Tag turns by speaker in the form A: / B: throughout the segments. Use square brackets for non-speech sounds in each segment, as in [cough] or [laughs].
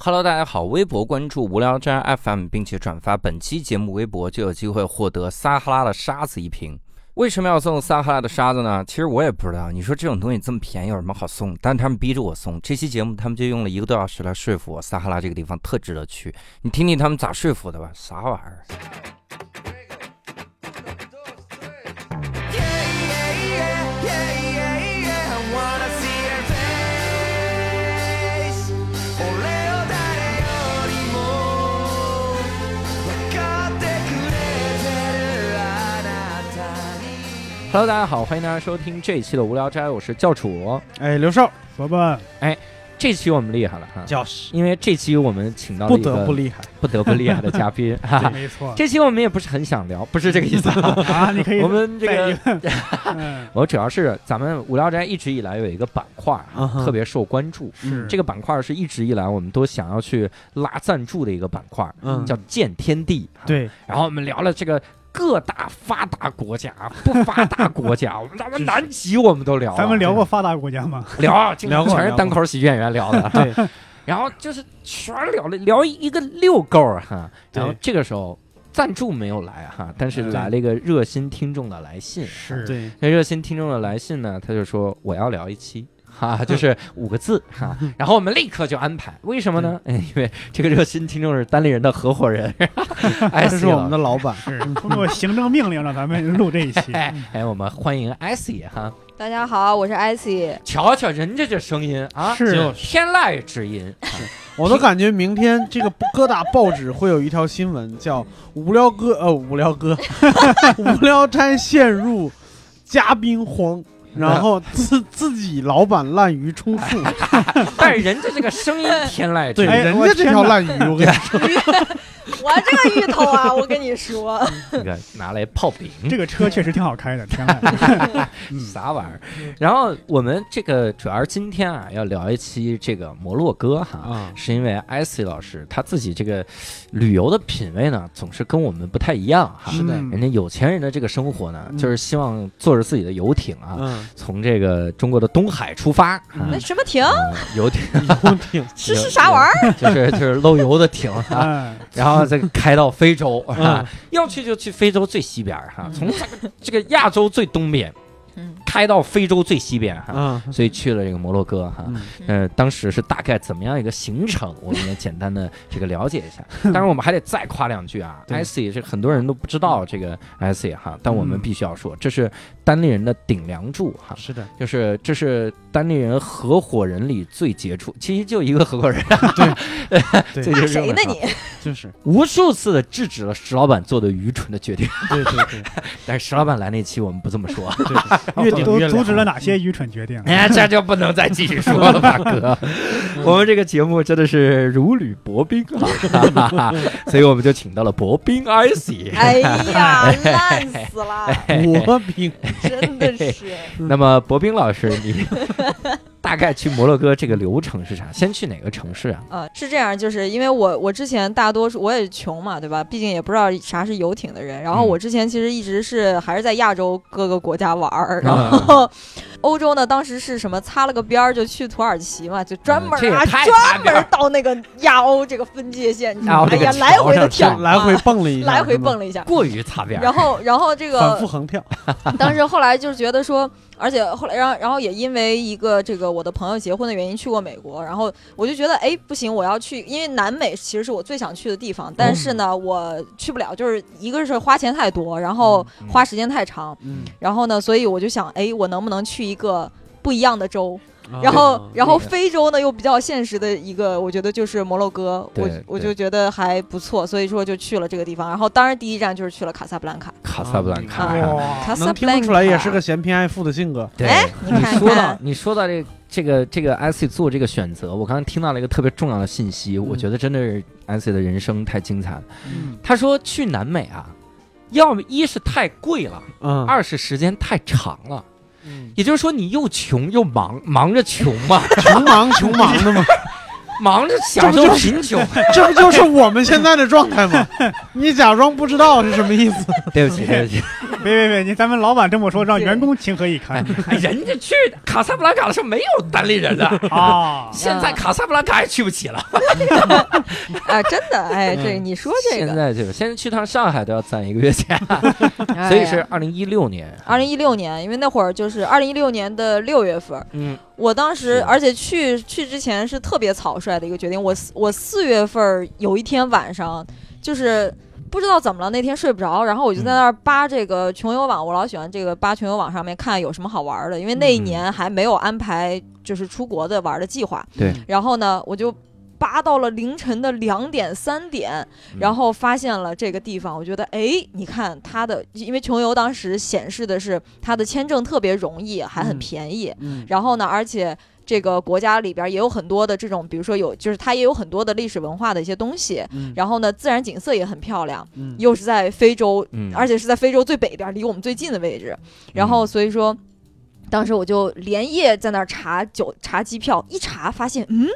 A: Hello，大家好，微博关注无聊斋 FM，并且转发本期节目微博，就有机会获得撒哈拉的沙子一瓶。为什么要送撒哈拉的沙子呢？其实我也不知道。你说这种东西这么便宜，有什么好送？但他们逼着我送。这期节目他们就用了一个多小时来说服我，撒哈拉这个地方特值得去。你听听他们咋说服的吧？啥玩意儿？Hello，大家好，欢迎大家收听这一期的无聊斋，我是教主。
B: 哎，刘少，伯伯，
A: 这期我们厉害了哈，
B: 教室
A: 因为这期我们请到了
B: 不
A: 一个
B: 得不厉害，
A: 不得不厉害的嘉宾哈
B: 对
A: 哈。
B: 没错
A: [laughs] 这期我们也不是很想聊，不是这个意
B: [laughs]
A: 思啊。
B: 啊，你可以
A: [laughs] 我们这
B: 带
A: 个
B: 一，
A: [laughs]
B: 嗯
A: 我主要是咱们无聊斋一直以来有一个板块啊、
C: 啊哈
A: 特别受关注。
B: 是
A: 这个板块是一直以来我们都想要去拉赞助的一个板块，
C: 嗯
A: 叫见天地。，啊
B: 对，
A: 然后我们聊了这个各大发达国家、不发达国家，我们咱们南极我们都聊了，啊
B: 咱们聊过发达国家吗？
A: [laughs] 聊啊，这个
C: 聊过
A: 全是
C: 聊过
A: 单口喜剧演员聊的。
B: 对，
A: [laughs] 然后就是全聊了聊一个遛够儿哈，
B: 对
A: 然后这个时候赞助没有来哈，但是
B: 嗯
A: 来了一个热心听众的来信，
B: 是
C: 对，
A: 那热心听众的来信呢，他就说我要聊一期。哈，就是五个字哈，
C: [laughs]
A: 然后我们立刻就安排，为什么呢？哎因为这个热心听众是单立人的合伙
C: [laughs]
A: 人，哎，，
C: 这是我们的老板，
B: 是通过行政命令让咱们录这一期
A: [laughs] 哎哎，我们欢迎艾希哈，
D: 大家好，我是艾希。
A: 瞧瞧人家这声音啊，
B: 是
A: 天籁之音，
C: 我都感觉明天这个各大报纸会有一条新闻叫“无聊哥”呃，无聊哥， [laughs] 无聊斋陷入嘉宾荒，然后自自己老板滥竽充数，
A: 但是人家这个声音天籁之
C: 对
A: 音，
B: 哎
C: 人
B: 我
C: 家这
B: 天
C: 条
B: 哪
C: 滥竽，我跟你说，
D: 我这个芋头啊，我跟你说，
A: 这个拿来泡饼，
B: 这个车确实挺好开的，
A: [laughs]
B: 天籁，嗯，
A: 啥玩意儿？然后我们这个主要是今天啊，要聊一期这个摩洛哥哈，
C: 啊
A: 是因为艾希老师他自己这个旅游的品味呢，总是跟我们不太一样哈。
C: 是的
B: 嗯
A: 人家有钱人的这个生活呢，
C: 嗯
A: 就是希望坐着自己的游艇啊，
C: 嗯，
A: 从这个中国的东海出发啊，
D: 那什么亭
A: 呃游艇
C: 我挺
D: 是是啥玩意儿？
A: 儿？ [laughs] 就是就是漏油的艇
C: [laughs]
A: 啊，
B: 哎，
A: 然后再开到非洲啊
C: 嗯，
A: [laughs] 要去就去非洲最西边儿哈，从这个这个亚洲最东边
D: 嗯，
A: 开到非洲最西边哈，
C: 啊，
A: 所以去了这个摩洛哥哈。
C: 嗯
A: 呃，当时是大概怎么样一个行
C: [laughs]
A: 程？我们也简单的这个了解一下。当然，我们还得再夸两句啊。
C: [laughs] 对嗯
A: IC 是很多人都不知道这个 IC 哈，但我们
B: 嗯
A: 必须要说，这是单立人的顶梁柱哈，
C: 是的，
A: 就是这是单立人合伙人里最杰出，其实就一个合伙人，啊 [laughs]
C: 对
A: 最
C: 对
A: 杰
D: 骂
A: 出的
D: 谁呢
A: 哈
D: 你？
C: 就是，
A: 无数次的制止了石老板做的愚蠢的决定，
C: 对对对
A: [laughs] 但是石老板来那期我们不这么说，
C: 对，越
B: 都
A: 哦
C: 顶越
B: 都阻止了
C: 凉
B: 哪些愚蠢决
A: [laughs]
B: 定？啊
A: 哎，这就不能再继续说了 [laughs] 吧，哥。我们这个节目真的是如履薄冰啊，所以我们就请到了薄冰 IC。
D: 哎呀，烂死了，
C: 我比
D: 真的是。
A: 那么薄冰老师，你大概去摩洛哥这个流程是啥？先去哪个城市啊？
D: 呃，是这样，就是因为我我之前大多数我也穷嘛，对吧？毕竟也不知道啥是游艇的人。然后
A: 嗯
D: 我之前其实一直是还是在亚洲各个国家玩儿，然
A: 啊
D: 后欧洲呢，当时是什么擦了个边儿就去土耳其嘛，就专门
A: 嗯这也
D: 啊
A: 太
D: 专门到那个亚欧这个分界线，你知道吗
A: 哦亚欧
D: 哎
A: 这个
D: 呀
A: 桥
D: 来回的
A: 上
D: 跳
A: 去，
C: 来回
D: 啊
C: 蹦了一下，
D: 来回
C: 是吗
D: 蹦，了一下。
A: 过于擦边儿。
D: 然后，然后这个
C: 反复横跳， [laughs]
D: 当时后来就是觉得说，而且后来，然后然后也因为一个这个我的朋友结婚的原因去过美国，然后我就觉得哎不行，我要去，因为南美其实是我最想去的地方，但是呢、
C: 嗯
D: 我去不了，就是一个是花钱太多，然后
A: 嗯
D: 花时间太长，
C: 嗯，
D: 然后呢，所以我就想哎我能不能去一个。不一样的州，
C: 啊
D: 然后，然后
A: 对
D: 非洲呢又比较现实的一个，我觉得就是摩洛哥，我
A: 对
D: 我
A: 对
D: 就觉得还不错，所以说就去了这个地方。然后，当然第一站就是去了卡萨布兰卡，
A: 卡萨布兰卡。
D: 啊
B: [laughs] 哇，
D: 卡萨
C: 能
D: 布
C: 听
D: 兰
C: 得
D: 卡
C: 出来，也是个嫌贫爱富的性格。
A: 对
D: 哎，你看
A: 说到
D: 看
A: 你说到这这个这个 IC 做这个选择，我刚刚听到了一个特别重要的信息，我觉得真的是 IC 的人生太精彩了。
B: 嗯
A: 他说去南美啊，要么一是太贵了，
C: 嗯，
A: 二是时间太长了。
C: 嗯
A: 也就是说，你又穷又忙，忙着穷嘛，
C: 穷忙穷忙的嘛，
A: 忙着享受贫穷。
C: 这不就是我们现在的状态吗？你假装不知道是什么意思？
A: 对不起，对不起，
B: 别别别，你咱们老板这么说，让员工情何以
A: [laughs]
B: 堪
A: 哎，人家去卡萨布兰卡的时候没有单立人的，
B: 啊？
A: 现在卡萨布兰卡也去不起了。
D: 啊，真的，哎，这
A: 嗯
D: 你说这
A: 现
D: 个，
A: 在这个，现在去趟上海都要攒一个月钱，
D: 哎
A: 所以
D: 呀
A: 是二零一六年。
D: 二零一六年，因为那会儿就是二零一六年的六月份，
A: 嗯，
D: 我当时
A: 是
D: 而且去去之前是特别草率的一个决定。我四我四月份儿有一天晚上，就是不知道怎么了，那天睡不着，然后我就
A: 嗯
D: 在那儿扒这个穷游网，我老喜欢这个扒穷游网上面看有什么好玩儿的，因为那一
A: 嗯
D: 年还没有安排就是出国的玩儿的计划。
A: 对，
D: 然后呢，我就。扒到了凌晨的两点三点，
A: 嗯
D: 然后发现了这个地方，我觉得哎，你看它的，因为穷游当时显示的是它的签证特别容易，还很
C: 嗯
D: 便宜，
C: 嗯，
D: 然后呢，而且这个国家里边儿也有很多的这种，比如说有，就是它也有很多的历史文化的一些东西。
C: 嗯
D: 然后呢，自然景色也很漂亮，
C: 嗯
D: 又是在非洲，
A: 嗯
D: 而且是在非洲最北边儿，离我们最近的位置。然后所以说，当时我就连夜在那儿查酒查机票，一查发现，嗯，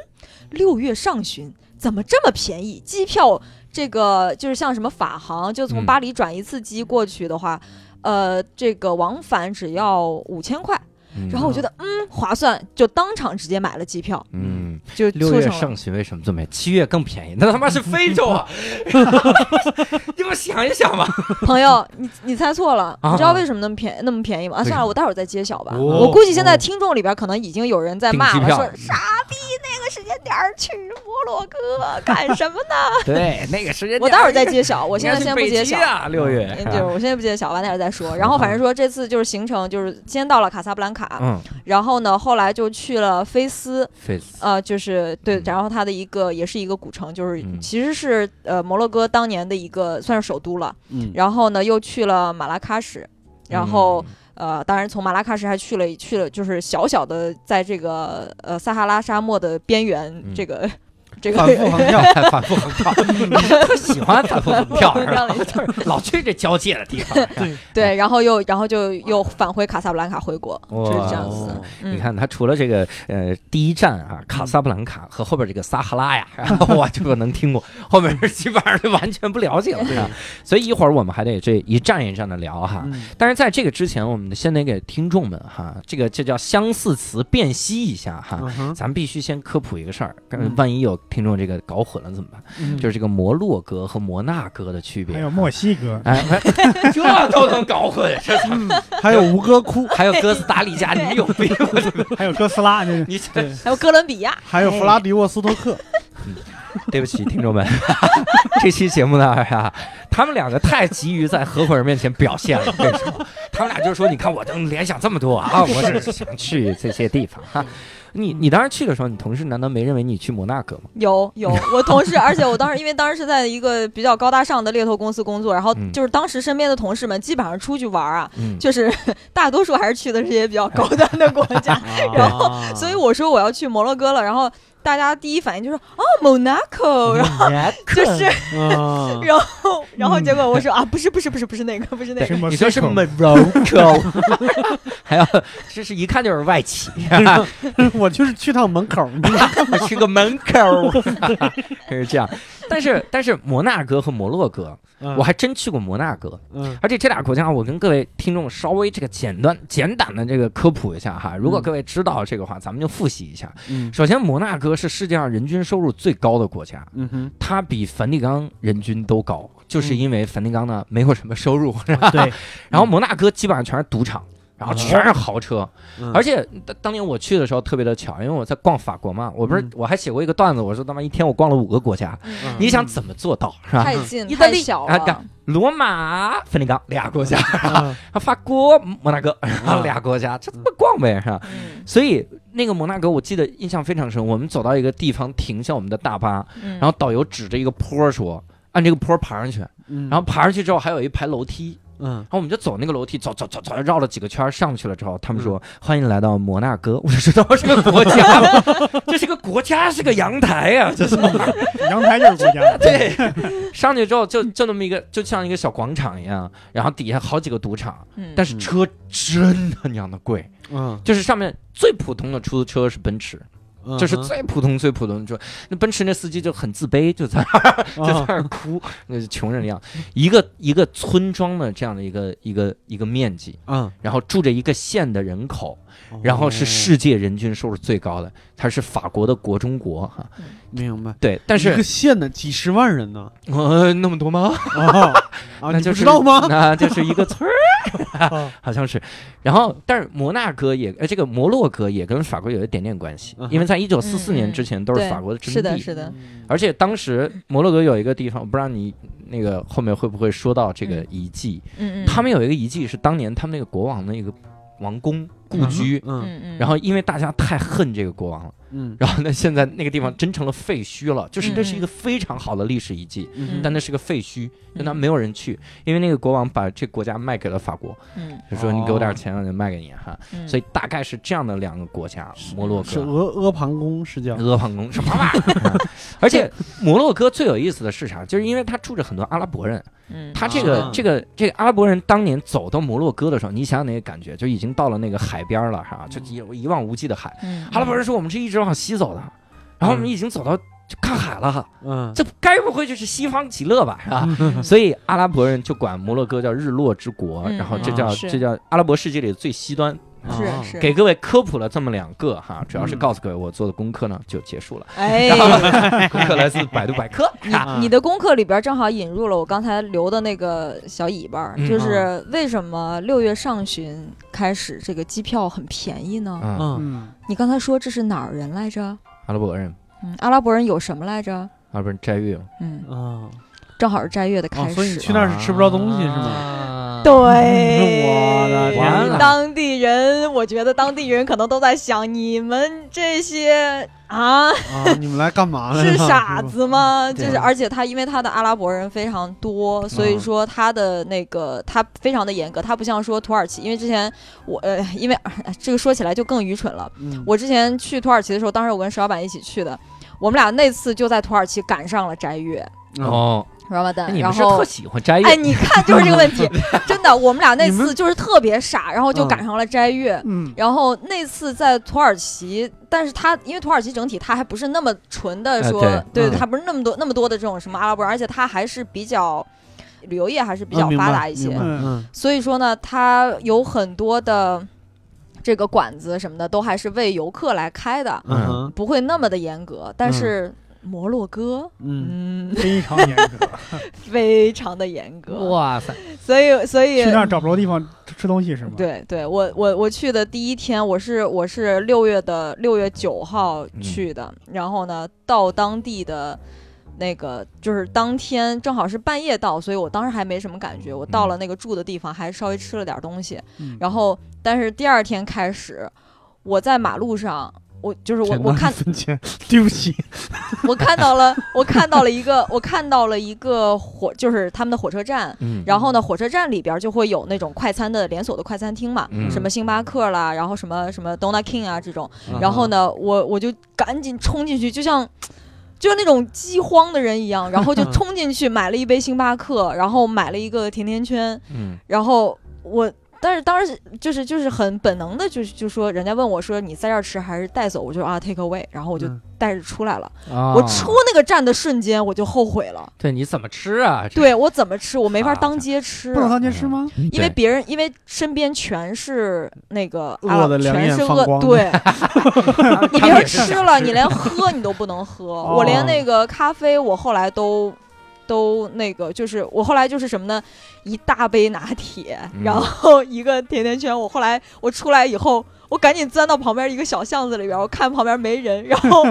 D: 六月上旬怎么这么便宜？机票这个就是像什么法航，就
A: 嗯
D: 从巴黎转一次机过去的话，呃，这个往返只要五千块。
A: 嗯
D: 然后我觉得嗯划算，就当场直接买了机票，
A: 嗯，
D: 就
A: 六
D: 促
A: 月
D: 成
A: [laughs]
D: 了。
A: 上旬为什么这么便宜？七月更便宜， [laughs] 那他妈是非洲啊！你们想一想吧。
D: 朋友，你你猜错了，
A: 啊
D: 你知道为什么那么便那么便宜吗？啊，
A: 为什么
D: 算了，我待会儿再揭晓吧。
A: 哦
D: 我估计现在听众里边可能已经有人在骂
A: 订
D: 了，
A: 机票
D: 说傻逼那个时间点儿去摩洛哥干什么呢？
A: [laughs] 对，那个时间
D: 我待会儿再揭晓，我现在先不揭晓。
A: 啊，六月
D: 嗯就是我现在不揭晓，晚点儿再说。然后反正说这次就是行程，就是先到了卡萨布兰卡，
A: 嗯，
D: 然后呢，后来就去了菲斯，
A: 费
D: 呃，就是对
A: 嗯，
D: 然后它的一个也是一个古城，就是
A: 嗯
D: 其实是呃摩洛哥当年的一个算是首都了。
C: 嗯
D: 然后呢，又去了马拉喀什，然
A: 嗯
D: 后、呃，当然从马拉喀什还去了去了，就是小小的在这个呃撒哈拉沙漠的边缘，
A: 嗯
D: 这个这个
C: 反复横跳，
A: 反复横跳， [laughs] 你是特喜欢反复横跳是
D: [laughs] 让
A: 吧
D: 你？
A: 就是老去这交界的地方。
C: 对，
D: 对，然后又然后就又返回卡萨布兰卡回国，
A: 哇
D: 就是这样子
C: 哦。
D: 嗯、
A: 你看，他除了这个呃第一站
C: 嗯
A: 啊卡萨布兰卡和后边这个撒哈拉呀， [laughs] 我这个能听过，后面基本上就完全不了解了啊。所以一会儿我们还得这一站一站的聊哈。
C: 嗯
A: 但是在这个之前，我们先得给听众们哈，这个这叫相似词辨析一下哈。
C: 嗯哼
A: 咱们必须先科普一个事儿，
C: 嗯
A: 万一有听众这个搞混了怎么办？
C: 嗯
A: 就是这个摩洛哥和摩纳哥的区别。
B: 还有墨西哥，
A: 哎，哎这都能搞混，这操
C: 还有吴哥窟，
A: 还有哥斯达黎加，你有 [laughs] 病！我这个
B: 还有哥斯拉，这
A: 你这，
C: 对，
D: 还有哥伦比亚，
C: 还有弗拉迪沃斯托克，
A: [laughs] 对不起，听众们，这期节目呢哎呀，他们两个太急于在合伙人面前表现了，我跟你说，他们俩就说，你看我能联想这么多啊，我只是想去这些地方哈。你你当时去的时候，你同事难道没认为你去摩纳哥吗？
D: 有
A: [laughs]
D: 有，我同事，而且我当时因为当时是在一个比较高大上的猎头公司工作，然后
A: 嗯
D: 就是当时身边的同事们基本上出去玩儿啊，
A: 嗯，
D: 就是 [laughs] 大多数还是去的这些比较高端的国
A: [laughs]
D: 家，
C: 然后
D: 所以我说我要去摩洛哥了，然后大家第一反应就是哦，Monaco，然后
A: 哦
D: 就是，
C: 啊，
A: 嗯
D: 然后然后结果我说啊，不是不是不是不是那个， [laughs] 不是那个，
B: 什么
A: 你说是
B: Seiko
A: Morocco，还有这是一看就是外企，
C: 我就是去趟门口，
A: 去个门口， [laughs] 是这样。但是但是摩纳哥和摩洛哥，我
C: 我
A: 还真去过摩纳哥，
C: 嗯
A: 而且这俩国家，我跟各位听众稍微这个简单简短的这个科普一下哈。如果各位知道这个话，咱们就复习一下。
C: 嗯
A: 首先，摩纳哥是世界上人均收入最高的国家，
C: 嗯哼，
A: 它比梵蒂冈人均都高，就是
C: 嗯
A: 因为梵蒂冈呢没有什么收入，
C: 对，
A: [laughs]
C: 嗯
A: 然后摩纳哥基本上全是赌场，然后全是豪车，而且当当年我去的时候特别的巧，因为我在逛法国嘛，我不是
C: 嗯
A: 我还写过一个段子，我说他妈一天我逛了五个国家，
D: 嗯
A: 你想怎么做啊到是吧？
D: 太近
A: 意大
D: 太
A: 利
D: 小
A: 啊干
D: 了，
A: 罗马、梵蒂冈俩国家，
C: 啊
A: 法国、摩纳哥俩国家，这他妈逛呗是吧？
D: 嗯
A: 所以那个摩纳哥，我记得印象非常深。我们走到一个地方，停下我们的大巴，
D: 嗯，
A: 然后导游指着一个坡说：“按这个坡爬上去。”
C: 嗯，
A: 然后爬上去之后还有一排楼梯，
C: 嗯
A: 然后我们就走那个楼梯，走走走走，绕了几个圈儿上去了之后，他们说：“欢迎来到摩纳哥。”我说：“这他妈是个国家吗，这是个国家，是个阳台啊呀、这是。
B: [laughs] 阳台就是国家，
A: 对，上去之后就就那么一个，就像一个小广场一样，然后底下好几个赌场，
D: 嗯
A: 但是车真的娘的贵，
C: 嗯
A: 就是上面最普通的出租车是奔驰，
C: 嗯
A: 这是
C: 哼
A: 最普通最普通的。就那奔驰那司机就很自卑，就在那儿就
C: 哦
A: 在那儿哭， [laughs] 那就穷人的样子。一个一个村庄的这样的一个一个一个面积，
C: 嗯，
A: 然后住着一个县的人口，
C: 哦
A: 然后是世界人均收入最高的，它是法国的国中国哈。
C: 明白。
A: 对，但
C: 一个
A: 是
C: 县的几十万人 [laughs] 呢，
A: 呃那么多吗？
C: 哦，啊，
A: 那
C: 你
A: 就
C: 不
A: 是
C: 知道吗？
A: [laughs] 那就是一个村儿
C: [laughs]
A: [laughs]
C: 哦
A: 好像是。然后，但是摩纳哥也，呃，这个摩洛哥也跟法国有一点点关系
C: 嗯，哼
A: 因为在一九四
D: 嗯
A: 四年
D: 嗯
A: 之前都是
D: 对
A: 法国的殖
D: 是
A: 民
D: 的，
A: 地，
D: 是的，
A: 而且当时摩洛哥有一个地方，我不知道你那个后面会不会说到这个
D: 嗯
A: 遗迹。
D: 嗯嗯，
A: 他们有一个遗迹是当年他们那个国王的一个王宫故居，
C: 嗯
D: 嗯嗯，
A: 然后因为大家太恨这个国王了，
C: 嗯
A: 然后呢现在那个地方真成了废墟了，就是
D: 嗯
A: 这是一
D: 嗯
A: 个非常好的历史遗迹，
C: 嗯
A: 但那是个废墟，就那
D: 嗯
A: 没有人去，因为那个国王把这国家卖给了法国，
D: 嗯
A: 就说你给我
C: 哦
A: 点钱我就卖给你哈，
D: 嗯，
A: 所以大概是这样的两个国家，摩洛
C: 是
A: 哥。
C: 阿阿房宫是叫
A: 阿房宫什么
C: [laughs]
A: 玩意儿啊而且摩洛哥最有意思的是啥？就是因为他住着很多阿拉伯人，
D: 嗯
A: 他这个、
C: 啊
A: 这个这个阿拉伯人当年走到摩洛哥的时候，你想想那个感觉，就已经到了那个海边了哈，
C: 嗯
A: 就一一望无际的海。
D: 嗯
A: 阿拉伯人说我们是一直往西走的，然后我们已经走到就看海了哈，
C: 嗯
A: 这该不会就是西方极乐吧，是吧？ [laughs]
D: 嗯
A: 所以阿拉伯人就管摩洛哥叫日落之国，
D: 嗯
A: 然后
C: 嗯
A: 这叫、
D: 是
A: 这叫阿拉伯世界里的最西端。
C: 啊
D: 是是
A: 哦给各位科普了这么两个哈，主要是
C: 嗯
A: 告诉各位我做的功课呢就结束了。
D: 哎，
A: 功课来自百度百
D: [laughs]
A: 科。
C: [laughs] 啊
D: 你的功课里边正好引入了我刚才留的那个小尾巴儿，
A: 嗯
D: 就是为什么六月上旬开始这个机票很便宜呢？
A: 嗯，
C: 嗯
B: 嗯，
D: 你刚才说这是哪儿人来着？
A: 阿拉伯人，
D: 嗯，阿拉伯人有什么来着？
A: 阿拉伯人斋月
D: 嗯，
C: 啊
D: 正好是斋月的
C: 啊，
D: 开始。
C: 所以你去那儿是吃不着东西是
E: 啊
C: 吗？
A: 吗？
C: [laughs]
D: 对，
C: 我的天
A: 啊完了
D: 当地人，我觉得当地人可能都在想，你们这些啊
C: 啊，你们来干嘛来
D: [laughs]
A: [laughs]
C: 了？
D: 是傻子吗？就
A: 对啊
D: 是，而且他因为他的阿拉伯人非常多，所以说他的那个他非常的严格，他不像说土耳其，因为之前我呃， [laughs] 因为这个说起来就更愚蠢了。
C: 嗯？
D: 我之前去土耳其的时候，当时我跟石老板一起去的，我们俩那次就在土耳其赶上了斋月
C: 哦，
A: 哦，那
D: Ramadan，
A: 你
D: 然
A: 们是
D: 后
A: 特。喜欢斋
D: 哎，
A: 月？
D: 你看就是这个问
C: [laughs]
D: 题，真的，我们俩那
C: 你们
D: 次就是特别傻，然后就
C: 嗯
D: 赶上了斋月，
B: 嗯，
D: 然后那次在土耳其，但是他因为土耳其整体他还不是那么纯的
A: 哎
D: 说，
C: 对
D: 对
C: 嗯
D: 他不是那么多那么多的这种什么阿拉伯人，而且他还是比较旅游业还是比
C: 啊
D: 较
C: 明白
D: 发达一些，
C: 明白嗯
D: 所以说呢，他有很多的这个馆子什么的都还是为游客来开的，
C: 嗯哼
D: 不会那么的严格，但是。摩洛哥，
C: 嗯
D: 嗯， [laughs]
B: 非常严格，
D: 非常的严格，
A: 哇塞，
D: 所以所以
B: 去那儿找不着地方吃吃东西是吗？，
D: 对对，我我我去的第一天，我是我是六月的六月九号
A: 嗯
D: 去的，然后呢到当地的。那个就是当天正好是半夜到，所以我当时还没什么感觉。我到了那个住的地方，还稍微吃了点东西。
B: 嗯
D: 然后，但是第二天开始，我在马路上，我就是我我
B: [laughs]
D: 看
C: 分钱，对不起，
D: 我看到了我看到了一个我看到了一个火，就是他们的火车站。
A: 嗯，
D: 然后呢，火车站里边就会有那种快餐的连锁的快餐厅嘛。
A: 嗯
D: 什么星巴克啦，然后什么什么 Dona King 啊这种，
C: 嗯
D: 然后呢，我我就赶紧冲进去，就像就像那种饥荒的人一样，然后就冲进去买了一杯星巴克，然后买了一个甜甜圈，
A: 嗯
D: 然后我。但是当时就是就是很本能的就就说人家问我说你在这儿吃还是带走，我就说啊 take away，然后我就
C: 嗯
D: 带着出来了。
A: 啊
D: 我出那个站的瞬间我就后悔了，
A: 对你怎么吃啊？这，
D: 对我怎么吃我没法
A: 好
D: 当
A: 家
D: 街吃，
B: 不能当街吃吗？
D: 因为
A: 对
D: 别人，因为身边全是那个
C: 饿
D: 啊，
C: 得两
D: 全
C: 眼
D: 是
C: 放
D: 饿
C: 光， [laughs]
D: 对你
A: 他们
D: 别
A: 也是
D: 吃了，你连喝你都不能喝。
C: 哦
D: 我连那个咖啡，我后来都都那个，就是我后来就是什么呢？一大杯拿铁，
A: 嗯
D: 然后 [laughs] 一个甜甜圈。我后来我出来以后。我赶紧钻到旁边一个小巷子里边，我看旁边没人，然
C: [laughs]
D: 后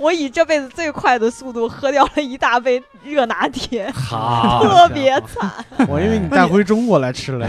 D: 我以这辈子最快的速度喝掉了一大杯热拿铁，
A: 好
C: 好
D: 特别惨。
C: 我以为嗯你带回中国来
D: [laughs]
C: 吃来，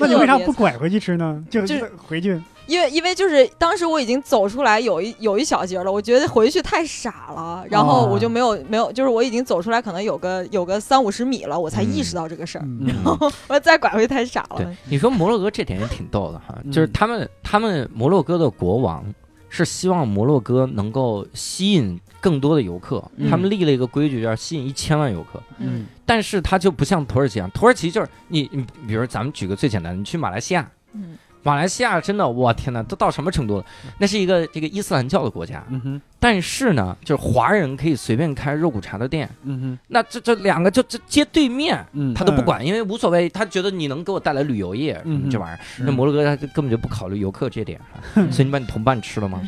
B: 那你为啥
D: 嗯特别
B: 不拐回去吃呢？就
D: 就
B: 回去，
D: 因为因为就是当时我已经走出来有一有一小节了，我觉得回去太傻了，然后我就没有、没有，就是我已经走出来可能有个有个三五十米了，我才意识到这个事儿，
B: 嗯 [laughs]
C: 嗯
A: 嗯
D: 我再拐回去太傻
A: 对
D: 了。，
A: 你说摩洛哥这点也挺逗的哈，
C: 嗯
A: 就是他们他们摩洛哥的国王是希望摩洛哥能够吸引更多的游客，
D: 嗯
A: 他们立了一个规矩，要吸引一千万游客。
C: 嗯
A: 但是它就不像土耳其一样，土耳其就是你，你比如咱们举个最简单的，你去马来西亚，
D: 嗯
A: 马来西亚真的，我天哪，都到什么程度了？那是一个这个伊斯兰教的国家，
C: 嗯哼，
A: 但是呢，就是华人可以随便开肉骨茶的店，
C: 嗯哼，
A: 那这这两个就这街对面。
C: 嗯，
A: 他都不管，因为无所谓，他觉得你能给我带来旅游业什么
C: 嗯
A: 这玩意儿。那摩洛哥他根本就不考虑游客这点，所以你把你同伴吃了吗？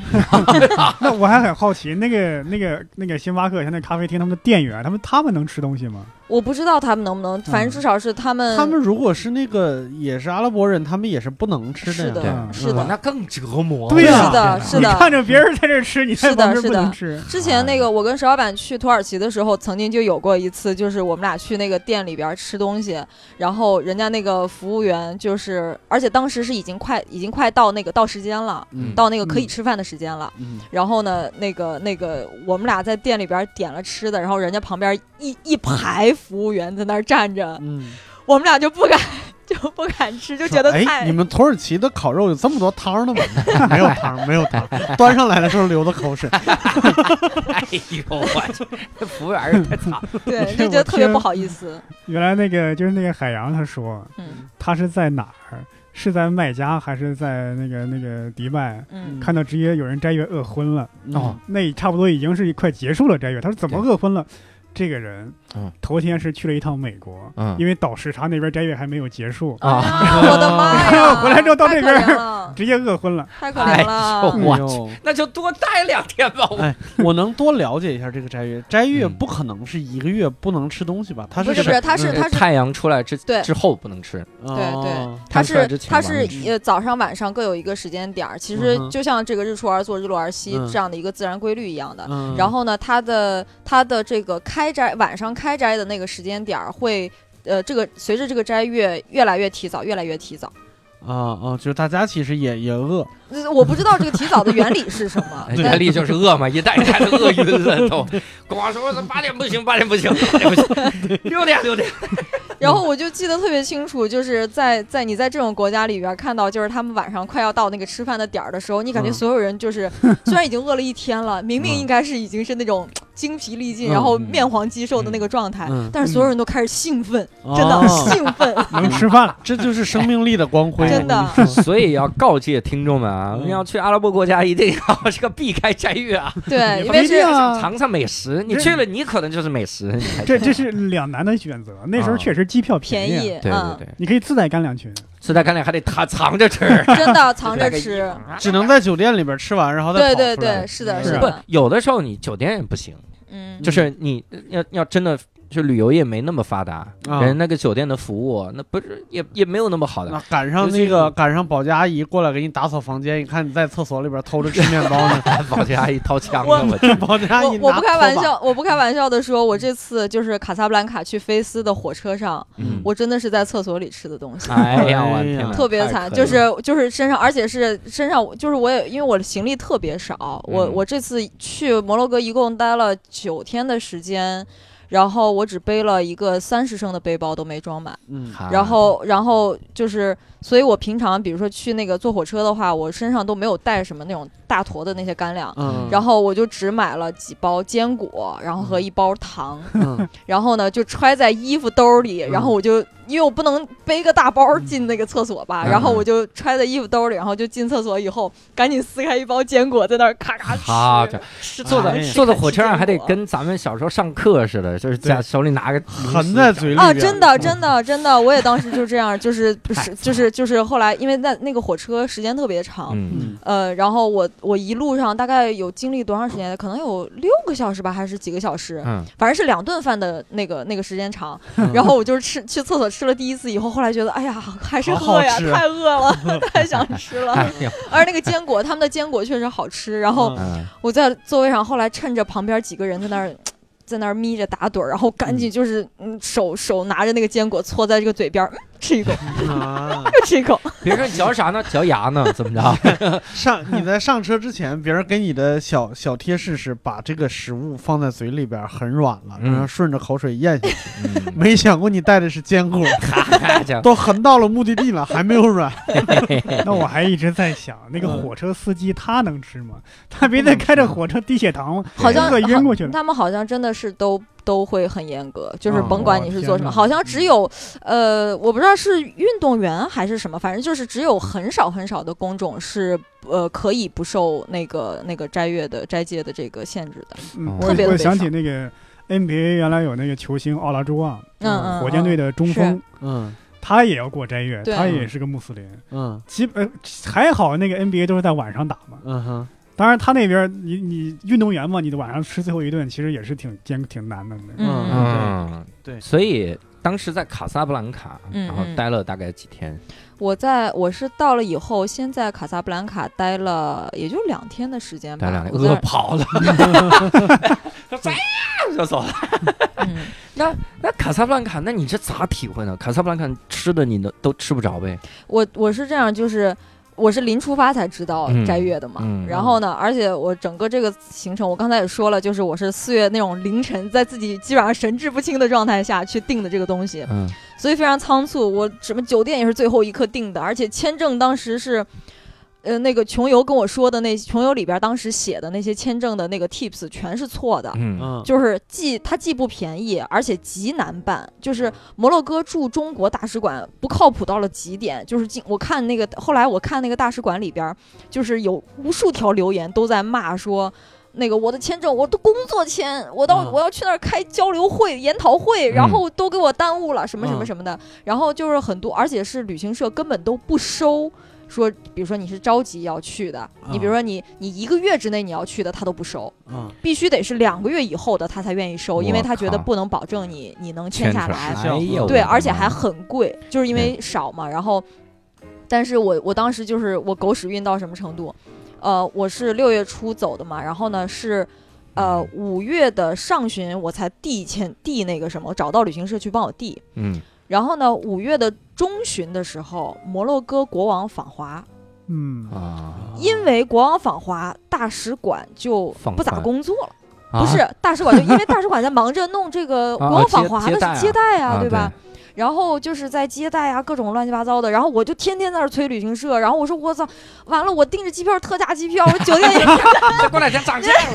B: 那我还很好奇，那个、那个、那个星巴克像那咖啡厅，他们的店员，他们他们能吃东西吗？
D: 我不知道他们能不能，反正至少是他们，
C: 他们如果是那个也是阿拉伯人，他们也是不能吃
D: 是
C: 呀。
D: 的，
B: 嗯
D: 是
A: 哇，
D: 的，
A: 那更折磨。
B: 对呀
D: 是的，啊是
B: 你
D: 的。
B: 看着别人在这儿吃，你在
D: 是的
B: 旁边
D: 是
B: 不
D: 的
B: 能吃。
D: 之前那个，我跟石老板去土耳其的时候，曾经就有过一次，就是我们俩去那个店里边吃东西，然后人家那个服务员就是，而且当时是已经快已经快到那个到时间了，
C: 嗯
D: 到那个可以吃饭的时间了。
C: 嗯
D: 然后呢，那个那个，我们俩在店里边点了吃的，然后人家旁边一一排服务员在那儿站着，
C: 嗯，
D: 我们俩就不敢 [laughs] 就不敢吃，就觉得
C: 哎，
D: 太
C: 你们土耳其的烤肉有这么多汤 [laughs] 的吗？没有汤，没有汤， [laughs] 端上来的时候流的口水。
A: 哎呦我去，这服务员儿太惨了。
D: 对，
B: 这
D: 就觉得
B: 我
D: 特别
B: 听
D: 不好意思。
B: 原来那个就是那个海洋，他说
D: 嗯
B: 他是在哪儿？是在麦加还是在那个那个迪拜？
D: 嗯，
B: 看到直接有人斋月饿昏了，
C: [laughs]
A: 嗯
C: 哦，
B: 那差不多已经是快结束了斋月。他说怎么
A: 对
B: 饿昏了？这个人
A: 嗯
B: 头天是去了一趟美国，
A: 嗯
B: 因为倒时差那边斋月还没有结束，
D: 哎
A: 啊，
D: 呀 [laughs] 我的妈呀！
B: 回来之后到这边
D: 太可怜了
B: 直接饿昏
A: [laughs]
B: 了。
D: 太可怜了。
A: 哎呦我
C: [laughs] 去，
A: 那就多待两天吧。我
C: 哎嗯我能多了解一下这个斋月？斋月
A: 嗯
C: 不可能是一个月不能吃东西吧？它
D: 不是
C: 是
D: 不是，他是
A: 那
D: 他
A: 个
D: 是
A: 太阳出来之
D: 对
A: 之后不能吃，
C: 哦
D: 他
A: 出来之
D: 是
A: 前
D: 他
A: 晚上，
D: 是呃早上晚上各有一个时间点儿，其实
C: 嗯哼
D: 就像这个日出而作日落而息
C: 嗯
D: 这样的一个自然规律一样的。
C: 嗯，
D: 呃然后呢，它的它的这个开斋晚上开斋的那个时间点儿会。呃，这个随着这个斋月越来越提早，越来越提早。
C: 啊啊，就是大家其实也也饿，
D: 呃我不知道这个提早的原理是什么但
A: 原理就是饿嘛，一带一带的饿晕了都。光说八点不行，八点不行，八点不行，六点六点。
D: 然
C: 嗯
D: 后我就记得特别清楚，就是在在你在这种国家里边看到，就是他们晚上快要到那个吃饭的点儿的时候，你感觉
C: 嗯
D: 所有人
C: [laughs]
D: 就是、虽然已经饿了一天了，明明
C: 嗯
D: 应该是已经是那种精疲力尽，
C: 嗯
D: 然后面黄肌瘦的那个状态，
C: 嗯哦
D: 但是所有人都开始兴奋，
C: 真
D: 真的兴奋，
C: [laughs]
B: 能吃饭了，
C: 这就是生命力的光
D: [laughs]
C: 辉，
D: 真的
C: 我跟你说
A: 所以要告诫听众们啊，
C: 嗯
A: 要去阿拉伯国家一定要这个避开斋月啊，
D: 对，因
B: 没
D: 为哎
B: 必
D: 是
B: 要啊。
A: 尝尝美食。你
B: 这
A: 去了，你可能就是美食。你才
B: 这这是两难的选
A: [laughs]
B: 择。那时
A: 嗯
B: 候确实机票
D: 便
B: 宜，啊
D: 宜，
A: 对对
C: 啊
D: 嗯，
A: 对，
B: 你可以自带干粮群。
A: 所以他干俩还得他藏着吃。
D: 嗯真
C: [laughs]
D: 的藏着
A: 这是
D: 吃，
C: 只能在酒店里边吃完，然后再
D: 对
C: 跑
D: 对
C: 出来嗯
D: 对，是的，
B: 是
D: 是
B: 啊
A: 不
D: 的，，
A: 有的时候你酒店也不行，
D: 嗯，
A: 就是你呃要要真的就旅游业没那么发达，
C: 啊
A: 人那个酒店的服务那不是也也没有那么好
C: 那
A: 的。
C: 赶上
A: 尤其
C: 那
A: 是
C: 个赶上保洁阿姨过来给你打扫房间，一看你在厕所里边偷着吃面包
D: [laughs]
C: 呢，
A: 哎保洁阿姨掏枪
D: 我
A: 了，我去，
C: 保洁阿姨
D: 我我不
C: 拿
D: 开玩
C: 拖把，
D: 笑，我不开玩笑的说，我这次就是卡萨布兰卡去菲斯的火车上，
A: 嗯
D: 我真的是在厕所里吃的东西。
A: [laughs] 哎呀，我
C: 哎
A: 天
C: 呀
A: 哪，
D: 特别
A: 太
D: 惨，
A: 可
D: 就
A: 怜了
D: 是就是身上，而且是身上，就是我也因为我的行李特别少，我
A: 嗯
D: 我这次去摩洛哥一共待了九天的时间，然后我只背了一个三十升的背包都没装满，
C: 嗯，
A: 啊
D: 然后然后就是，所以我平常比如说去那个坐火车的话，我身上都没有带什么那种大坨的那些干粮，
C: 嗯，
D: 然后我就只买了几包坚果，然后和一包糖，
C: 嗯
D: [laughs] 然后呢就揣在衣服兜里，然后我就因为我不能背个大包进那个厕所吧，
A: 嗯
D: 然后我就揣在衣服兜里，然后就进厕所以后赶紧撕开一包坚果在那儿咔咔吃，
A: 好这
D: 吃
A: 坐
D: 糖
A: 在
C: 哎呀
A: 坐在火车上还得跟咱们小时候上课似的，就是在
C: 对
A: 手里拿个
C: 含在嘴里
D: 啊，
C: 边
D: 真的，真的，真的，我也当时就这样，就是不是就是就是后来因为那那个火车时间特别长，
A: 嗯，
D: 呃，然后我我一路上大概有经历多长时间？可能有六个小时吧，还是几个小时？
A: 嗯，
D: 反正是两顿饭的那个那个时间长。
C: 嗯
D: 然后我就是吃去厕所吃了第一次以后，后来觉得哎呀， [laughs] 还是
C: 好
D: 饿
C: 好
D: 呀，
C: 吃
D: 太饿了，太想吃了。
A: 哎呦，
D: 而那个坚果，他们的坚果确实好吃。然后
A: 嗯 [laughs]
D: 我在座位上，后来趁着旁边几个人在那儿。在那儿眯着打盹儿，然后赶紧就是嗯手手拿着那个坚果搓在这个嘴边儿，嗯 [laughs] 吃一口，
C: 啊，
D: 吃一口，
A: 别说你嚼啥呢，嚼牙呢，怎么 [laughs] 着？
C: 上你在上车之前，别人给你的小小贴士是把这个食物放在嘴里边很软了，
A: 嗯
C: 然后顺着口水咽下去，
A: 嗯 [laughs]
C: 没想过你带的是坚果，
A: 哎这样
C: 都横到了目的地了还没有软，
B: 嗯那我还一直在
A: [laughs]
B: 想，那个
A: 嗯
B: 火车司机他能吃吗？他别再开着火车低血糖，
D: 好像
B: 饿晕过去
D: 好
B: 了。
D: 他们好像真的是都都会很严格，就是
C: 哦
D: 甭管你是做什
B: 天
D: 么，
B: 哪
D: 好像只有呃，我不知道是运动员还是什么，反正就是只有很少很少的工种是呃可以不受那个那个斋月的斋戒的这个限制的。
B: 嗯，
A: 特
B: 我
D: 别的
B: 我
D: 悲伤
B: 想起那个 NBA 原来有那个球星奥拉朱旺，
D: 嗯
C: 嗯
D: 嗯，
B: 火箭队
D: 的
B: 的中锋，
C: 嗯
B: 他也要过斋月，
D: 对
B: 他也是个穆斯林。
C: 嗯
B: 基本呃还好，那个 NBA 都是在晚上打嘛。
C: 嗯哼，
B: 当然，他那边你你运动员嘛，你晚上吃最后一顿，其实也是挺艰挺难的。
D: 嗯
C: 嗯
A: 嗯，
C: 对
A: 所以当时在卡萨布兰卡，
D: 嗯
A: 然后待了大概几天，
D: 我在我是到了以后，先在卡萨布兰卡待了也就两天的时间吧，
A: 待两天
D: 我在
A: 饿跑了，说再见就走了。
D: 嗯，
A: 那卡萨布兰卡，那你这咋体会呢？卡萨布兰卡吃的你都都吃不着呗？
D: 我我是这样，就是我是临出发才知道
A: 嗯
D: 斋月的嘛。
A: 嗯
D: 啊然后呢，而且我整个这个行程，我刚才也说了，就是我是四月那种凌晨，在自己基本上神志不清的状态下去订的这个东西，
A: 嗯，
D: 所以非常仓促。我什么酒店也是最后一刻订的，而且签证当时是。呃，那个穷游跟我说的那穷游里边当时写的那些签证的那个 tips 全是错的，
A: 嗯
C: 嗯
D: 就是既它既不便宜，而且极难办。就是摩洛哥驻中国大使馆不靠谱到了极点。就是进我看那个后来我看那个大使馆里边儿，就是有无数条留言都在骂说。那个我的签证，我的工作签，我到、
C: 嗯
D: 我要去那儿开交流会、研讨会，
A: 嗯
D: 然后都给我耽误了，什么什么
C: 嗯
D: 什么的。然后就是很多，而且是旅行社根本都不收，说比如说你是着急要去的，你比如说你你一个月之内你要去的，他都不收。
C: 嗯，
D: 必须得是两个月以后的他才愿意收，
A: 我
D: 因为他觉得
A: 靠
D: 不能保证你你能
A: 牵
D: 签下
A: 扯
D: 来。
A: 哎呦，
D: 对，
A: 我的
D: 而且还
A: 妈
D: 很贵，就是因为少嘛。然后，但是我我当时就是我狗屎运到什么程度？呃，我是六月初走的嘛，然后呢是。呃，五月的上旬我才递签递那个什么，找到旅行社去帮我递。
A: 嗯，
D: 然后呢，五月的中旬的时候，摩洛哥国王访华，
B: 嗯，
A: 啊，
D: 因为国王访华，大使馆就
A: 放
D: 不咋
A: 宽
D: 工作了。
A: 啊
D: 不是大使馆，就因为大使馆在忙着弄这个
A: 啊
D: 国王
A: 接
D: 访华
A: 接
D: 的
A: 待啊
D: 是接待
A: 啊
D: 啊，对吧？？然后就是在接待啊，各种乱七八糟的。然后我就天天在那儿催旅行社，然后我说我操，完了，我订着机票是特价机票，我酒店也
A: 再过两天涨价
D: 嗯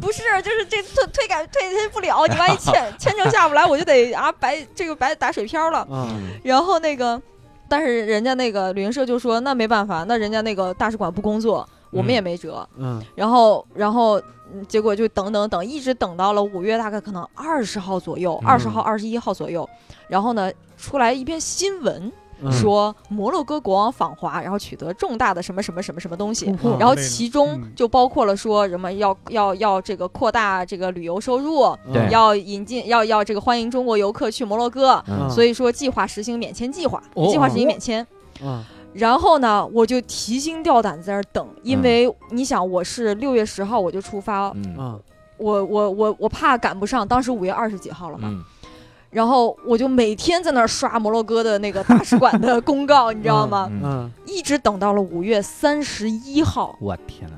D: [laughs] 不是，就是这退退改退退不了，你万一
A: [laughs]
D: 签签证下不来，我就得啊白这个白打水漂了。
C: 嗯
D: 然后那个，但是人家那个旅行社就说那没办法，那人家那个大使馆不工作，我们
A: 嗯
D: 也没辙。
C: 嗯
D: 然后，然后嗯结果就等等等，一直等到了五月大概可能二十号左右，
A: 嗯
D: 二十号、二十一号左右，然后呢出来一篇新闻
C: 嗯
D: 说摩洛哥国王访华，然后取得重大的什么什么什么什么东西。
C: 嗯
D: 然后
B: 之类的
D: 其中
B: 嗯
D: 就包括了说什么要要要这个扩大这个旅游收入，
A: 对
D: 要引进要要这个欢迎中国游客去摩洛哥，
A: 嗯
D: 所以说计划实行免签计划，
A: 哦
D: 计划实行免签。
C: 嗯
D: 然后呢，我就提心吊胆在那儿等，因为你想，我是六月十号我就出发，
A: 嗯
C: 嗯
D: 我我我我怕赶不上，当时五月二十几号了嘛，
A: 嗯，
D: 然后我就每天在那儿刷摩洛哥的那个大使馆的公告，你知道吗？
A: 嗯
C: 嗯
D: 一直等到了五月三十一号，
A: 我天哪，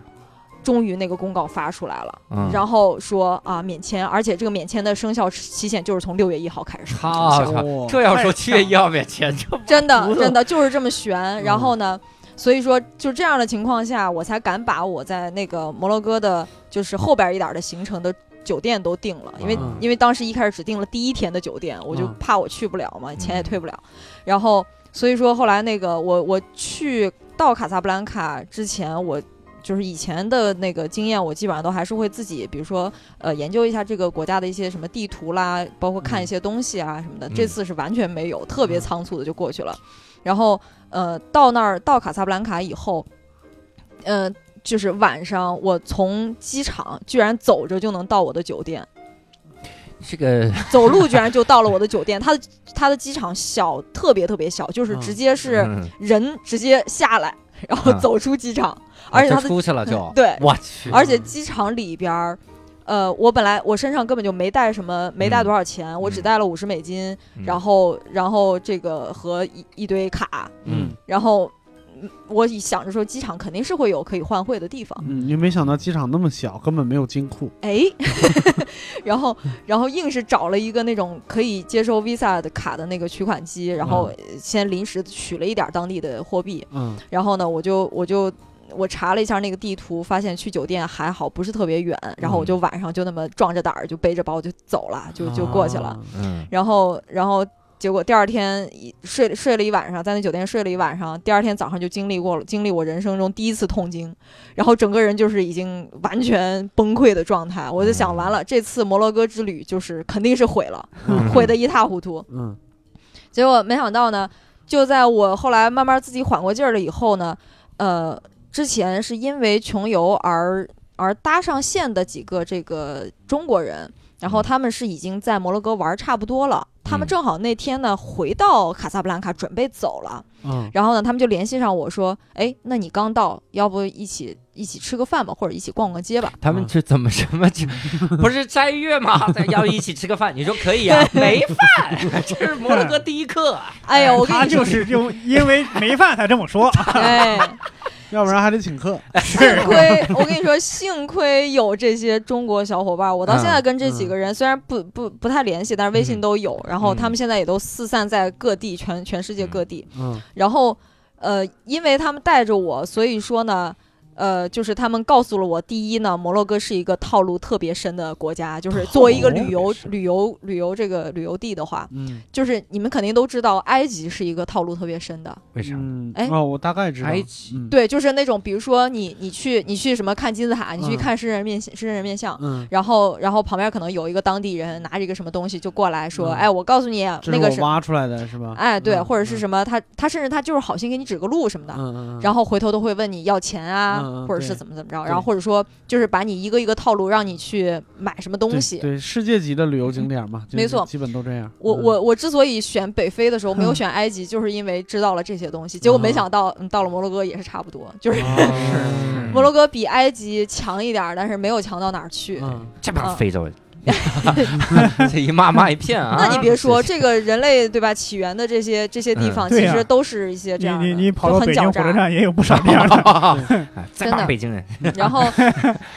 D: 终于那个公告发出来了，
A: 嗯
D: 然后说啊免签，而且这个免签的生效期限就是从六月一号开始生效。
A: 好操，
C: 哦
A: 这要说七月一号免签，这
D: 真
C: 服
D: 的
C: 了
D: 真的就是这么
C: 嗯
D: 悬。然后呢，所以说就这样的情况下，我才敢把我在那个摩洛哥的，就是后边一点的行程的酒店都定了，因为、
C: 嗯
D: 因为当时一开始只定了第一天的酒店，我就
C: 嗯
D: 怕我去不了嘛，钱也
A: 嗯
D: 退不了。然后所以说后来那个我我去到卡萨布兰卡之前，我。就是以前的那个经验，我基本上都还是会自己，比如说，呃，研究一下这个国家的一些什么地图啦，包括看一些东西啊什么的。
A: 嗯
D: 这次是完全没有，特别仓促的就过去了。然后呃，到那儿到卡萨布兰卡以后，呃，就是晚上我从机场居然走着就能到我的酒店，
A: 这个
D: 走路居然就到了我的酒店。它的它的机场小，特别特别小，就是
C: 嗯
D: 直接是
A: 嗯
D: 人直接下
A: [laughs]
D: 来，然后
A: 嗯
D: 走出机场，而且
A: 啊就
D: 它的
A: 出去了
D: [laughs]
A: 就，
D: 对
A: 我去，
D: 而且机场里边儿。呃，我本来我身上根本就没带什么，没带
A: 嗯
D: 多少钱，我只
A: 嗯
D: 带了五十美金，然后然后这个和一一堆卡，
A: 嗯
D: 然后嗯我一想着说，机场肯定是会有可以换汇的地方，
C: 嗯，你没想到机场那么小，根本没有金库。
D: 哎， [laughs] 然后然后硬是找了一个那种可以接收 Visa 的卡的那个取款
A: 啊
D: 机，然后先临时取了一点当地的货币，
C: 嗯
D: 然后呢，我就我就我查了一下那个地图，发现去酒店还好，不是特别远。然后我就晚上就那么壮着胆儿就背着包就走了，就就过去了。
C: 啊。
A: 嗯，
D: 然后，然后结果第二天一睡睡了一晚上，在那酒店睡了一晚上。第二天早上就经历过了，经历我人生中第一次痛经，然后整个人就是已经完全崩溃的状态。我就想，完了，这次摩洛哥之旅就是肯定是毁了，
B: 嗯
D: [laughs] 毁得一塌糊涂。
C: 嗯，
D: 结果没想到呢，就在我后来慢慢自己缓过劲儿了以后呢，呃，之前是因为穷游而而搭上线的几个这个中国人，然后他们是已经在摩洛哥玩儿差不多了。他们
A: 嗯
D: 正好那天呢回到卡萨布兰卡，准备走了。
C: 嗯，
D: 然后呢，他们就联系上我说：“哎，那你刚到，要不一起一起吃个饭吧，或者一起逛逛街吧
A: 他们是怎么什
D: [laughs]
A: 么这不是斋月吗？要一起吃个饭，你说可以啊？没饭， [laughs] 这是摩洛哥第
D: [laughs]
A: 一课。？”
D: 哎呀，我跟
B: 他
D: 你说，
B: 就是就因为没饭才这么说，
D: 哎，
C: 要不然还得请客。
D: 幸亏我跟你说，幸亏有这些中国小伙伴，我到现
C: 嗯
D: 在跟这几个人虽然不不不太联系，但是微信都有，然后他们现在也都四散在各地，全全世界各地。
C: 嗯
D: 然后，呃，因为他们带着我，所以说呢。呃，就是他们告诉了我，第一呢，摩洛哥是一个套路特别深的国家，就是作为一个旅游、旅游、旅游这个旅游地的话，
C: 嗯
D: 就是你们肯定都知道，埃及是一个套路特别深的，
A: 为啥？
C: 嗯
D: 哎
C: 哦，我大概知道。
A: 埃及
C: 嗯，
D: 对，就是那种比如说你你去你去什么看金字塔，你去
C: 嗯
D: 看狮人面像狮人面像，
C: 嗯，
D: 然后然后旁边可能有一个当地人拿着一个什么东西就过来说，
C: 嗯
D: 哎，我告诉你那
C: 这是
D: 个
C: 我
D: 是，
C: 挖出来的是吧？
D: 哎，对，
C: 嗯
D: 或者是什么，他他甚至他就是好心给你指个路什么的。
C: 嗯嗯，
D: 然后
C: 后
D: 回头都会问你要钱啊，
C: 嗯嗯
D: 或者是
C: 对
D: 怎么怎么着，
C: 对
D: 然后或者说就是把你一个一个套路，让你去买什么东西。
C: 对世界级的旅游景点嘛，就
D: 没错
C: 基本都这样。
D: 我
C: 嗯
D: 我我之所以选北非的时候没有
B: 嗯
D: 选埃及，就是因为知道了这些东西，结果没想到，嗯，到了摩洛哥也是差不多，就是 [laughs]
C: 哦
D: 摩洛哥比埃及强一点儿，但是没有强到哪儿去。
C: 嗯
A: 这帮非洲人，这一骂骂一片啊！
D: 那你别说，这个人类对吧？起源的这些这些地方，
B: 嗯
D: 其
B: 对呀
D: 实都是一 [laughs] 些这
B: 你
D: 样的，
B: 你你跑
D: 就
B: 到
D: 很
B: 北京
D: 狡
B: 火车
D: 诈。
B: 站也有不少这
D: [laughs]
B: 样的，
A: 哎再
D: 真
A: 骂
D: 的
A: 北京人，
D: 然
B: [laughs]
D: 后，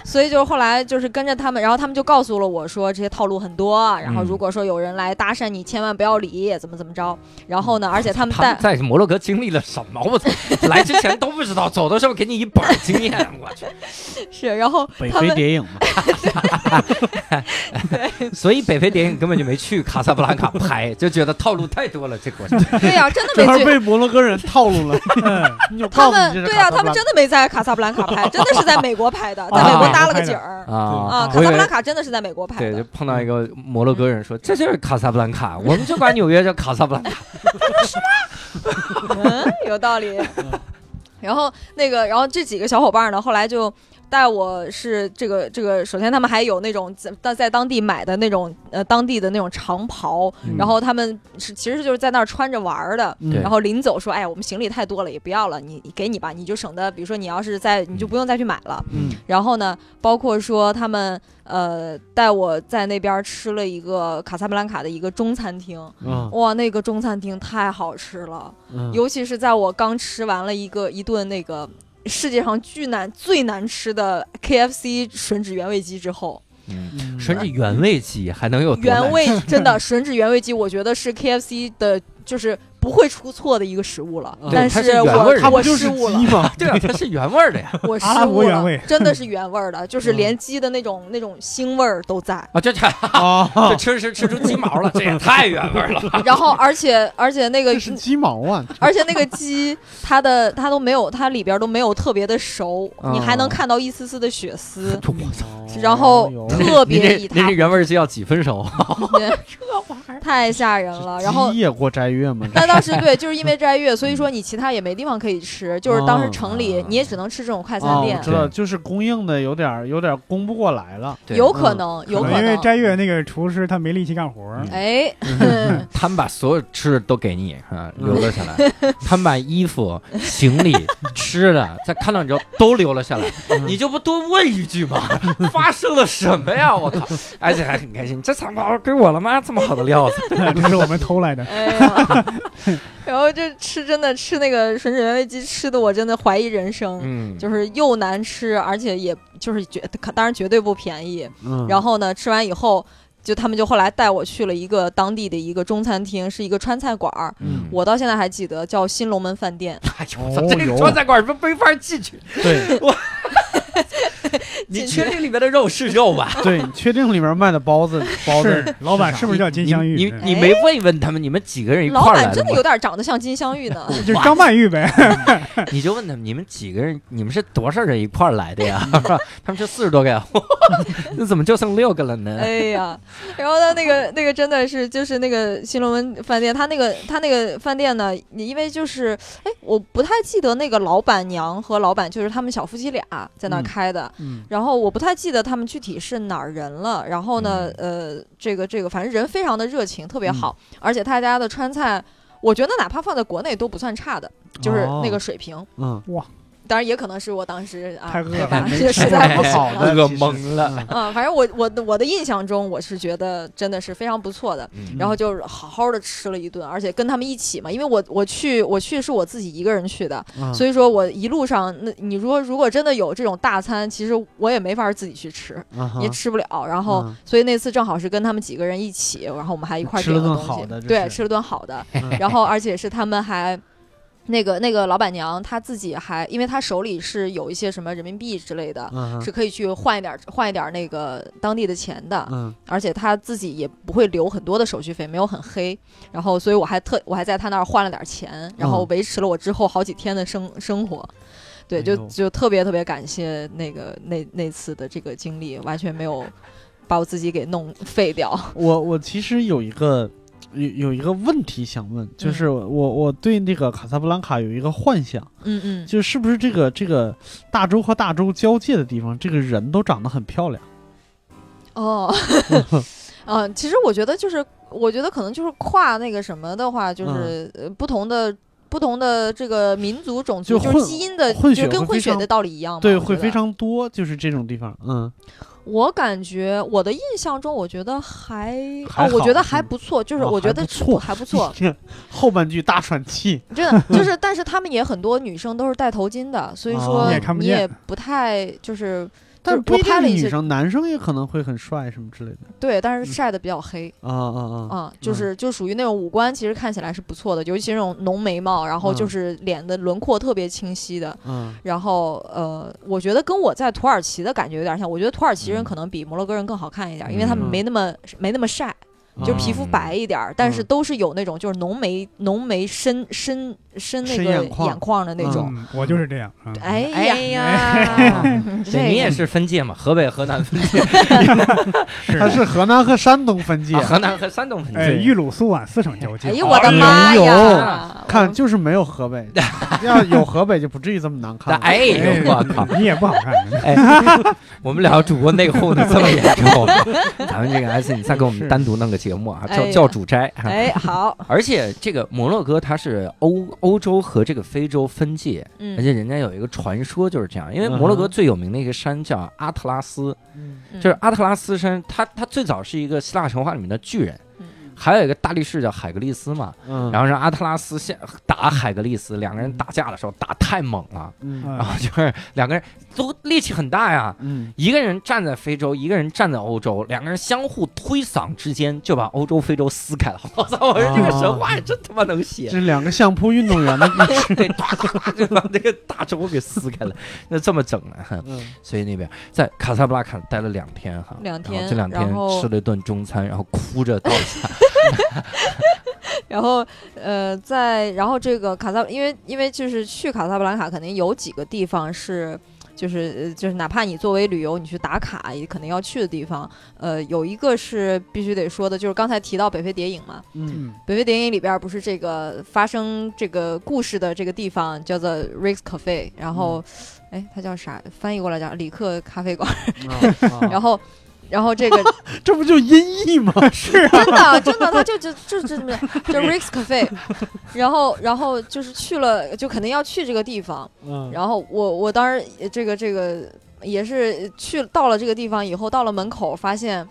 D: 所以就是后来就是跟着他们，然后他们就告诉了我说这些套路很多，啊然后
A: 嗯
D: 如果说有人来搭讪你，千万不要理，怎么怎么着。然后
B: 嗯
D: 呢，而且他们
A: 他
D: 带
A: 们在摩洛哥经历了什么？我 [laughs] 操！来之前都不知道，走的时候给你一本儿经验，我去。
D: [laughs] 是，然后
C: 北
D: 他
C: 非
D: 们
C: 谍影嘛，
A: 所以北非电影根本就没去卡萨布兰卡拍，就觉得套路太多了，这国家。
D: [laughs] 对呀、
B: [laughs]
D: 真
C: 这
D: 的没
C: 玩意
D: 去
C: 儿。被摩洛哥人套路 [laughs] 了。你就
D: 他
C: 告诉
D: 们
C: 你这是
D: 对
C: 卡
D: 呀、
C: 萨
D: 他
C: 布
D: 们
C: 兰
D: 真的没在卡萨布兰卡拍，真的是在美国拍的，在美国搭了个景儿
A: 啊
D: 啊。
B: 啊
D: 卡萨布
A: 我以为
D: 兰卡真的是在美国拍
A: 对，就
D: 的，
A: 碰到一个摩洛哥人说：“这就是卡萨布兰卡，我们就管纽约叫卡萨布兰卡。
D: 嗯，有道理。 [laughs] 然后那个，然后这几个小伙伴呢，后来就带我是这个这个，首先他们还有那种在在在当地买的那种呃当地的那种长袍，
A: 嗯
D: 然后他们是其实就是在那儿穿着玩儿的。
C: 嗯
A: 对
D: 然后临走说：“哎呀，我们行李太多了，也不要了，你你给你吧，你就省得，比如说你要是在，你就不用再去买了。”
C: 嗯
D: 然后呢，包括说他们呃带我在那边吃了一个卡萨布兰卡的一个中餐厅，
C: 嗯
D: 哇，那个中餐厅太好吃了，
C: 嗯
D: 尤其是在我刚吃完了一个一顿那个世界上巨难最难吃的 KFC 吮指原味鸡之后，
A: 嗯，
C: 嗯
A: 甚至原味鸡还能有哦多难
D: 原味
A: [laughs]
D: 真的吮指原味鸡，我觉得是 KFC 的，就是不会出错的一个食物了
C: 嗯。
D: 但
A: 对它
D: 是
A: 是原味
D: 我
A: 儿
C: 它
A: 的
C: 不
D: 我
C: 就
D: 失
C: 是
D: 误了
C: 鸡，
D: [laughs]
A: [laughs]
C: 吗？啊
A: 对啊，它是原味儿的呀。
D: 我失
B: 阿拉伯
D: 误
B: 原
D: 了
B: 味
D: 真的是原味儿的，就是
C: 嗯
D: 连鸡的那种那种腥味儿都
A: [laughs]
D: 在。
A: 啊，这这这
C: 啊，
A: 吃吃吃出鸡毛了，这也太原味儿了。
D: 然后，而且而且那个
C: 这是鸡毛啊！
D: [laughs] 而且那个鸡，它的它都没有，它里边都没有特别的熟，你还能看到一丝丝的血 [laughs] 丝，
A: 我操！
D: 然后
C: 哦
D: 特
A: [laughs]
D: 别
A: 您这
D: 一
A: 您
D: 塌
A: 这原味儿鸡要几分熟？啊
D: [laughs] 糊涂，太吓人了。啊然后啊
C: 鸡也过斋月
D: [laughs]
C: 嘛，这
D: 但当时对，就是因为斋月，所以说你其他也没地方可以吃，就是当时城里
A: 哦
D: 你也只能吃这种快餐
C: 哦，我
D: 店，
C: 知道，就是供应的有点儿有点儿供不过来了。
A: 对
D: 有可能，有可
B: 因为
D: 能。
B: 斋月那个厨师他没力气干活儿，
D: 哎， [laughs]
A: 他们把所有吃的都给你啊，留了下来。
D: 嗯
A: [laughs] 他们把衣服、行
D: [laughs]
A: 李、吃的，在看到你之后都留了下来。 [laughs] 你就不多问一句吗？ [laughs] 发生了什么呀？我靠！而且还很开心，这藏宝给我了吗？这么好的料子，
B: [laughs] 这是我们偷来
D: [laughs]
B: 的。
D: 哎呀，然后就吃真的吃那个吮指原味鸡，吃的我真的怀疑人生，
A: 嗯，
D: 就是又难吃，而且也就是绝，当然绝对不便宜。
C: 嗯，
D: 然后呢，吃完以后。就他们就后来带我去了一个当地的一个中餐厅，是一个川菜馆儿。
A: 嗯
D: 我到现在还记得叫新龙门饭店，
A: 哎呦，
C: 哦
A: 我操！这个
C: 有
A: 川菜馆都没法进去，
C: 对
A: 你确定里面的肉是肉吧？
C: [laughs] 对，你确定里面卖的包
D: [laughs]
C: 子包子
B: 是老板
C: 啥
B: 是不是叫金镶
A: 你
B: 玉？哎
A: 你你没问一问他们，你们几个人一块
D: 老
A: 儿来
D: 板
A: 的
D: 真的
A: 吗
D: 有？点长得像金镶玉
A: [laughs]
D: 呢。
B: 就是张曼玉呗。
A: 你就问他们，你们几个人，你们是多少人一块儿来的 [laughs] 呀？他们是四十多个呀，那怎么就剩六个了呢？
D: 哎呀，然后他那个那个真的是就是那个新龙门饭店，他那个他那个饭店呢，因为就是哎，我不太记得那个老板娘和老板就是他们小夫妻俩在那儿
C: 嗯
D: 开的，
C: 嗯，
D: 然后我不太记得他们具体是哪儿人了。然后呢，
C: 嗯
D: 呃，这个这个，反正人非常的热情，特别好，而且他家的川菜，我觉得哪怕放在国内都不算差的，就是那个
C: 哦
D: 水平。
C: 嗯，
D: 当然也可能是我当时啊
B: 太饿
D: 太 [laughs]
B: 了
D: 晚了，
C: 没
D: 就实
C: 吃
D: 在不
C: 太
D: 行
C: 好
D: 哎了。
C: 的
A: 饿
C: 其实
A: 懵了。
C: [laughs]
D: 嗯，反正我我的我的印象中，我是觉得真的是非常不错的。
A: 嗯
D: 然后就好好的吃了一顿，而且跟他们一起嘛，因为我我去我去是我自己一个人去的，
C: 嗯
D: 所以说我一路上那你如果如果真的有这种大餐，其实我也没法自己去吃，
C: 啊哈
D: 也吃不了。然后、
C: 嗯
D: 所以那次正好是跟他们几个人一起，然后我们还一块儿
C: 吃
D: 点
C: 了
D: 了东
C: 顿
D: 西，
C: 好的这
D: 对，
C: 是
D: 吃了顿好的。
C: [laughs] 嗯
D: 然后而且是他们还。那个那个老板娘她自己还，因为她手里是有一些什么人民币之类的，
C: 嗯
D: 是可以去换一点换一点那个当地的钱的。
C: 嗯
D: 而且他自己也不会留很多的手续费，没有很黑。然后，所以我还特我还在他那儿换了点钱，然后
C: 嗯
D: 维持了我之后好几天的生生活。对，
C: 哎
D: 就
C: 呦
D: 就特别特别感谢那个那那次的这个经历，完全没有把我自己给弄废掉。
C: 我我其实有一个有有一个问题想问，就是我我对那个卡萨布兰卡有一个幻想，
D: 嗯嗯，
C: 就是不是这个这个大洲和大洲交界的地方，这个人都长得很漂亮。
D: 哦， [laughs] 嗯，其实我觉得就是，我觉得可能就是跨那个什么的话，
C: 嗯
D: 就是呃不同的。不同的这个民族种族，
C: 就
D: 就是
C: 混
D: 基因的，
C: 混
D: 就
C: 血
D: 跟
C: 会
D: 混
C: 非
D: 血
C: 常
D: 的道理一样嘛。
C: 对，
D: 我觉
C: 会
D: 得
C: 非常多，就是这种地方，嗯，
D: 我感觉我的印象中，我觉得还
C: 还
D: 哦，我
C: 好
D: 觉得
C: 是
D: 还
C: 吗
D: 不错，就是
C: 哦
D: 我觉
C: 还
D: 得
C: 不错，
D: 还不错
C: 这 [laughs] 后半句大喘
D: [laughs]
C: 气，
D: 真的就是，但是他们也很多女生都是戴头巾的，所以
C: 哦
D: 说
C: 你
B: 也看不
D: 你
B: 见
D: 也不太就是，就
C: 但
D: 是
C: 不一
D: 我
C: 定
D: 拍
C: 是
D: 了一
C: 女
D: 些
C: 生，男生也可能会很帅什么之类的。
D: 对，但
C: 嗯
D: 是晒的比较黑
C: 啊啊啊！
D: 啊，就是就属于那种五官其实看起来是不错的，尤其是那种浓眉毛，然后
C: 嗯
D: 就是脸的轮廓特别清晰的，
C: 嗯，
D: 然后呃，我觉得跟我在土耳其的感觉有点像，我觉得土耳其
A: 嗯
D: 人可能比摩洛哥人更好看一点，因为他们
C: 嗯
D: 没那么没那么晒。就
C: 啊
D: 皮肤白一点儿，但是
C: 嗯
D: 都是有那种就是浓眉浓眉深深深那
C: 深
D: 个
C: 眼眶
D: 眼眶的那种。
B: 嗯，我就是这样。嗯
D: 哎
A: 哎
D: 呀，
A: 呀，
D: 这
A: 对，你也
D: 个
A: 是分界嘛，河北、河南分界，
D: [laughs]
B: 是
C: 他是河南和山东分界
A: 啊，河南和山东分
B: 哎，
A: 界。
B: 玉鲁苏皖四省交
D: 嗯
B: 界。
D: 哎呀，我的妈
C: 哎
D: 呀！
C: 看就是没有河北， [laughs] 要有河北就不至于这么难
A: 但
C: 看了。
A: 哎呦，我
B: [laughs]
A: 靠！
B: 你也不好看，真的
A: 哎，
B: [laughs]
A: 我们俩主播内讧的这么严重，咱们这个 S，你再给我们单独弄个节目啊，
D: 哎
A: 叫
D: 呀
A: 叫主斋。
D: 我哎，好，
A: 而且这个摩洛哥它是欧欧洲和这个非洲分界，而
D: 嗯，
A: 且人家有一个传说就是这样，因为
C: 嗯哼
A: 摩洛哥最有名的一个山叫阿特拉斯，
C: 嗯
A: 就是阿特拉斯山，它它最早是一个希腊神话里面的巨人
D: 嗯，
A: 还有一个大力士叫海格力斯嘛，
C: 嗯，
A: 然后让阿特拉斯先打海格力斯，两个人打架的时候打太猛了， [laughs]
C: 嗯
A: 然
B: 嗯
A: 后就是两个人都力气很大呀，
C: 嗯
A: 一个人站在非洲，一个人站在欧洲，两个人相互推搡之间就把欧洲、非洲撕开了。 [laughs] 我操！我说这个神话也真他妈能写，
C: 这两个相扑运动哦员的故事。
A: [laughs] 对，咵咵咵就把那个大洲给撕开了，那这么整啊的、哼
C: 嗯
A: 所以那边在卡萨布拉卡待了两天哈，
D: 两天
A: 然后这两
D: 然
A: 天
D: 后
A: 吃了一顿中餐，然后哭着到家。
D: 然后呃，在然后这个卡萨，因为因为就是去卡萨布兰卡，肯定有几个地方是。就是呃就是，哪怕你作为旅游，你去打卡，也肯定要去的地方。呃，有一个是必须得说的，就是刚才提到北非谍影嘛，
C: 嗯
B: 嗯，
D: 北非谍影里边儿不是这个发生这个故事的这个地方叫做 Rex Cafe，然后，哎、它叫啥？翻译过来叫里克咖啡馆。然后，然后这个
C: 嗯 [laughs] 这不就音译吗？是
D: 真的真的，它就就就就这么叫 Rex Cafe，然后然后就是去了，就肯定要去这个地方。
C: 嗯
D: 然后我我当时也这个这个也是去到了这个地方以后，到了门口发现。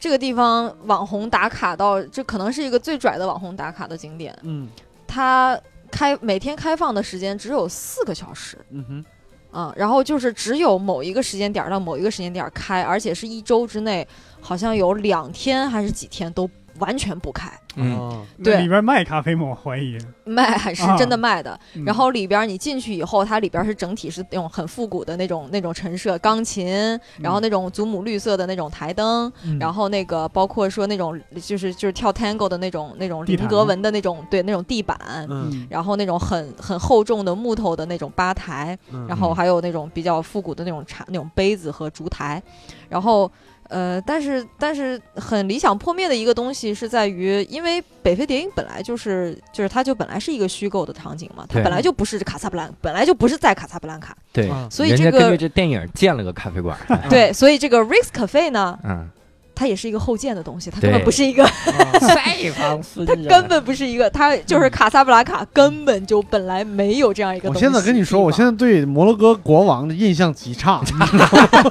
D: 这个地方网红打卡到，这可能是一个最拽的网红打卡的景点。
C: 嗯
D: 它开每天开放的时间只有四个小时，
C: 嗯哼，
D: 嗯，然后就是只有某一个时间点儿到某一个时间点儿开，而且是一周之内，好像有两天还是几天都完全不开
A: 嗯，
C: 啊
D: 对
B: 那里边卖咖啡吗？我怀疑。
D: 卖，还是真的卖的。
B: 嗯
D: 然后里边儿你进去以后，它里边儿是整体是那种很复古的那种那种陈设，钢琴，然后那种祖母绿色的那种台灯，
B: 嗯
D: 然后那个包括说那种就是就是跳 tango 的那种那种
B: 地
D: 菱
B: 毯
D: 格纹的那种对那种地板，
C: 嗯
D: 然后那种很很厚重的木头的那种吧台，
C: 嗯，
D: 然后还有那种比较复古的那种茶、那种杯子和烛台，然后呃，但是但是很理想破灭的一个东西是在于，因为北非谍影本来就是就是它就本来是一个虚构的场景嘛，它
A: 对
D: 本来就不是卡萨布兰，本来就不是在卡萨布兰卡，
A: 对，
C: 啊
D: 所以
A: 人家
D: 这
A: 根据
D: 个
A: 这电影建了个咖
D: [laughs]
A: 啡馆，哎
D: 对，所以这个 Risk Cafe 呢，
A: 嗯，
D: 它也是一个后建的东西，它根
A: 对
D: 本不是一个，
A: [laughs] 西方私人
D: [laughs] 根本不是一个，它就是卡萨布兰卡根本就本来没有这样一个
C: 嗯我
D: 东西。
C: 现在跟你说，我现在对摩洛哥国王的印象极差。
A: [laughs]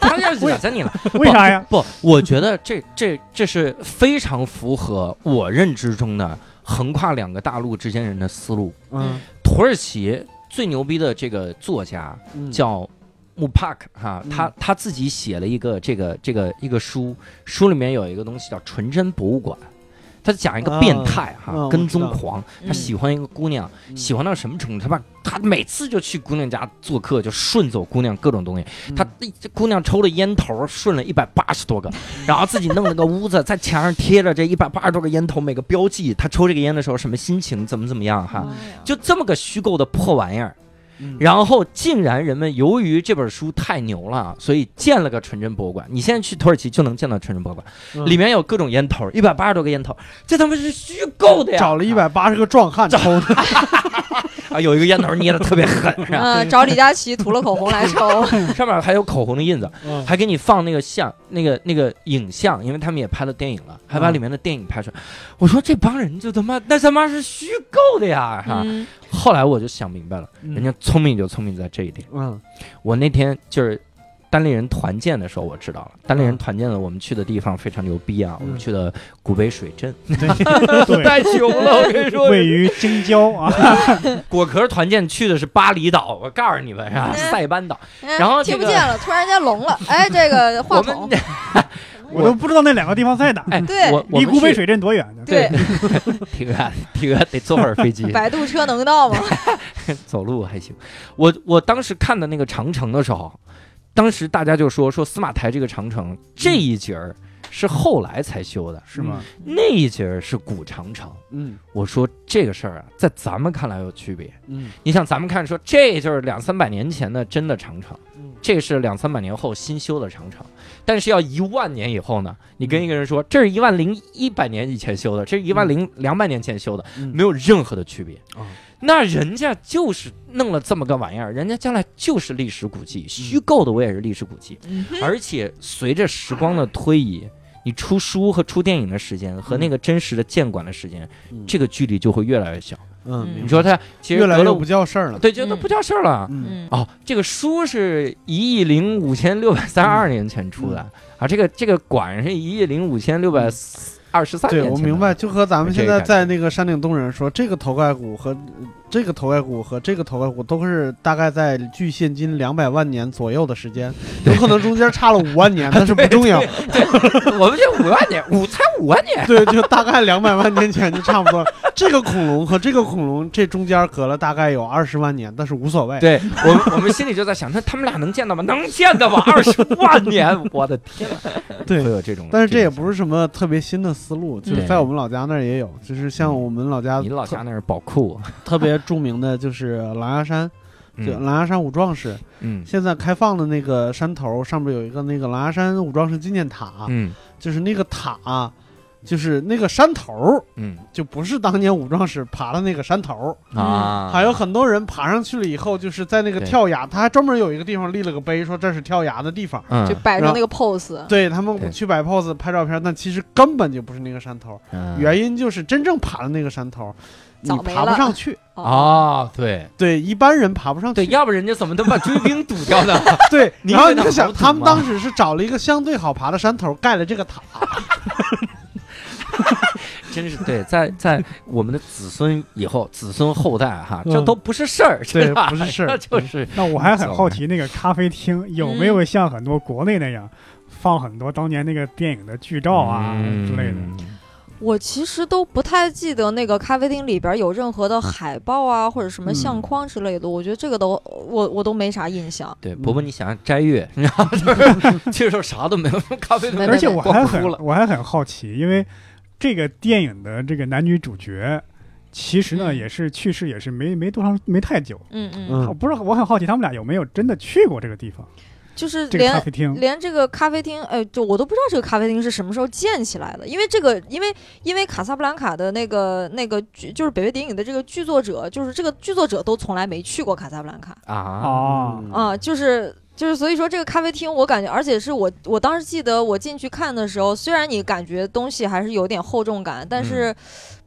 A: 他要惹着
D: [laughs]
A: 你了。
B: 为啥 [laughs] 呀？
A: 不，我觉得这这这是非常符合我认知中的横跨两个大陆之间人的思路。
C: 嗯，
A: 土耳其最牛逼的这个作家
C: 嗯
A: 叫穆帕克哈，
C: 嗯
A: 他他自己写了一个这个这个一个书，书里面有一个东西叫《纯真博物馆》，他讲一个变态哈、
C: 嗯嗯嗯
A: 跟踪狂，
D: 嗯
A: 他喜欢一个姑娘，喜欢到什么程度？他把他每次就去姑娘家做客，就顺走姑娘各种东西。
C: 嗯
A: 他这姑娘抽的烟头顺了一百八十
C: [laughs]
A: 多个，然后自己弄了个屋子，在墙上贴着这一百八十多个烟头每个标记，他抽这个烟的时候什么心情，怎么怎么样哈，就这么个虚构的破玩意儿。
C: 嗯
A: 然后竟然人们由于这本书太牛了，所以建了个纯真博物馆。你现在去土耳其就能见到纯真博物馆，
C: 嗯
A: 里面有各种烟头，一百八十多个烟头，这他妈是虚构的呀！
C: 找
A: [laughs]
C: 了一百八十个壮汉抽的，
A: 啊，有一个烟头捏的特别狠，是吧
D: 嗯，找李佳琦涂了口红来
A: [laughs]
D: 抽，
A: 上面还有口红的印子，
C: 嗯
A: 还给你放那个像那个那个影像，因为他们也拍了电影了，还把
C: 嗯
A: 里面的电影拍出来。我说这帮人就他妈那他妈是虚构的呀！哈，
D: 嗯
A: 后来我就想明白了，人家聪明就聪明在这一点。
C: 嗯
A: 我那天就是单立人团建的时候，我知道了。单立人团建的，我们去的地方非常牛逼啊！
C: 嗯
A: 我们去的古北水镇，
B: 对，
A: [laughs] 太穷
B: [laughs]
A: 了，我跟你说。
B: 位于京郊啊，
A: 果壳团建去的是巴厘岛，我告诉你们啊，
D: 嗯
A: 塞班岛。
D: 哎
A: 然后这
D: 听不
A: 个
D: 见了，突然间聋了。哎，这
A: [laughs]
D: 个话
A: 我
D: 筒
A: 们，
B: [laughs] [laughs] 我都不知道那两个地方在哪，
A: 哎，
D: 对
A: 我我
B: 离
A: 们
B: 古北
A: 去
B: 水镇多远呢？
A: 对
D: 对，，
A: [laughs] 挺远，挺远，得坐会儿
B: [laughs]
A: 飞机
D: 摆渡车能到吗？
A: 走路还行。我我当时看的那个长城的时候，当时大家就说说司马台这个长城这一节儿是后来才修的，
B: 嗯是吗？
A: 那一节儿是古长城。
C: 嗯
A: 我说这个事儿啊，在咱们看来有区别。
C: 嗯
A: 你想，咱们看说这就是两三百年前的真的长城，
C: 嗯
A: 这是两三百年后新修的长城。但是要一万年以后呢，你
C: 嗯
A: 跟一个人说这是一万零一百年以前修的，这是一万零两百年前修的，
C: 嗯
A: 没有任何的区别
C: 啊。
A: 那人家就是弄了这么个玩意儿，人家将来就是历史古迹，
C: 嗯
A: 虚构的我也是历史古迹。而且随着时光的推移，你出书和出电影的时间和那个真实的建馆的时间，
C: 嗯
A: 这个距离就会越来越小。
C: 嗯，
A: 你说他其实
C: 越来
A: 隔
C: 越
A: 了
C: 不叫事儿了。
A: 对，就都不叫事儿了。
C: 嗯
D: 嗯，
A: 哦，这个书是一亿零五千六百三十二年前出的、
C: 嗯
A: 啊，这个这个馆是一亿零五千六百二十三年前
C: [laughs] 对，
A: 的
C: 我明白，。就和咱们
A: 这
C: 现
A: 个
C: 在
A: 感
C: 在那个山顶洞人说，这个头盖骨和呃这个头盖骨和这个头盖骨都是大概在距现今两百万年左右的时间，有可能中间差了五万 [laughs] 年，但是不重要。
A: 我们这五万年，五才五万年，
C: 对，就大概两百万年前就差不多。这个恐龙和这个恐龙这中间隔了大概有二十万年，但是无所
A: [laughs]
C: 谓。
A: 对我们我们心里就在想，那他们俩能见到吗？能见到吗？二十万年，我的天，会
C: 对。
A: 有这种。
C: 但是这也
A: 种
C: 不是什么特别新的思路，就是
A: 嗯
C: 在我们老家那儿也有，就是像我们老家
A: 你老
C: 特
A: 家那是宝库，
C: 嗯特别著名的就是狼牙山，就
A: 嗯
C: 狼牙山五壮士，
A: 嗯
C: 现在开放的那个山头上面有一个那个狼牙山武装士纪念塔，
A: 嗯
C: 就是那个塔，就是那个山头，
A: 嗯
C: 就不是当年武装士爬的那个山头。
A: 啊，
C: 嗯还有很多人爬上去了以后，就是在那个
A: 对
C: 跳崖，他还专门有一个地方立了个碑，说这是跳崖的地方。
A: 嗯
D: 就摆成
C: 然后
D: 那个 pose。
C: 对他
A: 对
C: 们去摆 pose 拍照片，但其实根本就不是那个山头，
A: 嗯
C: 原因就是真正爬的那个山头，你
D: 早没
C: 爬不
D: 了
C: 上去。
A: 哦，对
C: 对，一般人爬不上去。
A: [laughs] 对，要不人家怎么能把追兵堵掉
D: [laughs]
A: 呢？
C: 对，
A: [laughs] 你
C: 然
A: 以
C: 后
A: 为
C: 你
A: 那好
C: 就
A: 啊
C: 想，
A: 堵
C: 他们
A: 吗
C: 当时是找了一个相对好爬的山头，盖了这个塔。
A: 真是对，在在我们的子孙以后、子孙后代哈，这
C: 嗯
A: 都不是事儿，
C: 对
A: 真的
C: 不是事儿
A: 这 [laughs] 就是
B: 嗯那我还很好奇，那个咖啡厅有没有像很多国内那样放很多当年那个电影的剧照啊之类的？
A: 嗯
D: 我其实都不太记得那个咖啡厅里边有任何的海报啊，或者什么相框之类的。我觉得这个都我我都没啥印象。
B: 嗯
A: 对，伯伯，你想想斋月，然后就是 [laughs] 这时候啥都没有，咖啡都没有，
B: 而且我还
A: 光
B: 很
A: 哭了。
B: 我还很好奇，因为这个电影的这个男女主角，其实呢
D: 嗯
B: 也是去世也是没没多长没太久。
D: 嗯嗯，
B: 我
C: 嗯，
B: 不是我很好奇，他们俩有没有真的去过这个地方，
D: 就是
B: 这个
D: 连
B: 咖啡厅？
D: 连这个咖啡厅，哎，就我都不知道这个咖啡厅是什么时候建起来的，因为这个，因为因为卡萨布兰卡的那个那个剧，就是《北非谍影》的这个剧作者，就是这个剧作者都从来没去过卡萨布兰卡
A: 啊，
B: 哦，
D: 啊、就是。就是所以说这个咖啡厅，我感觉，而且是我我当时记得我进去看的时候，虽然你感觉东西还是有点厚重感，但是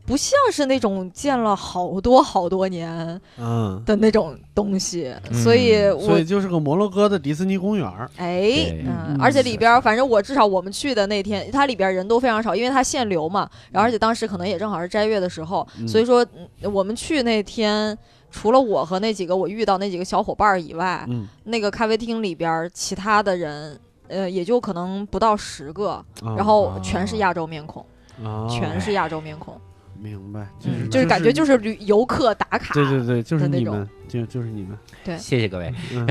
D: 不像是那种建了好多好多年
C: 嗯，
D: 的那种东西，
A: 嗯
D: 所以我
C: 所以就是个摩洛哥的迪士尼公园儿，
D: 哎，嗯
C: 嗯，
D: 而且
A: 是
D: 里边儿，反正我至少我们去的那天，它里边儿人都非常少，因为它限流嘛。然后而且当时可能也正好是斋月的时候，
C: 嗯
D: 所以说嗯我们去那天，除了我和那几个我遇到那几个小伙伴儿以外，
C: 嗯
D: 那个咖啡厅里边儿其他的人，呃，也就可能不到十个，
C: 啊
D: 然后全是亚洲面孔，
C: 啊
D: 全是亚洲面孔，
C: 明白，就
D: 嗯，
C: 是
D: 就是感觉就是旅游客打卡，
C: 对对对，就是
D: 的那
C: 你
D: 种
C: 们，就就是你们，
A: 谢谢各位。
C: 嗯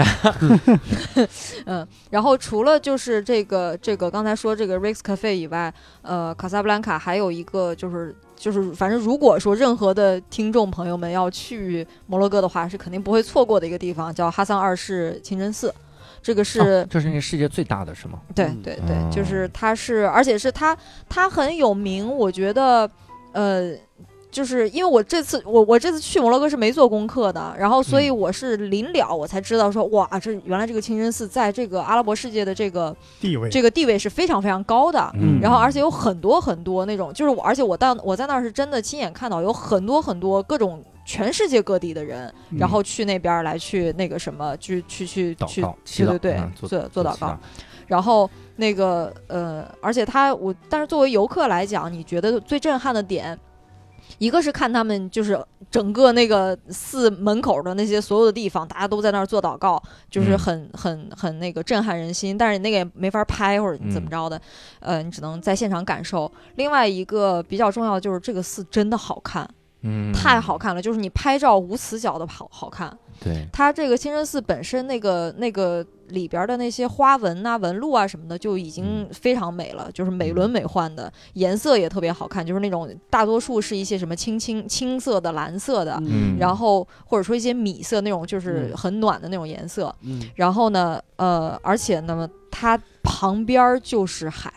D: 嗯，然后除了就是这个这个刚才说这个 Rex Cafe 以外，呃，卡萨布兰卡还有一个就是就是反正如果说任何的听众朋友们要去摩洛哥的话，是肯定不会错过的一个地方，叫哈桑二世清真寺。这个是、
A: 哦这是那个世界最大的是吗？
D: 对
C: 嗯
D: 对对，就
A: 哦
D: 是它是，而且是它它很有名，我觉得，呃。就是因为我这次我我这次去摩洛哥是没做功课的，然后所以我是临了我才知道说哇，这原来这个清真寺在这个阿拉伯世界的这个
B: 地位
D: 这个地位是非常非常高的。
B: 嗯
D: 然后，而且有很多很多那种，就是我，而且我到我在那儿是真的亲眼看到有很多很多各种全世界各地的人，然后去那边儿来去那个什么，去去去
A: 嗯祷
D: 去
A: 告、祈祷，
D: 对对对
A: 嗯
D: 做做祷
A: 祈
D: 告然后那个呃，而且他我，但是作为游客来讲，你觉得最震撼的点，一个是看他们就是整个那个寺门口的那些所有的地方，大家都在那儿做祷告，就是
A: 嗯
D: 很、很很那个震撼人心。但是你那个也没法拍或者你怎么着的，
A: 嗯
D: 呃，你只能在现场感受。另外一个比较重要的就是这个寺真的好看，
A: 嗯，
D: 太好看了，就是你拍照无死角的好好看。
A: 对，
D: 它这个清真寺本身那个那个里边儿的那些花纹呐、纹路啊什么的，就已经非常美了，就是美轮美奂的，颜色也特别好看，就是那种大多数是一些什么青青青色的、蓝色的，
A: 嗯
D: 然后或者说一些米色那种，就是
C: 嗯
D: 很暖的那种颜色。
C: 嗯
D: 然后呢，呃，而且那么它旁边儿就是海，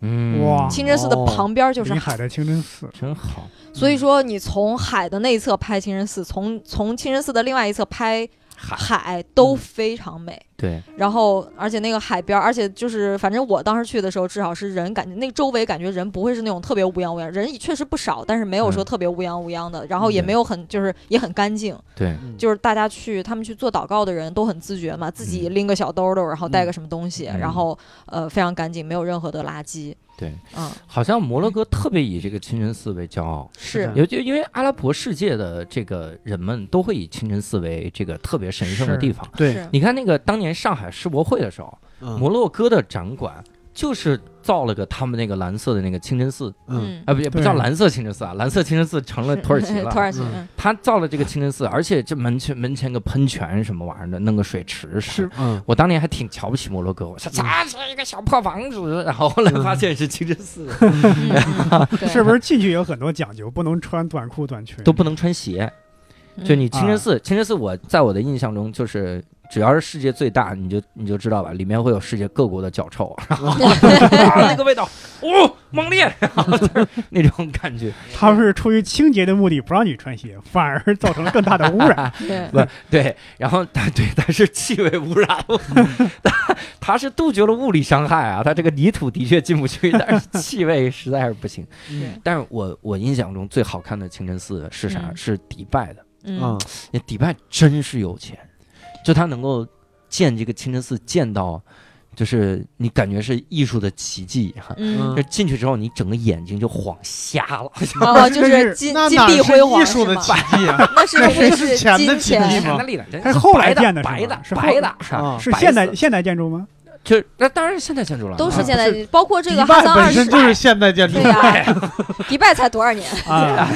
A: 嗯，
B: 哇
D: 清真寺的
C: 哦
D: 旁边儿就是
B: 临海的清真寺，
A: 真好，
D: 所以说，你从海的那一侧拍清真寺，从从清真寺的另外一侧拍
A: 海嗯
D: 海都非常美。
A: 对，
D: 然后，而且那个海边儿，而且就是，反正我当时去的时候，至少是人感觉那周围感觉人不会是那种特别乌泱乌泱，人也确实不少，但是没有说
A: 嗯
D: 特别乌泱乌泱的，然后也
A: 嗯
D: 没有很就是也很干净，
A: 对，
C: 嗯
D: 就是大家去他们去做祷告的人都很自觉嘛，自己拎个小兜兜，然后带个什么东西，
A: 嗯
D: 然后呃非常干净，没有任何的垃圾，
A: 对，
D: 嗯，
A: 好像摩洛哥特别以这个清真寺为骄傲，
D: 是
C: 的
A: 尤其因为阿拉伯世界的这个人们都会以清真寺为这个特别神圣的
B: 是
A: 地方。
C: 对，
D: 是，
A: 你看那个当年上海世博会的时候，摩
C: 嗯
A: 洛哥的展馆就是造了个他们那个蓝色的那个清真寺，
C: 嗯，
A: 啊，不也不
B: 对
A: 叫蓝色清真寺啊，蓝色清真寺成了土耳其
D: [laughs]
B: [laughs]
A: 了。
D: 土耳其，
C: 嗯
D: 嗯
A: 他造了这个清真寺，而且这门前门前个喷泉什么玩意儿的，弄个水池啥的
B: 是嗯
C: 嗯
A: 我当年还挺瞧不起摩洛哥，我说咋是一个小破房子，然后后来发现是清
B: [laughs]
A: 真寺，
D: 嗯，嗯对
B: 是不是进去有很多讲究，不能穿短裤短裙？
A: 都不能穿鞋。
D: 嗯
A: 就你清真
B: 啊
A: 寺，清真寺我在我的印象中就是，只要是世界最大，你就你就知道吧，里面会有世界各国的脚臭， [laughs] 然后啊那个味道，哦，猛烈，然后就是那种感觉。
B: 他们是出于清洁的目的不让你穿鞋，反而造成了更大的污
A: [laughs]
B: 染。
D: 对
A: 不对，然后它对它是气味污染物，它它是杜绝了物理伤害啊，它这个泥土的确进不去，但是气味实在是不行。
D: 对
A: 但是我我印象中最好看的清真寺是啥？
D: 嗯
A: 是迪拜的，
D: 嗯
C: 嗯，
A: 那迪拜真是有钱，就他能够建这个清真寺建到。就是你感觉是艺术的奇迹哈。
D: 嗯
C: 嗯
A: 就进去之后，你整个眼睛就晃瞎了，
D: 啊，就
B: 这
D: 是
B: 是
D: 金
C: 那
D: 金
C: 哪
D: 碧辉
C: 是
D: 煌
C: 艺术的
D: 吗
C: 奇迹啊？
D: 那是
C: 那
D: 会
C: 是
D: 是
C: 钱的
D: 金
C: 奇迹
D: 钱
A: [laughs]
C: 吗
A: 哎那力量真
B: 它是后来
A: 白的
B: 建的是
A: 白的
B: 吗是后
A: 白的，
C: 啊
B: 是
A: 白
B: 现代
A: 色
B: 现代建筑吗？
A: 就那当然是现代建筑了，
D: 都是
A: 啊
D: 现
C: 不
D: 在
C: 是，
D: 包括 [laughs] 这
C: 迪
D: 个哈
C: 拜
D: 桑
C: 本
D: 二
C: 身
D: 世，
C: 就是现代建筑
D: 对，呀，迪拜才多少年？
A: [laughs]
B: 啊，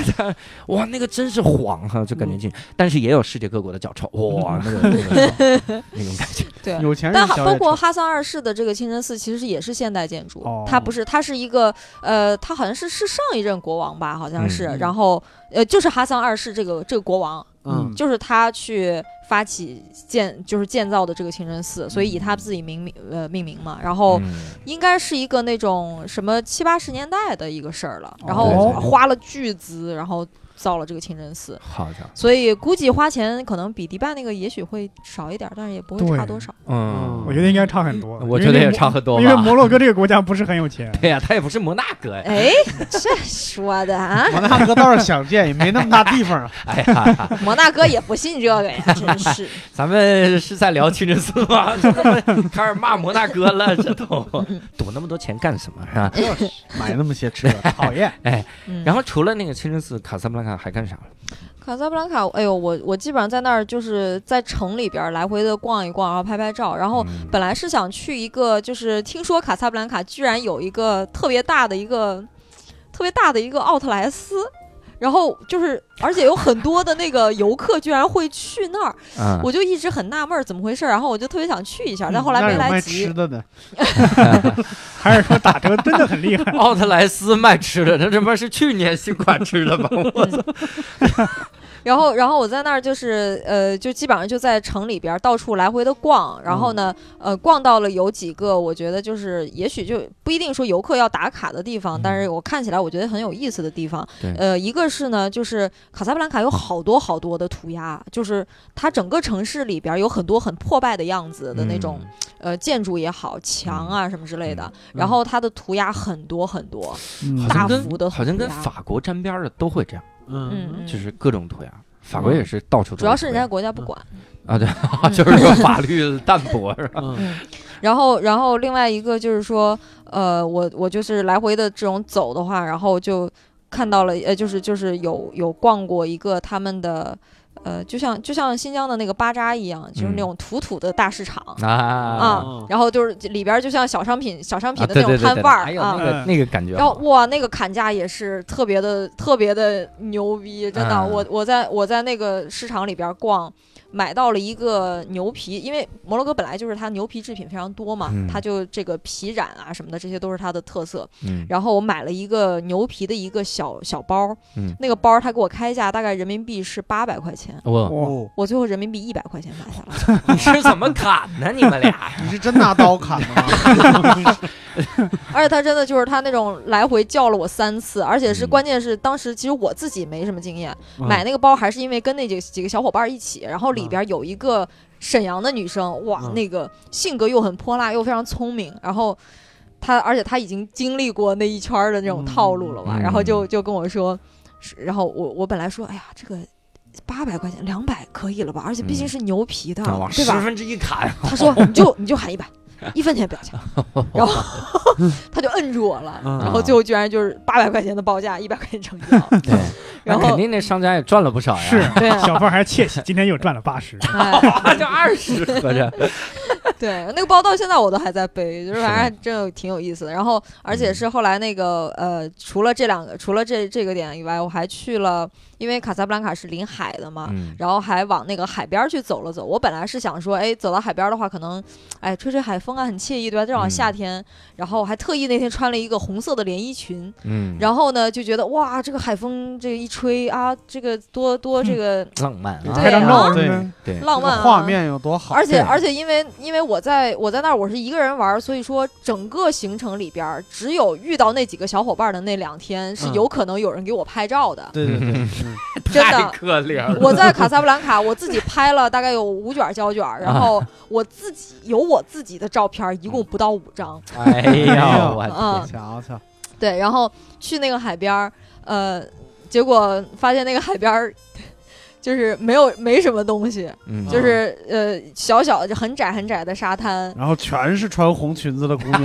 A: 哇，那个真是晃哈，就感觉进去，但是也有世界各国的脚臭，哇，那个那 [laughs] 个爽那种感觉，
D: 对，
C: 有钱人
D: 但哈
C: 小
D: 包
C: 野
D: 括
C: 城
D: 哈桑二世的这个清真寺，其实也是现代建筑，
B: 哦
D: 它不是，它是一个呃，它好像是是上一任国王吧，好像是，
C: 嗯
D: 然后呃，就是哈桑二世这个这个国王，
C: 嗯
D: 就是他去发起建，就是建造的这个清真寺，所以以他自己名名呃命名嘛，然后。
A: 嗯
D: 应该是一个那种什么七八十年代的一个事儿了，然后
A: 哦
D: 花了巨资，然后造了这个清真寺，
A: 好家伙，
D: 所以估计花钱可能比迪拜那个也许会少一点儿，但是也不会差
B: 对
D: 多少。
A: 嗯，
B: 我觉得应该差很多。因
A: 我
B: 为
A: 觉得
B: 那
A: 也
B: 摩
A: 差很多
B: 因为
A: 吧。
B: 摩洛哥这个国家不是很有钱。
A: 对呀，他也不是摩纳哥呀，
D: 哎，这说的啊，
C: 摩纳哥倒是想建，也没那么大地方
D: [laughs]
C: 啊。
A: 哎呀，
D: 摩纳哥也不信这个呀，真是。
A: 咱们是在聊清真寺 [laughs] 吗？这他妈开始骂摩纳哥了，这都赌那么多钱干什么是吧？
C: 买那么些吃的，讨厌。
D: 嗯、
A: 然后除了那个清真寺，卡萨布兰卡还干啥了？
D: 卡萨布兰卡，哎呦，我我基本上在那儿就是在城里边儿来回的逛一逛，然后拍拍照。然后
A: 嗯
D: 本来是想去一个，就是听说卡萨布兰卡居然有一个特别大的一个特别大的一个奥特莱斯。然后就是，而且有很多的那个游客居然会去那儿，
C: 嗯
A: 啊，
D: 我就一直很纳闷儿怎么回事儿，然后我就特别想去一下，但后来
C: 那儿
D: 没
C: 有卖
D: 来
C: 吃
D: 及。
C: 的的，
B: 还是说打折真的很厉害？
A: 奥特莱斯卖吃的，这他妈是去年新款吃的吧？我
D: [laughs] 然后，然后我在那儿就是呃，就基本上就在城里边儿到处来回的逛，然后呢，呃，逛到了有几个我觉得就是也许就不一定说游客要打卡的地方，
A: 嗯
D: 但是我看起来我觉得很有意思的地方
A: 对。
D: 呃，一个是呢，就是卡萨布兰卡有好多好多的涂鸦，就是它整个城市里边儿有很多很破败的样子 [laughs] 的那
E: 嗯
D: 种、
A: 嗯
D: 呃建筑也好，墙啊什么之类的，
C: 嗯
D: 然后它的涂鸦很多很多，
A: 嗯好
D: 大
A: 像
D: 幅的
A: 跟好像跟
D: 涂鸦
A: 法国沾边儿的都会这样，
D: 嗯，嗯
A: 就是各种涂鸦。法国也是到处都
D: 主要是人
A: 涂鸦
D: 家国家不管。
A: 啊，对， [laughs] 就是说法律淡薄是吧？
C: 嗯，
D: 嗯，然后，然后另外一个就是说，呃，我我就是来回的这种走的话，然后就看到了，呃，就是就是有有逛过一个他们的，呃，就像就像新疆的那个巴扎一样，就是那种土土的大市场。啊
A: [laughs] 嗯啊
C: 哦，
D: 然后就是里边儿就像小商品、小商品
A: 啊，
D: 的
A: 对
D: 那种
A: 对对对
D: 摊
A: 对，
D: 贩
A: 还
D: 儿
A: 有
D: 啊
A: 那，个那个感觉
D: 然后
A: 好，
D: 哇，那个砍价也是特别的、特别的牛逼，真的。
A: 嗯
D: 我我在我在那个市场里边逛，买到了一个牛皮，因为摩洛哥本来就是它牛皮制品非常多嘛，
A: 嗯
D: 它就这个皮染啊什么的，这些都是它的特色。
A: 嗯
D: 然后我买了一个牛皮的一个小小包，
A: 嗯
D: 那个包他给我开价大概人民币是八百块钱，
A: 我
B: 哇，
C: 哦，
D: 我最后人民币一百块钱买下来了。
A: [laughs] 你是怎么砍的？你们俩
C: 你是真拿刀砍的吗？
D: 啊而且他真的就是他那种来回叫了我三次，而且是
A: 嗯
D: 关键是当时其实我自己没什么经验，
C: 嗯
D: 买那个包还是因为跟那几几个小伙伴一起，然后里
C: 嗯
D: 边有一个沈阳的女生，哇，
C: 嗯
D: 那个性格又很泼辣又非常聪明，然后她而且她已经经历过那一圈儿的那种套路了嘛，
A: 嗯
D: 然后就就跟我说，是然后我我本来说，哎呀这个。八百块钱，两百可以了吧？而且毕竟
A: 嗯
D: 是牛皮的，
A: 往
D: 对
A: 十
D: 吧？
A: 分之一砍，
D: 他说你就你就喊一百，一分钱不要钱，然后他就摁住我了，
C: 嗯
D: 然后最后居然就是八百块钱的报价，一百块钱
A: [laughs]
D: 成交，
A: [laughs] 对，
D: [laughs] 然
A: 那肯
D: 后
A: 定那商家也赚了不少呀，
B: 是
D: 对啊
B: 小贩儿还窃喜，今天又赚了八十。
D: 哎，
A: [laughs] 就二十，合着
D: 对，那个包到现在我都还在背，就是
A: 是吗嗯
D: 反正还真有挺有意思的。然后而且是后来那个呃，除了这两个，除了这这个点以外，我还去了，因为卡萨布兰卡是临海的嘛，
A: 嗯，
D: 然后还往那个海边儿去走了走。我本来是想说，哎，走到海边儿的话，可能，哎，吹吹海风啊，很惬意，对吧？正好
A: 嗯
D: 夏天，然后还特意那天穿了一个红色的连衣裙，
A: 嗯，
D: 然后呢就觉得哇，这个海风这一吹啊，这个多多
A: 嗯
D: 这个
A: 浪漫啊，
B: 拍
D: 对
B: 张
D: 啊
B: 照，
C: 对
B: 嗯
A: 对，
D: 浪漫、
C: 哎这
D: 啊
C: 个画。面有多好？
D: 而且
A: 对
D: 而且，因为因为我在我在那儿我是一个人玩儿，所以说整个行程里边儿，只有遇到那几个小伙伴儿的那两天是
C: 嗯
D: 有可能有人给我拍照的，
C: 对对对，
A: 嗯
D: [laughs]
C: 嗯
D: 真的
A: 太可怜 [laughs] 了，
D: 我在卡萨布兰卡，我自己拍了大概有五卷胶卷，然后我自己有我自己的照片，一共不到五张。
A: 哎呀，我
D: 嗯
A: 天，
C: 瞧瞧，
D: 对，然后去那个海边儿，呃，结果发现那个海边儿。 [laughs] 就是没有没什么东西，
A: 嗯，
D: 就是呃小小的很窄很窄的沙滩，
C: 然后全是穿红裙子的姑
D: [laughs]
C: 娘，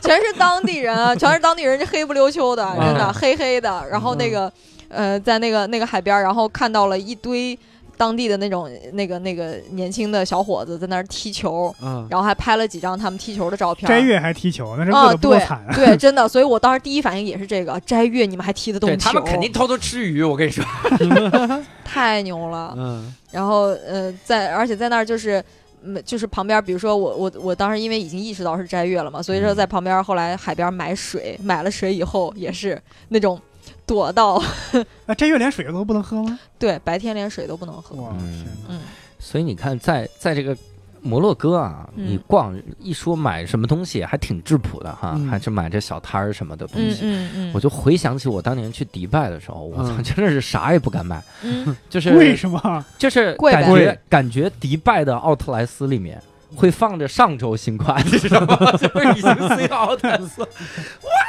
D: 全是当地人啊，全是当地人，这黑不溜秋的，真的
A: 嗯
C: 啊
D: 黑黑的。然后那个呃，在那个那个海边儿，然后看到了一堆当地的那种那个那个年轻的小伙子在那儿踢球，
C: 嗯，
D: 然后还拍了几张他们踢球的照片。
B: 斋月还踢球，那是
D: 啊
B: 饿得多惨啊！
D: 对，真的，所以我当时第一反应也是这个斋月，你们还踢得动球？
A: 对他们肯定偷偷吃鱼，我跟你说，
D: 哦太牛了。
C: 嗯，
D: 然后呃，在而且在那儿就是。嗯，就是旁边，比如说我我我当时因为已经意识到是斋月了嘛，所以
A: 嗯
D: 说在旁边后来海边买水，买了水以后也是那种躲到 [laughs]
B: 那斋月连水都不能喝吗？
D: 对白天连水都不能喝，
B: 哇，
A: 嗯
B: 天哪！
A: 所以你看，在在这个摩洛哥啊，
D: 嗯
A: 你逛一说买什么东西，还挺质朴的哈，
C: 嗯
A: 还是买这小摊儿什么的东
D: 嗯
A: 西。
D: 嗯嗯，
A: 我就回想起我当年去迪拜的时候，我操，[laughs]
C: 嗯
A: 真的是啥也不敢买，
D: 嗯
A: 就是
B: 为什么？
A: 就是
D: 贵呗
A: 感觉感觉迪拜的奥特莱斯里面。会放着上周新款，你知道吗？ [laughs] 就是已经塞到奥特莱斯，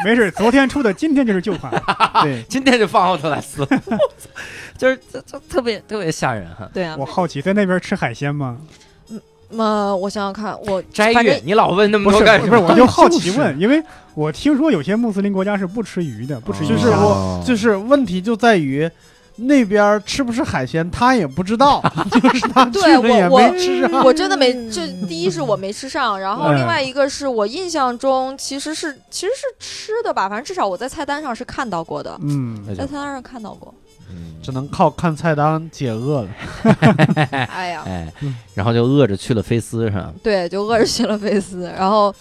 B: 没事，昨天出的，今天就是旧款。
C: 对，
A: 今天就放奥特莱斯，我操就是这这特别特别吓人哈。
D: 对啊
B: 我，好奇，在那边吃海鲜吗？
D: 那我想想看，我
A: 斋
D: 反
A: 月，
D: 正
A: 你老问那么
B: 不是，
A: 多干
B: 不
A: 什
B: 是，
A: 么？
B: 我就好奇
C: 就是
B: 问，因为我听说有些穆斯林国家是不吃鱼的，不吃鱼
C: 就是
B: 虾的。
A: 哦
C: 我，就是问题就在于。那边吃不吃海鲜，他也不知 [laughs] 道，就是他去
D: 对
C: 了也
D: 我
C: 没吃上。
D: 嗯我真的没，这第一是我没吃
A: [laughs]
D: 上，然后
B: 嗯
D: 另外一个是我印象中其实是其实是吃的吧，反正至少我在菜单上是看到过的，
B: 嗯，
A: 那就
D: 在菜单上看到过。
A: 嗯
C: 只能靠看菜单解饿了。
D: 哎呀，
A: 哎
C: 嗯，
A: 然后就饿着去了菲斯是吧？
D: 对，就饿着去了菲斯，然后。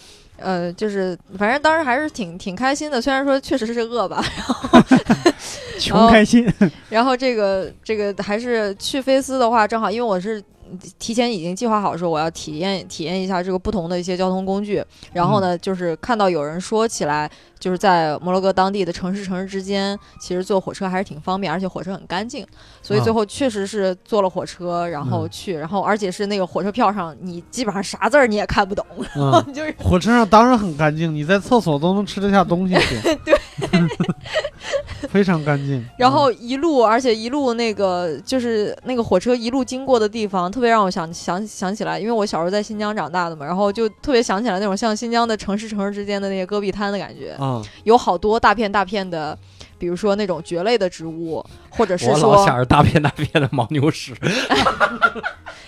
D: 呃，就是反正当时还是挺挺开心的，虽然说确实是饿吧， [laughs]
B: 穷开心。
D: 然后这个这个还是去菲斯的话，正好因为我是提前已经计划好说我要体验体验一下这个不同的一些交通工具。然后
C: 嗯
D: 呢，就是看到有人说起来，就是在摩洛哥当地的城市城市之间，其实坐火车还是挺方便，而且火车很干净。所以最
C: 啊
D: 后确实是坐了火车，然后
C: 嗯
D: 去，然后而且是那个火车票上你基本上啥字儿你也看不懂，
C: 嗯，
D: 你 [laughs] 就是
C: 火车上当然很干净，你在厕所都能吃得下东西
D: [laughs]
C: 去。对，非常干净。
A: 嗯
D: 然后一路，而且一路那个就是那个火车一路经过的地方，特别让我想想想起来，因为我小时候在新疆长大的嘛，然后就特别想起来那种像新疆的城市城市之间的那些戈壁滩的感觉，
A: 哦
C: 啊，
D: 有好多大片大片的，比如说那种蕨类的植物，或者是
A: 我老
D: 说
A: 想着大便大便的牦牛屎，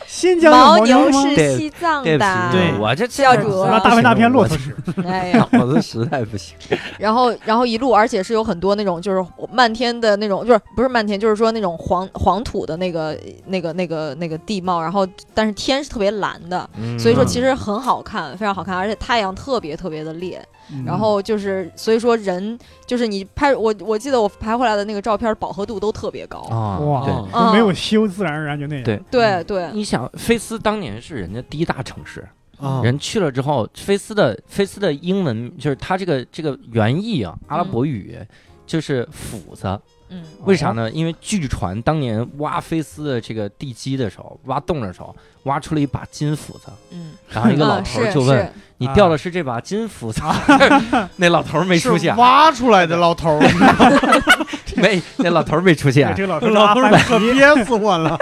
B: 新疆的
D: 牦牛
B: 牛吗？
D: 是
A: 对
D: 西藏
A: 对不起
D: 的，
C: 对
A: 我这
D: 教主
A: 我
B: 那大便大片骆驼屎。
D: [laughs] 哎呀，
A: 脑子实在不行。
D: 然后，然后一路，而且是有很多那种就是漫天的那种，就是不是漫天，就是说那种黄黄土的那个那个那个那个地貌，然后但是天是特别蓝的，
A: 嗯
D: 所以说其实很好看，非常好看，而且太阳特别特别的烈。
A: 嗯
D: 然后就是所以说人就是你拍我我记得我拍回来的那个照片饱和度都特别高，
A: 啊，
B: 哇
A: 对。
D: 嗯
B: 都没有修，自然而然就那样。
A: 对
D: 对对，
A: 你想，菲斯当年是人家第一大城市，
C: 啊，
A: 人去了之后，菲斯的菲斯的英文就是它这个这个原意啊，阿拉伯语就是斧子，
D: 嗯
A: 为啥呢？因为据传当年挖菲斯的这个地基的时候，挖洞的时候，挖出了一把金斧子，
D: 嗯，
A: 然后一个
D: 嗯
A: 老头儿
D: 是
A: 就问：“
D: 是
A: 你掉的是这把金斧子？” [laughs] 那老头儿没出现
C: 是，挖出来的老 [laughs] 头儿，
A: 没，那老头儿没出
B: 对， [laughs]
A: 现，
B: 这个老头
C: 老
B: 拉
C: 头儿
B: 番
C: 可憋死我了。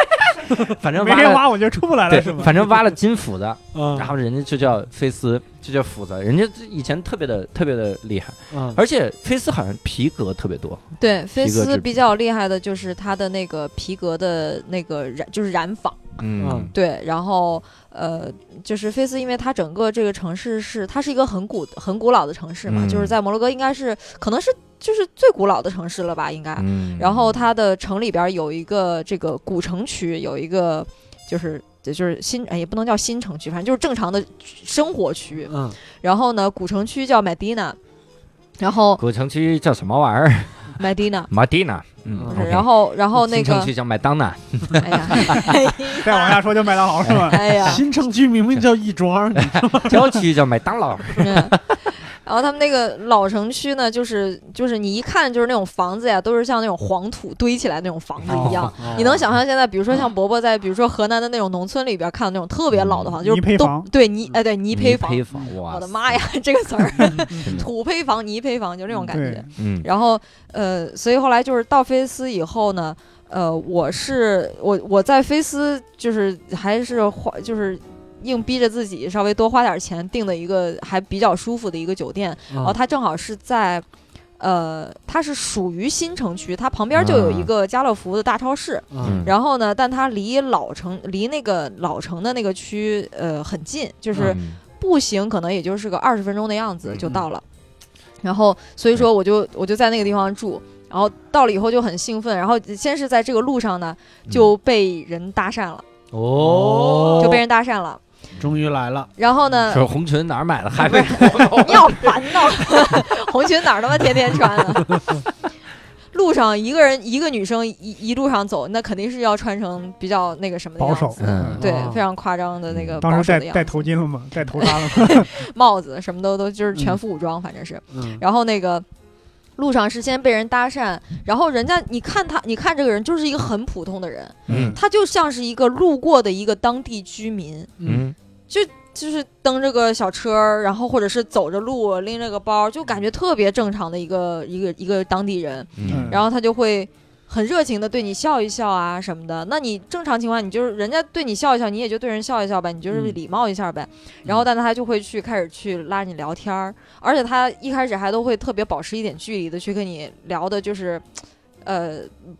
A: 反正
B: 没
A: 挖
B: 人
A: 了，
B: 挖我就出不来
A: 对
B: 了，是，吗？
A: 反正挖了金斧子，然
C: 嗯
A: 后人家就叫菲斯，就叫斧子，人家以前特别的特别的厉害，
C: 嗯，
A: 而且菲斯好像皮革特别多，
D: 对菲
A: 皮革制
D: 斯
A: 品
D: 比较厉害的就是它的那个皮革的那个染就是染坊。
A: 嗯
D: 对，然后呃，就是菲斯，因为它整个这个城市是它是一个很古很古老的城市嘛，
A: 嗯
D: 就是在摩洛哥应该是可能是就是最古老的城市了吧，应该。
A: 嗯
D: 然后它的城里边儿有一个这个古城区，有一个就是。就是新哎，也不能叫新城区，反正就是正常的生活区。
C: [laughs] 嗯，
D: 然后呢，古城区叫 Medina，然后
A: 古城区叫什么玩意儿？
D: Medina，
A: 马蒂娜，
C: 不
A: 嗯
D: 不是
A: OK
D: 然后然后那
A: 新
D: 个
A: 城，区叫麦当娜，
D: 哎呀，
B: [laughs]
D: [laughs]
B: 再往下说就麦当劳是吧？
D: 哎呀，
C: 新城区明明叫亦庄，
A: 郊区叫麦
D: [laughs]
A: 当劳，
D: 嗯，然后他们那个老城区呢，就是就是你一看就是那种房子呀，都是像那种黄土堆起来那种房子一样。
B: 哦
D: 你能想象现在，比如说像伯伯在，比如说河南的那种农村里边看到那种特别老的房，就
B: 嗯泥
D: 是
B: 坯
D: 都
B: 房嗯
D: 对泥哎对泥坯房，
A: 坯房，哇，
D: 我的妈呀，这个词 [laughs] 儿，
A: 真的，
D: 土坯房、泥坯房就那种感觉
B: 嗯对。
A: 嗯
D: 然后呃，所以后来就是到菲斯以后呢，呃，我是我我在菲斯就是还是花就是硬逼着自己稍微多花点钱订的一个还比较舒服的一个酒店，然后它正好是在。呃，它是属于新城区，它旁边就有一个家乐福的大超市，
A: 嗯
D: 然后呢，但它离老城离那个老城的那个区呃很近，就是
A: 嗯
D: 步行可能也就是个二十分钟的样
B: 嗯
D: 子就到了。然后所以说我就我就在那个地方住，然后到了以后就很兴奋，然后先是在这个路上呢
B: 嗯
D: 就被人搭讪了，
A: 哦
D: 就被人搭讪了。
C: 终于来了，
D: 然后呢，
A: 说红裙哪儿买的还没
D: [laughs]
B: 哦
D: 你好烦呐！红裙哪儿他妈天天穿啊？ [laughs] 路上一个人一个女生一一路上走，那肯定是要穿成比较那个什么的
B: 保
D: 样子
B: 守嗯
A: 嗯
D: 对
C: 哦，
D: 非常夸张的那个保
B: 当时
D: 守
B: 戴
D: 的样
B: 戴
D: 子，
B: 头巾了吗？戴头纱了
D: [laughs]
B: 吗？
D: 帽子什么都都就是全副武装，反正是。
C: 嗯，
D: 然后那个路上是先被人搭讪，然后人家你看他，你看这个人就是一个很普通的人，
A: 嗯
D: 他就像是一个路过的一个当地居民，
A: 嗯
D: 就是蹬着个小车儿，然后或者是走着路拎着个包，就感觉特别正常的一个一个一个当地人。
A: 嗯
D: 然后他就会很热情的对你笑一笑啊什么的。那你正常情况，你就是人家对你笑一笑，你也就对人笑一笑呗，你就是
C: 嗯
D: 礼貌一下呗。然后，但他就会去开始去拉你聊天儿，而且他一开始还都会特别保持一点距离的去跟你聊的，就是。呃，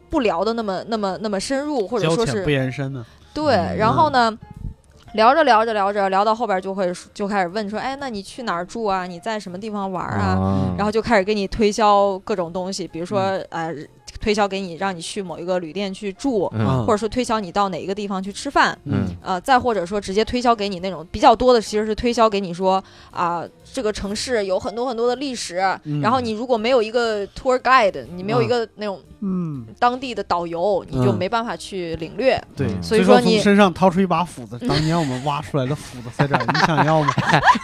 D: 不聊的那么那么那么深入，或者
C: 交
D: 说
C: 浅
D: 是
C: 不延伸呢，
D: 对，然后呢，聊着聊着聊着，聊到后边就会就开始问说，哎，那你去哪儿住啊？你在什么地方玩啊？
C: 嗯
E: 哦
A: 啊
D: 然后就开始给你推销各种东西，比如说、呃，推销给你让你去某一个旅店去住，
A: 嗯
D: 或者说推销你到哪一个地方去吃饭，
A: 嗯
D: 呃，再或者说直接推销给你那种比较多的，其实是推销给你说啊、这个城市有很多很多的历史，
C: 嗯
D: 然后你如果没有一个 tour guide，你没有一
C: 嗯
D: 个那种
B: 嗯，
D: 当地的导游，你就
C: 嗯
D: 没办法去领略。
C: 对，
E: 嗯
D: 所以
C: 最
D: 说
C: 后
D: 你
C: 从身上掏出一把斧子，当年我们挖出来的斧子
D: [laughs]
C: 在这儿，你想要吗？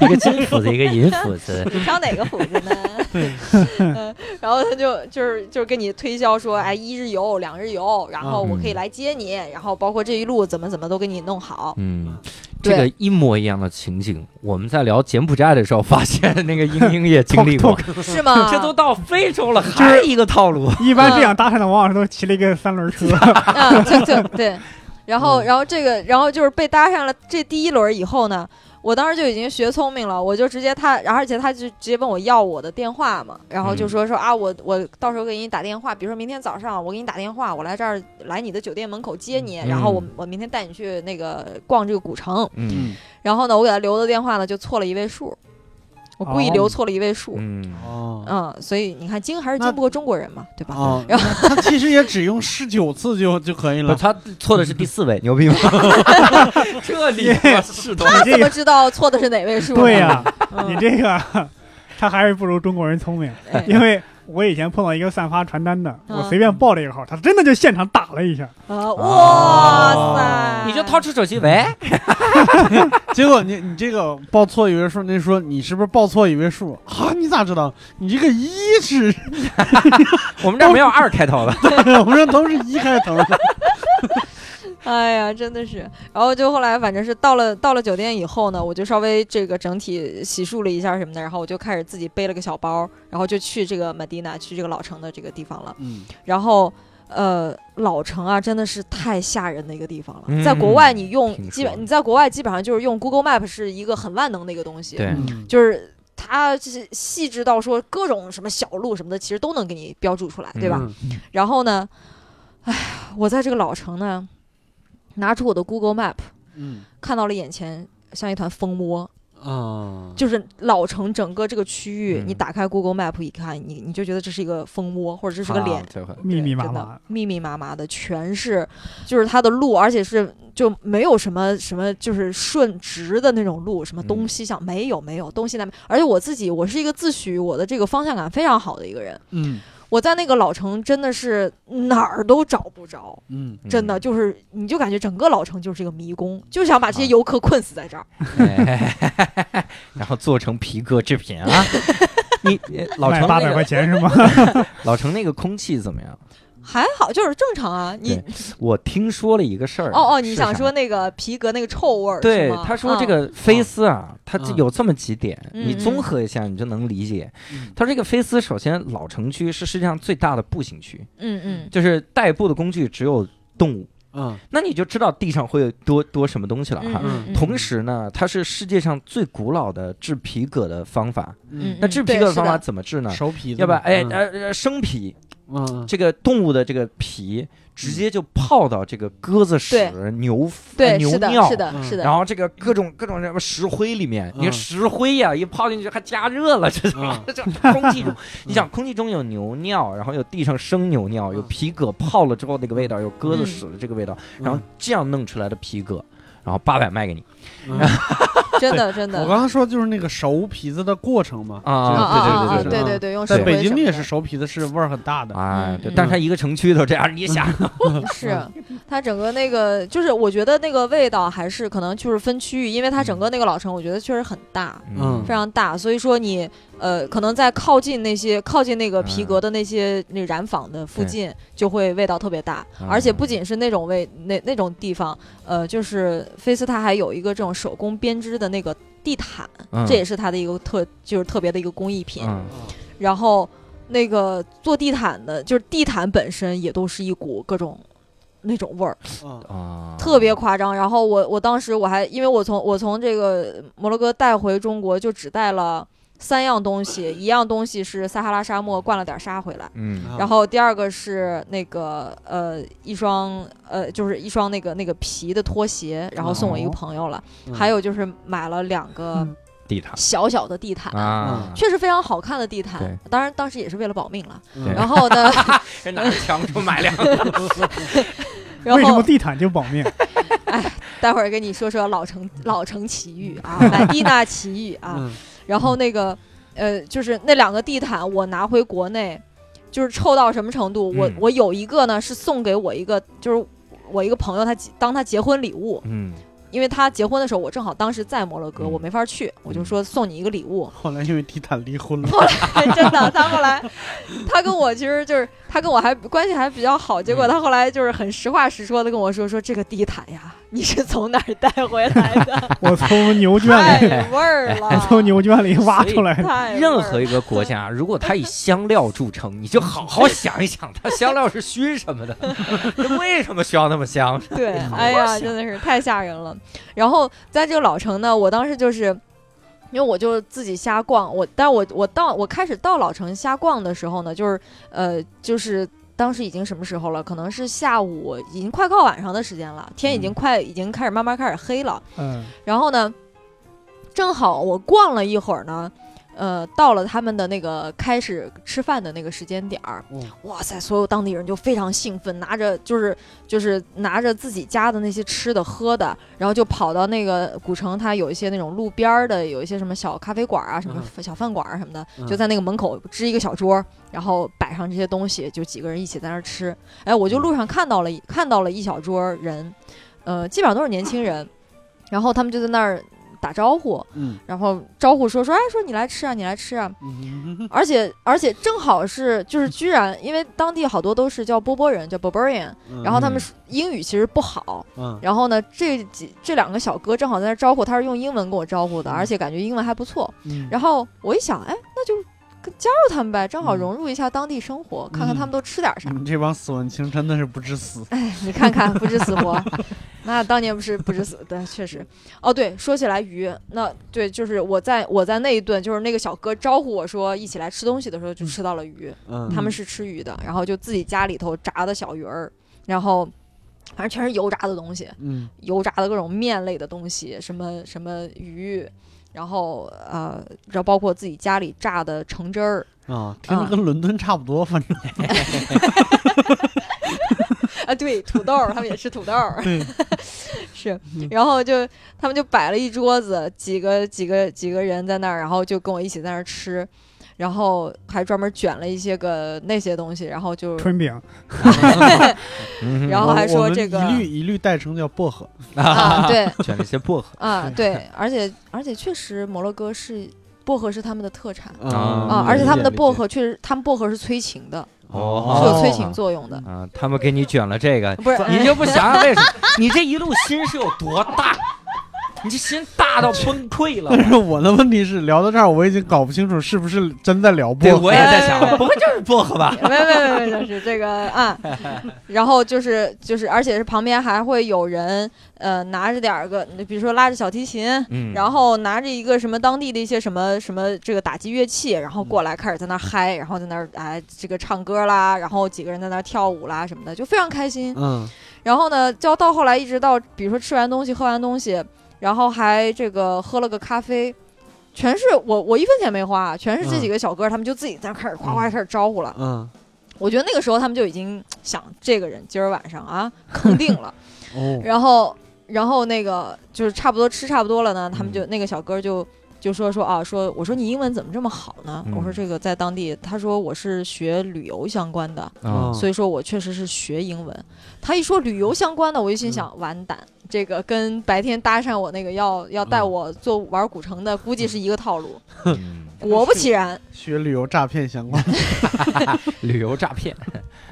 E: 一个金斧子，一个银斧子，
D: 你挑哪个虎子呢？
C: 对，
D: [laughs] 嗯，然后他就就是就是跟你推销说，哎，一日游，两日游，然后
A: 嗯
D: 我可以来接你，然后包括这一路怎么怎么都给你弄
A: [laughs]
D: 好。
A: 嗯，这
D: 对
A: 个一模一样的情景，我们在聊柬埔寨的时候发现，那个英英也经历过，
D: 是吗？
E: 这都到非洲了，还一个套路。
B: 一般
D: 嗯
B: 这样搭讪的往往都骑了一个三轮
D: [laughs]
B: 车，
D: 啊，对对对。然后，
B: 嗯
D: 然后这个，然后就是被搭上了这第一轮以后呢，我当时就已经学聪明了，我就直接他，然后而且他就直接问我要我的电话嘛，然后就
A: 嗯
D: 说说啊，我我到时候给你打电话，比如说明天早上我给你打电话，我来这儿来你的酒店门口接你，然后我
A: 嗯
D: 我明天带你去那个逛这个古城，
A: 嗯
D: 然后呢，我给他留的电话呢就错了一位数，我故意
B: 哦
D: 留错了一位数，
A: 嗯，
C: 哦
D: 嗯，所以你看精还是
C: 那
D: 精不过中国人嘛，对吧？
C: 哦，
D: 然
C: 后他其实也只用十九次就就可以
E: 不，
C: 了，
E: 他错的是第四位，牛逼吗？这
A: [laughs]
E: 里是的，
D: [laughs]
B: 你这
D: 怎么
B: 个
D: 知道错的是哪位数？
B: 对呀、
D: 嗯
B: 你这个他还是不如中国人聪明，
D: 哎
B: 因为我以前碰到一个散发传单的，
D: 嗯
B: 我随便报了一个号，他真的就现场打了一下，
D: 啊，哇
E: [laughs]
D: 塞！
E: 哦你就掏出手机喂，
C: 结果你你这个报错一位数，那说你是不是报错一位数啊？你咋知道？你这个一 [laughs] 是，
E: 我们这儿没有二开
D: [laughs]
E: 头的。
C: 我们这都是一开头的。
D: 哎呀，真的是。然后就后来，反正是到了到了酒店以后呢，我就稍微这个整体洗漱了一下什么的，然后我就开始自己背了个小包，然后就去这个马蒂娜，去这个老城的这个地方了。
C: 嗯，
D: 然后。呃，老城啊，真的是太吓人的一个地方了。
A: 嗯
D: 在国外，你用
A: 听说
D: 基本你在国外基本上就是用 Google Map 是一个很万能的一个东西。
A: 对
C: 嗯
D: 就是它就是细致到说各种什么小路什么的，其实都能给你标注出来，对吧？
C: 嗯
D: 然后呢，哎，我在这个老城呢，拿出我的 Google Map，
C: 嗯
D: 看到了眼前像一团蜂窝，
C: 啊，
D: 就是老城整个这个区域，
A: 嗯
D: 你打开 Google Map 一看，你你就觉得这是一个蜂窝，或者这是个脸。
E: 啊
A: 这回
B: 密密麻
D: 真
B: 麻
D: 的。密密麻麻的，全是，就是它的路，而且是就没有什么什么，就是顺直的那种路，什么
A: 嗯
D: 东西向、没有没有东西南北，而且我自己我是一个自诩我的这个方向感非常好的一个人，
C: 嗯
D: 我在那个老城真的是哪儿都找不着，
C: 嗯，
D: [laughs] 真的就是你就感觉整个老城就是一个迷宫，就想把这
A: 啊
D: 些游客困死在这儿。
E: 哎嗯 [laughs] 然后做成皮革制品
D: [laughs]
E: 啊。你呃老
B: 卖
E: 程
B: 八百
E: 那
B: 块
E: 个
B: 钱是吗？
E: 老程那个空气怎么样？
D: 还好，就是正常啊。你
A: 我听说了一个事儿。
D: 哦哦，你
A: 是
D: 想
A: 啥
D: 说那个皮革那个臭味儿？
A: 对
D: 是吗，
A: 他说
D: 嗯
A: 这个菲斯啊，它这
C: 嗯
A: 有这么几点，
D: 嗯
A: 你
D: 嗯
A: 综合一下，你就能理解
C: 嗯。
A: 他说这个菲斯，首先老城区是世界上最大的步行区，
D: 嗯嗯
A: 就是代步的工具只有动物，
C: 嗯
A: 那你就知道地上会有多多什么东西了
D: 嗯
A: 哈。
D: 嗯嗯，
A: 同时呢，它是世界上最古老的制皮革的方法。
D: 嗯
A: 那制皮革
D: 对
A: 的
D: 是的
A: 方法怎么制呢？
C: 熟皮子嘛，
A: 要不然，哎，
C: 嗯
A: 呃，呃生皮，
C: 嗯，
A: 这个动物的这个皮直接就泡到这个鸽子屎、牛粪
D: 对，
A: 呃牛
D: 是的，
A: 尿
D: 是，的，是的。
A: 然后这个各种各种什么石灰里面，你
C: 嗯
A: 看石灰呀、一泡进去还加热了，这
C: 嗯 [laughs]
A: 这空气中，你想空气中有牛尿，然后有地上生牛尿，有
C: 嗯
A: 皮革泡了之后那个味道，有鸽子屎的这个味道，
C: 嗯
A: 然后这样弄出来的皮革，然后八百卖给你
C: 嗯
D: 真的真的。
C: 我刚刚说就是那个熟皮子的过程嘛，
D: 啊
A: 啊，
D: 啊啊啊
A: 对对对
D: 对
A: 对。
D: 对，用
C: 在
D: 手
C: 北
D: 绘
C: 京
D: 什
C: 那
D: 么
C: 也
D: 的
C: 是熟皮子是味儿很大的，
A: 哎，对
D: 嗯，
A: 但是它一个城区都这样，你想，
C: 嗯
D: 是，它整个那个就是，我觉得那个味道还是可能就是分区域，因为它整
A: 嗯
D: 个那个老城，我觉得确实很大，
C: 嗯
D: 非常大，所以说你呃，可能在靠近那些靠近那个皮革的那些那染坊的附
A: 嗯对嗯
D: 近，就会味道特别大，而且不仅是那种味那那种地方，呃，就是菲斯它还有一个这种手工编织的那个地毯，
A: 嗯
D: 这也是它的一个特就是特别的一个工艺品，
A: 嗯
D: 然后那个做地毯的，就是地毯本身也都是一股各种那种味儿，
C: 嗯
A: 啊，
D: 特别夸张。然后我我当时我还因为我从我从这个摩洛哥带回中国，就只带了三样东西，一样东西是撒哈拉沙漠灌了点沙回来。
A: 嗯
D: 然后第二个是那个呃一双呃就是一双那个那个皮的拖鞋，然后送我一个
C: 哦
D: 朋友了。
C: 嗯
D: 还有就是买了两个
B: 嗯
A: 地毯
D: 小小的地毯，
A: 啊，
D: 确实非常好看的地毯
A: 对。
D: 当然当时也是为了保命了。
C: [laughs] 嗯
D: 然后呢，
A: 这拿着枪就买两个，
D: [laughs] 然
B: 为什么
D: 后
B: 地毯就保命？
D: 待会儿给你说说老城老城奇遇啊，莱蒂娜奇遇啊。
C: 嗯
D: 然后那个呃，就是那两个地毯，我拿回国内，就是臭到什么程度？我
A: 嗯
D: 我有一个呢是送给我一个，就是我一个朋友，他结当他结婚礼物，
A: 嗯，
D: 因为他结婚的时候我正好当时在摩洛哥，
A: 嗯
D: 我没法去，我就说送你一个礼物。
C: 后来因为地毯离婚了，
D: [laughs] 真的，他后来，他跟我其实就是他跟我还关系还比较好，结果他后来就是很实话实说的跟我说说这个地毯呀，你是从哪儿带回来
B: [laughs]
D: 的？
B: 我从牛圈
D: 太
B: 里，
D: 有味儿了，
B: 我从哎牛圈里挖出来的。
D: 太哎有味儿
A: 任何一个国家，如果它以香料著称，你就
D: [laughs]
A: 好好想一想，它香料是熏
E: [laughs]
A: 什么的，这为什么需要那么香？
D: 对，
A: 好
D: 哎呀，
A: 想
D: 真的是太吓人了。然后在这个老城呢，我当时就是。因为我就自己瞎逛，我但我我到我开始到老城瞎逛的时候呢，就是呃，就是当时已经什么时候了？可能是下午，已经快靠晚上的时间了，天已经
A: 嗯
D: 快、已经开始慢慢开始黑了。
B: 嗯，
D: 然后呢，正好我逛了一会儿呢，呃，到了他们的那个开始吃饭的那个时间点儿，
C: 嗯
D: 哇塞，所有当地人就非常兴奋，拿着就是就是拿着自己家的那些吃的喝的，然后就跑到那个古城，它有一些那种路边儿的，有一些什么小咖啡馆啊，什么小饭馆啊什么的，[laughs]
C: 嗯
D: 就在那个门口支一个小桌，然后摆上这些东西，就几个人一起在那儿吃。哎，我
C: 嗯
D: 就路上看到了一看到了一小桌人，呃，基本上都是年轻人，然后他们就在那儿打招呼，
C: 嗯
D: 然后招呼说说，哎，说你来吃啊，你来吃啊。
C: 嗯
D: 而且而且正好是就是居然，因为当地好多都是叫波波人，叫 Barbarian，
C: 嗯
D: 然后他们英语其实不好，
C: 嗯
D: 然后呢，这几这两个小哥正好在那儿招呼，他是用英文跟我招呼的，
C: 嗯
D: 而且感觉英文还不错。
C: 嗯
D: 然后我一想，哎，那就跟加入他们呗，正好
C: 嗯
D: 融入一下当地生活，看看他们都吃点啥 [laughs]
C: 你。们这帮死文青真的是不知死，
D: 哎，你看看不知死
C: [laughs]
D: 活，那当年不是不知死，对，确实。哦，对，说起来鱼，那对，就是我在我在那一顿，就是那个小哥招呼我说一起来吃东西的时候，就吃到了鱼。
C: 嗯
D: 他们是吃鱼的，然后就自己家里头炸的小鱼儿，然后反正全是油炸的东西，
C: 嗯
D: 油炸的各种面类的东西，什么什么鱼，然后呃，然后包括自己家里榨的橙汁儿，
C: 啊，听着跟伦敦差不多，反正
D: 啊，对，土豆儿，他们也吃土豆儿，[laughs]
C: 对嗯
D: 是，然后就他们就摆了一桌子，几个几个几个人在那儿，然后就跟我一起在那儿吃，然后还专门卷了一些个那些东西，然后就
B: 春饼，
A: 嗯
D: 然后啊还说
C: 我们
D: 这个
C: 一律一律代称叫薄荷，
D: 啊，
C: [laughs]
D: 对
A: 选了一些薄荷，
D: 啊，对，而且而且确实摩洛哥是薄荷是他们的特产。
A: 啊
D: 啊，
A: 嗯
D: 而且他们的
C: 理解
D: 薄荷确实，他们薄荷是催情的，是有
E: 哦
D: 催情作
C: 嗯
D: 用的。
E: 啊，他们给你卷了这个，
D: 不是，
E: 你就不想想为什么？
D: [laughs]
E: 你这一路心是有多大？你这心大到崩溃
D: [laughs]
E: 了。
C: 但是我的问题是，聊到这儿我已经搞不清楚是不是真在聊
E: 对，
C: 薄荷
E: 我也在想
D: 哎哎哎，
E: 不会就是薄荷
D: [laughs]
E: 吧？
D: 没没没没，就是这个啊，然后就是就是，而且是旁边还会有人，呃，拿着点儿个，比如说拉着小提琴，
E: 嗯
D: 然后拿着一个什么当地的一些什么什么这个打击乐器，然后过来开始在那儿嗨，然后在那儿哎这个唱歌啦，然后几个人在那儿跳舞啦什么的，就非常开心。
C: 嗯，
D: 然后呢，就到后来一直到比如说吃完东西、喝完东西，然后还这个喝了个咖啡。全是我，我一分钱没花，啊全是这几个小哥，他们就自己在那儿开始夸夸开始招呼了。
C: 嗯
D: 我觉得那个时候他们就已经想这个人今儿晚上啊坑定
E: [laughs]
D: 了，
C: 哦，
D: 然后然后那个就是差不多吃差不多了
E: 嗯
D: 呢，他们就、那个小哥就就说说啊说我说你英文怎么这么好呢？
E: 嗯
D: 我说这个在当地，他说我是学旅游相关的，
E: 啊，
D: [laughs]
A: 哦
C: 嗯
D: 所以说我确实是学英文。他一说旅游相关的，我就心想、
E: 嗯
D: 完蛋，这个跟白天搭讪我那个要要带
C: 嗯
D: 我做玩古城的，估计是一个套路。
E: 嗯
D: 果不其然，
C: 学旅游诈骗相关的，
E: 旅游诈骗，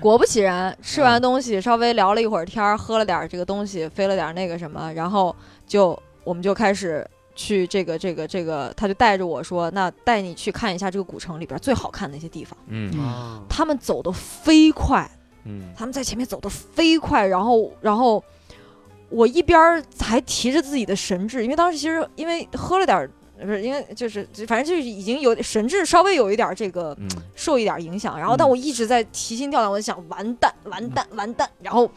D: 果不其然，吃
E: 嗯
D: 完东西稍微聊了一会儿天儿，喝了点儿这个东西，飞了点儿那个什么，然后就我们就开始去这个这个这个，他就带着我说，那带你去看一下这个古城里边最好看的一些地方。
E: 嗯
B: 嗯
C: 啊
D: 他们走得飞快，
E: 嗯，
D: 他们在前面走得飞快，然后然后我一边儿还提着自己的神志，因为当时其实因为喝了点儿，呃不是因为就是反正就是已经有神志稍微有一点儿这个
E: 嗯
D: 受一点影响，然后
C: 嗯
D: 但我一直在提心吊胆，我就想完蛋完蛋
E: 嗯
D: 完蛋，然后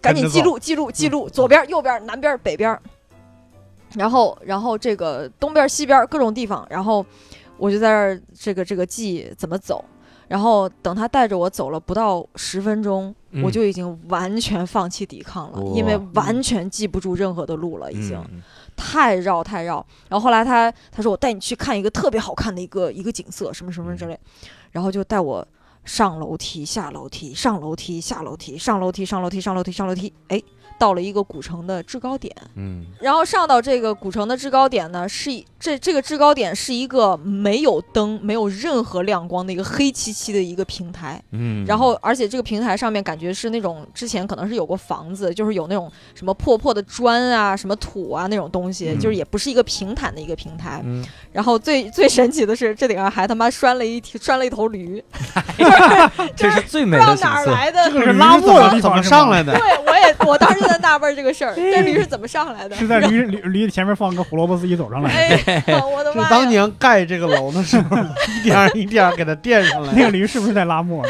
D: 赶紧记录记录记录，左边右边南边北边，然后然后这个东边西边各种地方，然后我就在这儿这个这个记怎么走，然后等他带着我走了不到十分钟，
E: 嗯
D: 我就已经完全放弃抵抗了，因为
E: 哇
D: 完全记不住任何的路了，已经。
E: 嗯
D: 太绕太绕。然后后来他他说我带你去看一个特别好看的一个一个景色，什么什么之类，然后就带我上楼梯、下楼梯、上楼梯、下楼梯、上楼梯、上楼梯、上楼梯、上楼梯，哎，到了一个古城的制高点。
E: 嗯
D: 然后上到这个古城的制高点呢，是一这这个制高点是一个没有灯、没有任何亮光的一个黑漆漆的一个平台。
E: 嗯
D: 然后，而且这个平台上面感觉是那种之前可能是有过房子，就是有那种什么破破的砖啊、什么土啊那种东西，
E: 嗯
D: 就是也不是一个平坦的一个平台。
E: 嗯，
D: 然后最最神奇的是，这顶上还他妈拴了一拴了一
E: [laughs]
D: 头驴，
E: 这是最
D: 不
E: 美
D: 知道
E: 的
D: 哪
E: 景
D: 儿
E: 色。
D: 来的。
B: 这个
C: 拉
B: 驴是怎么
C: 磨怎么
D: [laughs]
C: 上来的
D: 对，我也我当时就在纳闷
E: [laughs]
D: 儿这个事儿，这驴是怎么上来的？
B: 是在驴驴驴前面放个胡萝卜自己走
D: [laughs]
B: 上来的，
D: 哎，我的
C: 是
D: 妈呀！
C: 当年盖这个楼
D: [laughs]
C: 的时候，一点儿一点儿给它垫上
B: 那个
C: 来。嗯
B: 驴是不是在拉磨？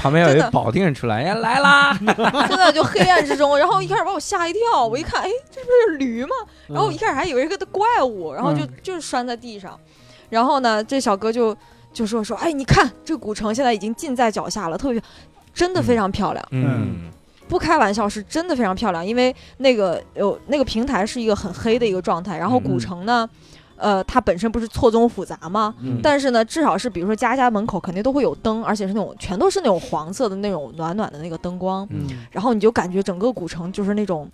E: 旁边有
D: 真
E: 一
D: 的
E: 保定人出来，哎，来
D: [laughs]
E: 啦！
D: 真的就黑暗之中，然后一开始把我吓一跳，我一看，哎，这不是驴吗？然
C: 嗯
D: 后我一开始还以为是个怪物，然后就就是拴在地上，然后呢，这小哥就就说说，哎，你看这古城现在已经近在脚下了，特别真的非常漂亮，
E: 嗯
D: 不开玩笑，是真的非常漂亮，因为那个有那个平台是一个很黑的一个状态，然后古城呢，呃，它本身不是错综复杂吗？
E: 嗯
D: 但是呢，至少是比如说家家门口肯定都会有灯，而且是那种全都是那种黄色的那种暖暖的那个灯光，
C: 嗯
D: 然后你就感觉整个古城就是那种，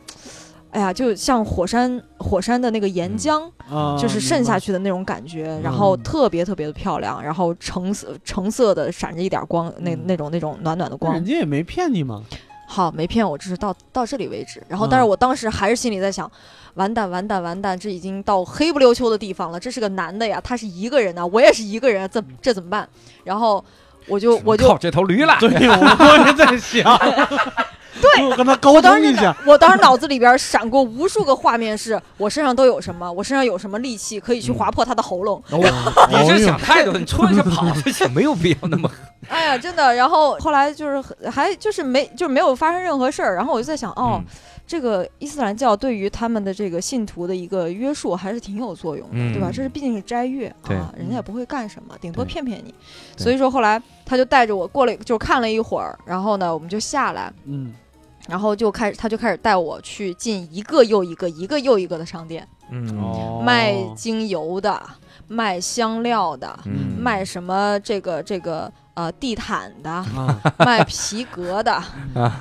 D: 哎呀，就像火山火山的那个岩浆，
C: 啊嗯
D: 就是渗下去的那种感觉，然后特别特别的漂亮，然后橙色橙色的闪着一点光，那
C: 嗯
D: 那种那种暖暖的
C: 那
D: 光
C: 人。家也没骗你嘛。 [laughs]
D: 好，没骗我，只是到到这里为止。然后，但
C: 嗯
D: 是我当时还是心里在想，完蛋完蛋完蛋，这已经到黑不溜秋的地方了，这是个男的呀，他是一个人啊，我也是一个人啊，
C: 嗯
D: 这这怎么办？然后我就我就
E: 靠这头 [laughs] 驴了。
C: 对，我也
D: [laughs]
C: 在想，对，我跟他沟
D: 我当
C: 通
D: 时
C: 一
D: 脑
C: 下。，
D: 我当时脑子里边闪过无数个画面，是我身上都有什么，我身上有什么利器可以去
C: 嗯
D: 划破他的喉咙。
E: 你
C: 哎
E: 是
C: 呦
E: 想太多，你冲着 [laughs] 跑就行，没有必要那么
D: [laughs] 哎呀，真的。然后后来就是很还就是没就是没有发生任何事儿。然后我就在想，哦，
E: 嗯
D: 这个伊斯兰教对于他们的这个信徒的一个约束还是挺有作用的，
E: 嗯
D: 对吧？这是毕竟是斋月
E: 对嗯
D: 啊，人家也不会干什么，顶多
E: 对
D: 骗骗你。
E: 对
D: 所以说后来他就带着我过了，就看了一会儿，然后呢，我们就下来。
C: 嗯，
D: 然后就开始，他就开始带我去进一个又一个、一个又一个的商店，
E: [laughs] 嗯
C: 哦
D: 卖精油的，卖香料的，
E: 嗯
D: 卖什么这个这个呃地毯的，
C: 啊，
D: [laughs] 卖皮革的，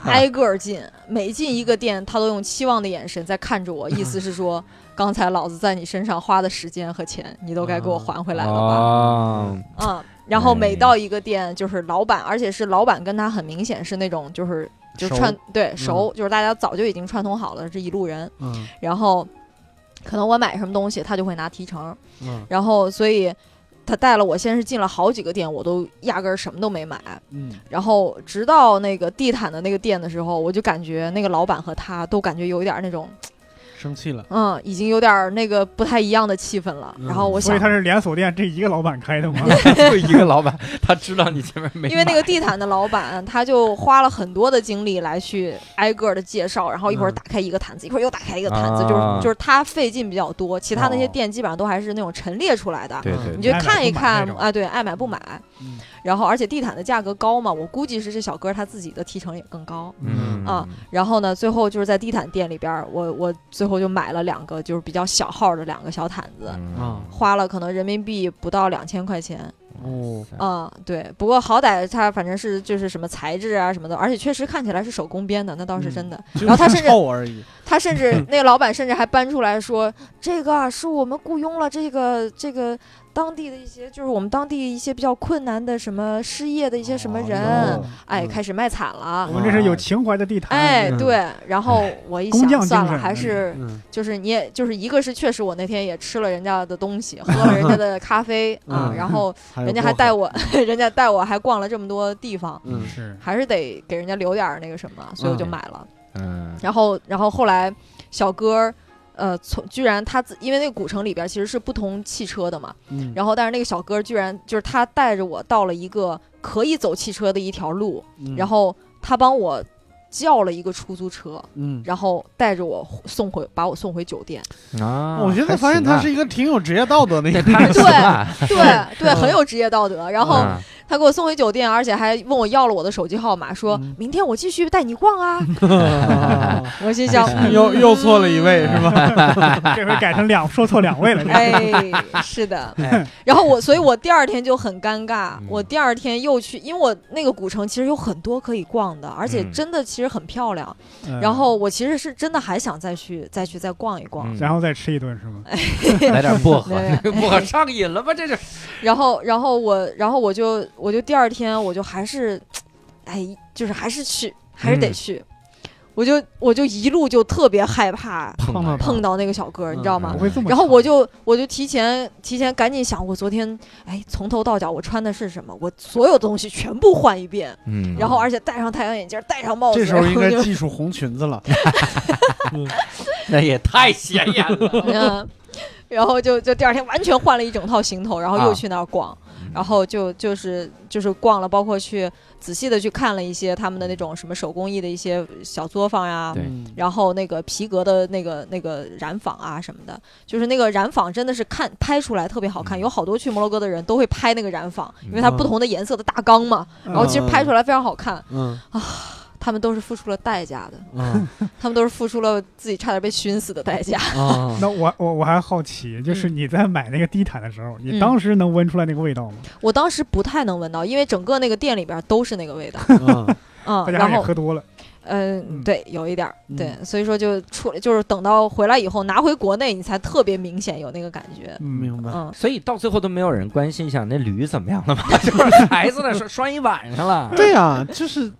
D: 挨个儿进，每进一个店，他都用期望的眼神在看着我，意思是说，刚才老子在你身上花的时间和钱，你都该给我还回来了吧？
E: 哦
D: 嗯，然后
A: 哎
D: 每到一个店，就是老板，而且是老板跟他很明显是那种就是就
C: 熟
D: 串对熟，就是大家早就已经串通好了，是一路人。
C: 嗯
D: 然后可能我买什么东西，他就会拿提成，
C: 嗯
D: 然后所以他带了我，先是进了好几个店，我都压根儿什么都没买。
C: 嗯，
D: 然后直到那个地毯的那个店的时候，我就感觉那个老板和他都感觉有一点儿那种，
C: 生气了，
D: 嗯，已经有点儿那个不太一样的气氛了。
C: 嗯
D: 然后我
B: 所
D: 想
B: 以他，是连锁店这一个老板开的
D: [laughs]
B: 吗？
E: [laughs] 就一个老板，他知道你前面没买，
D: 因为那个地毯的老板他就花了很多的精力来去挨个的介绍，然后一会儿
C: 嗯
D: 打开一个毯子，一会儿又打开一个毯子，
A: 啊
D: 就是就是他费劲比较多，其他那些
A: 哦
D: 店基本上都还是那种陈列出来的。
A: 对对，
D: 你就
B: 爱买
D: 看
B: 不
D: 一
B: 买
D: 看
B: 那种
D: 啊，对，爱买不买。
C: 嗯
D: 然后，而且地毯的价格高嘛，我估计是这小哥他自己的提成也更高。
A: 嗯
E: 哦
D: 啊，然后呢，最后就是在地毯店里边儿，我我最后就买了两个就是比较小号的哦两个小毯子，
A: 嗯
C: 啊
D: 花了可能人民币不到两千块钱。
C: 哦，
D: 啊、对，不过好歹它反正是就是什么材质啊什么的，而且确实看起来是手工编的，那倒是
B: 嗯
D: 真的。
C: 就
D: 然后他
C: 是
D: 甚至
C: 臭而
D: [laughs]
C: 已，
D: 他甚至
C: 嗯
D: 那个老板甚至还搬出来说，这个啊是我们雇佣了这个这个当地的一些，就是我们当地一些比较困难的什么失业的一些什么人，
C: 哦
D: 哎，
C: 嗯
D: 开始卖惨了
B: 我。们这是有情怀的地毯，
D: 哎，
C: 嗯
D: 对，然后我一
B: 工匠
D: 想，
B: 精
D: 算了，
B: 神
D: 还是
C: 嗯
D: 就是你也就是一个是确实我那天也吃了人家的东西，喝了人家的咖
C: [laughs]
D: 啡啊、
C: 嗯
D: 然后
C: 有嗯
D: 人家
C: 多
D: 还带
C: 好，
D: 我， [laughs] 人家带我还逛了这么多地方，
C: 嗯
D: [laughs]
B: 是
D: 还是得给人家留点儿那个什么，所以我就
C: 嗯
D: 买了。
A: 嗯
D: 然后，然后后来小哥儿，呃，从居然他自因为那个古城里边儿其实是不同汽车的嘛，
C: 嗯，
D: 然后但是那个小哥儿居然就是他带着我到了一个可以走汽车的一条路，
C: 嗯
D: 然后他帮我叫了一个出租车，
C: 嗯，
D: 然后带着我送回把我送回酒
C: [laughs]
D: 店。
A: 啊，
C: 我现在发现他
A: [laughs]
C: 是一个挺有职业道德的
E: [laughs]
C: 一个，
A: 他啊
D: 对对对，很有职业道德。然后
A: 嗯
D: 他给我送回酒店，而且还问我要了我的手机号码，说
C: 嗯
D: 明天我继续带你逛
C: [laughs]
D: 啊。
C: 啊
D: 我心想，
C: [laughs] 又又错了
D: [laughs]
C: 一位是吧？
B: 这回改成两说错两
A: [laughs]
B: 位了，这
D: 哎，是的，然后我，所以我第二天就很尴尬
A: 哎嗯。
D: 我第二天又去，因为我那个古城其实有很多可以逛的，而且
A: 嗯
D: 真的其实很漂亮。
B: 嗯
D: 然后我其实是真的还想再去再去再逛一
C: 嗯
A: 嗯
D: 逛。
B: 然后再吃一顿是
D: 哎
B: 吗？
A: 来点薄荷，
D: 对哎
A: [laughs]
E: 我上瘾了吧？这
C: 嗯
E: 就是
D: [laughs] 然后，然后我，然后我就我就第二天我就还是，哎，就是还是去，还是得
A: 嗯
D: 去。我就我就一路就特别害怕
A: 碰
B: 到
D: 碰到那个小哥儿，你知道吗
B: 不？会这么。
D: 然后我就我就提前提前赶紧想，我昨天哎从头到脚我穿的是什么？我所有东西全部换一遍，
A: 嗯，
D: 然后而且戴上太阳眼镜，戴上帽子，
C: 这时候应该
D: 然后就
C: 系出红裙子了，
E: [laughs] 那也太显眼了。
D: 嗯，然后就就第二天完全换了一整套行头，然后
C: 啊
D: 又去那儿逛，
C: 嗯
D: 然后就就是就是逛了，包括去仔细的去看了一些他们的那种什么手工艺的一些小作坊呀。
A: 对
C: 嗯
D: 然后那个皮革的那个那个染坊啊什么的，就是那个染坊真的是看拍出来特别好看，
B: 嗯
D: 有好多去摩洛哥的人都会拍那个染坊，因为它不同的颜色的大缸嘛，
B: 嗯，
D: 然后其实拍出来非常好看。
C: 嗯
D: 他们都是付出了代价的，
C: 嗯
D: 他们都是付出了自己差点被熏死的
B: [laughs]
D: 代价。
C: 啊
B: 那我我我还好奇，就是你在买那个地毯的时候，你
D: 嗯
B: 当时能闻出来那个味道吗？
D: 我当时不太能闻到，因为整个那个店里边都是那个味
B: [laughs]
D: 道，
C: 嗯
D: 嗯，
B: 大家
D: 然
B: 也
D: 后
B: 喝多了，
D: 嗯，
B: 嗯
D: 对，有一点儿，
C: 嗯
D: 对，所以说就出就是等到回来以后拿回国内，你才特别明显有那个感觉，
B: 嗯，
C: [laughs] 明白。
D: 嗯，
E: [laughs] 所以到最后都没有人关心一下那驴怎么样了吗？ [laughs] 就是孩子呢，拴拴一晚上了。
C: [laughs] 对呀，
D: [laughs]
C: 就是。 [laughs]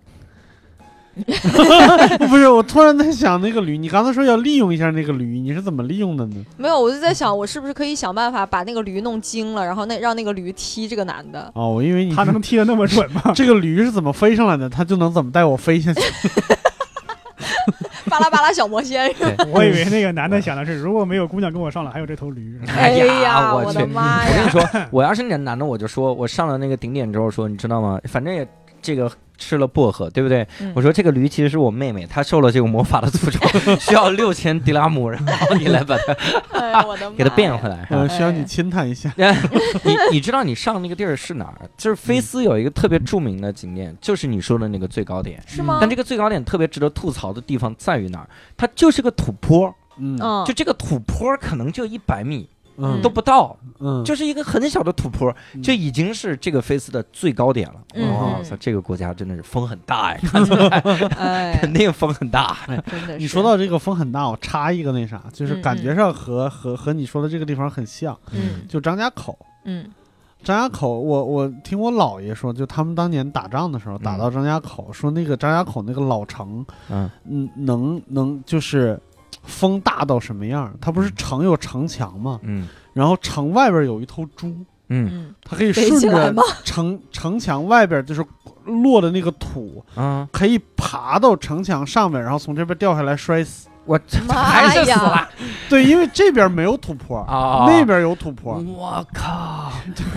C: 不是，我突然在想那个驴，你刚才说要利用一下那个驴，你是怎么利用的呢？
D: 没有，我就在想我是不是可以想办法把那个驴弄精了，然后那让那个驴踢这个男
C: [laughs]
D: 的，
C: 哦，我以为你
B: 嗯他能踢得那么准
C: [laughs]
B: 吗？
C: 这个驴是怎么飞上来的，它就能怎么带我飞下去。 [laughs]
D: 巴拉巴拉小魔仙，是吧
B: 我以为那个男的想的是，如果没有姑娘跟我上来，还有这头驴。
E: [laughs] 哎呀
D: 呀，
E: 我
D: 我
E: 去
D: 的妈
E: 我跟你
D: 呀，
E: 说，我要是那男的，我就说我上了那个顶点之后说，你知道吗？反正也这个吃了薄荷，对不对？
D: 嗯
E: 我说这个驴其实是我妹妹，她受了这个魔法的诅咒，
D: [laughs]
E: 需要六千迪拉姆，然后你来把它
D: 哎呀我嗯的妈呀，
E: 给它变回来。是吧哎
C: 呃，需要
D: 哎
C: 你亲它一下。
E: 你你知道你上那个地儿是哪儿？就是菲斯有一个特别著名的景点，就是你说的那个最高点。
D: 是
A: 嗯
D: 吗？
E: 但这个最高点特别值得吐槽的地方在于哪儿？它就是个土坡，
C: 嗯
D: 嗯，
E: 就这个土坡可能就一百米
C: 嗯
E: 都不到，
C: 嗯，
E: 就是一个很小的土坡，
C: 嗯
E: 就已经是这个菲斯的最高点了。
D: 嗯
E: 哇
D: 嗯
E: 塞，这个国家真的是风很大呀，
C: [laughs]
E: 看起来
A: [laughs]
D: 哎，
E: 肯定风很大。
D: 真的是，
C: 你说到这个风很大，我插一个那啥，就是
E: [laughs]
D: 嗯
C: 感觉上和和和你说的这个地方很像，
D: 嗯
C: 就张家口。
D: 嗯
C: 张家口，我我听我姥爷说，就他们当年打仗的时候，打到张家口，说那个张家口那个老城，
A: 嗯
C: 嗯，能能就是风大到什么样？它不是城有城墙嘛，
A: 嗯
C: 然后城外边有一头猪，
A: 嗯
D: 嗯，
C: 它可以
D: 飞
C: 顺
D: 起来
C: 着
D: 吗？
C: 城城墙外边就是落的那个土，
E: 嗯
A: 啊，
C: 可以爬到城墙上面，然后从这边掉下来摔死。
A: 我这还
D: 妈
A: 是死
D: 呀！
A: 了
C: 对，因为这边没有土坡，
A: 啊
C: 那边有土坡。
E: 哦我靠！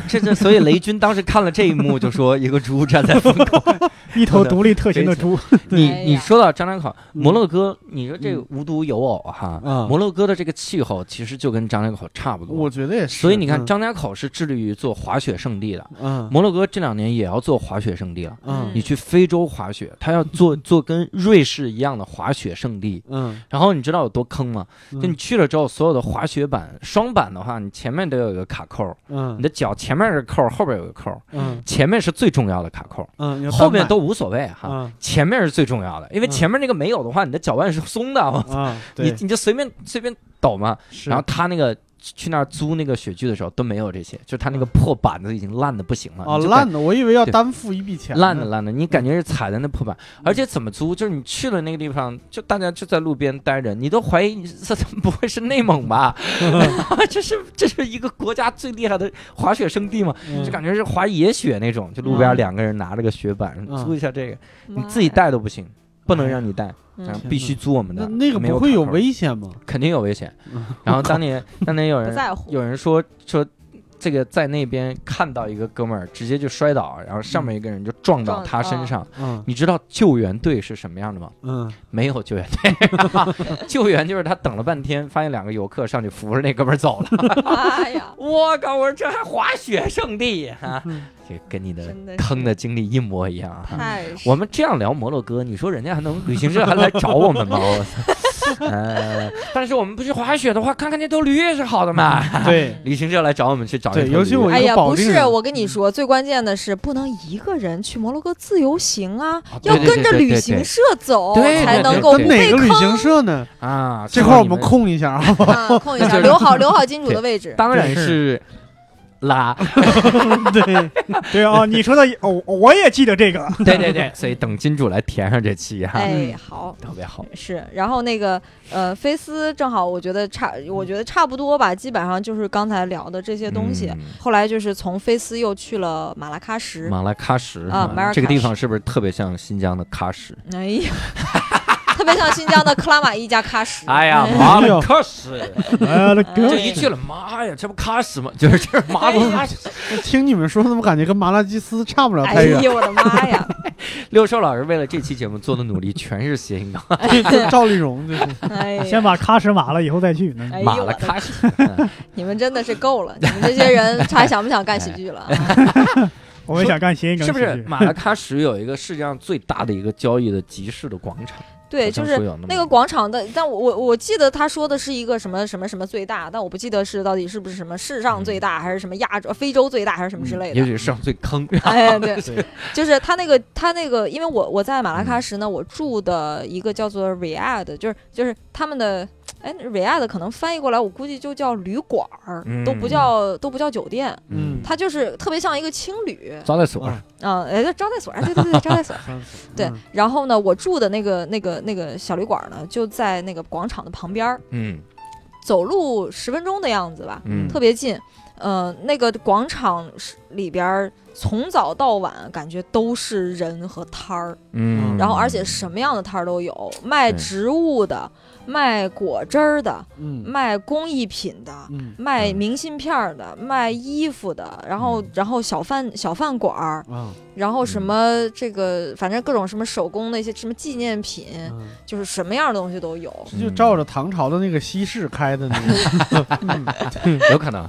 E: 这这，所以雷军当时看了这一幕，就说一个猪站在风
C: [laughs]
E: 口。
C: 哎
B: [laughs] 一头独立特行的猪，
A: 你
D: 哎呀
A: 你说到张家口、摩洛哥，你说这个
C: 嗯
A: 无独有偶
E: 啊
A: 哈，
C: 嗯
A: 摩洛哥的这个气候其实就跟张家口差不多
C: 我。觉得也是。
A: 所以你看，
C: 嗯
A: 张家口是致力于做滑雪圣地的，
C: 嗯
A: 摩洛哥这两年也要做滑雪圣地了。
C: 嗯
A: 你去非洲滑雪，他要
C: [laughs]
A: 做做跟瑞士一样的滑雪圣地。
C: 嗯，
A: 然后你知道有多坑吗？
C: 嗯
A: 就你去了之后，所有的滑雪板双板的话，你前面都有一个卡扣，
C: 嗯
A: 你的脚前面是扣，后边有个扣，
C: 嗯
A: 前面是最重要的卡扣，
C: 嗯，要
A: 后
C: 单
A: 面
C: 买
A: 都啊无所谓哈。
C: 嗯
A: 前面是最重要的，因为
C: 嗯
A: 前面那个没有的话，你的脚腕是松的，我
C: 啊，
A: 你
C: 对，
A: 你就随便随便抖嘛。
C: 是
A: 然后他那个去那儿租那个雪具的时候都没有这些，就是他那个破板子已经烂的不行了
C: 嗯哦，
A: 你就感
C: 烂的，我以为要
A: 对
C: 单付一笔钱呢，
A: 烂的烂的，你感觉是踩在那破板，
C: 嗯
A: 而且怎么租？就是你去了那个地方，就大家就在路边待着，你都怀疑你这这不会是内蒙
C: [laughs]
A: 吧？这是这是一个国家最厉害的滑雪圣地吗？
C: 嗯，
A: 就感觉是滑野雪那种，就路边两个人拿着个雪板，
C: 嗯哎
A: 租一下这个，
D: 妈
A: 你
D: 哎呀
A: 自己，带都不行，不能让你带，
D: 嗯
A: 然后必须租我们
C: 那
A: 的。
C: 那个
A: 没有
C: 不会有
A: 卡扣，
C: 危险吗？
A: 肯定有危险
C: 嗯。
A: 然后当年
C: [laughs]
A: 当年有
D: 不
A: 人
D: 在乎
A: 有人说说这个在那边看到一个哥们儿直接就摔倒，然后上面一个人就嗯撞到
D: 撞
A: 他身
D: 啊
A: 上。
C: 嗯
A: 你知道救援队是什么样的吗？
C: 嗯
A: [laughs] 没有救援队， [laughs] 救援就是他等了半天，发现两个游客上去扶着那哥们儿走了。
D: 妈哎呀，
A: [laughs] 我靠！我说这还滑雪圣地啊
C: 嗯，
A: 这跟你的
D: 真的是
A: 坑的经历一模一样啊。
D: 太是
A: 我们这样聊摩洛哥，你说人家还能旅行社还来找我们吗？ [laughs] 我操！呃，但是我们不去滑雪的话，看看那头驴也是好的嘛。
D: [laughs]
C: 对，
A: 旅嗯行社来找我们去找那头
C: 对
A: 驴，
C: 尤其我
D: 哎
C: 一个
D: 呀，
C: 保
D: 不
C: 定
D: 是，
A: 啊
C: 人
D: 我跟
A: 嗯
D: 你说，最关键的是不能一个人去摩洛哥自由行啊，
A: 对
D: 要
A: 对
D: 跟着
A: 对对
D: 旅
A: 对
D: 行社走，
A: 对对
D: 才
A: 对
D: 能
A: 对
D: 够
A: 对
D: 不
C: 跟哪
D: 被
C: 个旅
D: 坑
C: 行
A: [laughs]
C: 社呢？
A: 啊，希
C: 这块
A: 望
C: 儿我
A: 你
C: 们控一下啊， [laughs]
D: 啊，空一
A: 那就
D: 下，
A: 是
D: 留好留好金主的位置。
A: 当然是
D: [laughs]
A: 拉。
C: 对，
B: [laughs] 对啊，你说的也哦，我也记得这个，
A: 对对对，所以等金主来填上这期哈，
C: 嗯
D: 哎，好。
A: 特别好。
D: 是，然后那个呃，菲斯正好，我觉得差，我觉得差不多吧，基本上就是刚才聊的这些东西。后来就是从菲斯又去了马拉喀什，
A: 嗯马拉喀什
D: 啊马拉喀什
A: 这个地方是不是特别像新疆的喀什？
D: 哎呀， [laughs] 特别像新疆的克拉玛依加喀什。
A: 哎呀，马拉
D: [laughs]
A: 喀什，
B: 我的
D: 嗯
A: 啊这
B: 哎哥，
A: 一去了，妈呀，这不喀什吗？就是这是马拉喀什。
C: 我听你们说，怎么感觉跟麻辣鸡丝差不了
D: 哎
C: 太远？
D: 呀，我的妈呀！
A: 六兽老师为了这期节目做的努力全是谐音梗， [laughs]
C: 跟赵丽蓉就是，
D: 哎呀，
B: 先把喀什麻了，以后再去。
D: 哎
A: 马
D: 呦我
A: 拉
D: 的
A: 喀什。嗯
D: 你们真的是够了，你们这些人还想不想干喜剧了啊？
A: [laughs]
B: 我也想干谐音梗喜
A: 是不是
B: 剧，
A: 马拉喀什有一个世界上最大的一个交易的集市的广场？
D: 对，
A: 好
D: 就
A: 像
D: 是
A: 说有
D: 那
A: 那
D: 个
A: 么
D: 广场的，但我我我记得他说的是一个什么什么什么最大，但我不记得是到底是不是什么世上最大，还是什么亚洲、非洲最大，还是什么之类的。
A: 嗯也许是上最坑。
D: [laughs] 哎，
A: [laughs]
D: 对
C: 对，
D: 就是他那个他那个，因为我我在马
A: 嗯
D: 拉喀什呢，我住的一个叫做 Riad，就是就是他们的。哎，Riad 可能翻译过来，我估计就叫旅馆儿，都不
A: 嗯
D: 叫都不叫酒店，
C: 嗯
D: 它就是特别像一个青旅
A: 招待所，
D: 啊，哎，招待所，哎，对对 [laughs] 对，招待所，对
C: 嗯，
D: 然后呢，我住的那个那个那个小旅馆呢，就在那个广场的旁边儿，
A: 嗯
D: 走路十分钟的样子吧，
A: 嗯，
D: 特别近。呃，那个广场是里边儿从早到晚感觉都是人和摊儿，
A: 嗯，
D: 然后而且什么样的摊儿都有，卖
A: 对
D: 植物的，卖果汁儿的，
C: 嗯
D: 卖工艺品的。
C: 嗯
D: 卖
A: 嗯
D: 明信片儿的，卖衣服的，然后
A: 嗯
D: 然后小饭小饭馆儿，
C: 啊
D: 然后什
A: 嗯
D: 么这个，反正各种什么手工的一些什么纪念品，
C: 嗯。
D: 就是什么样的东西都有。
C: 这就照着唐朝的那个西市开的那
A: [laughs]
C: 个，嗯
A: 有可能，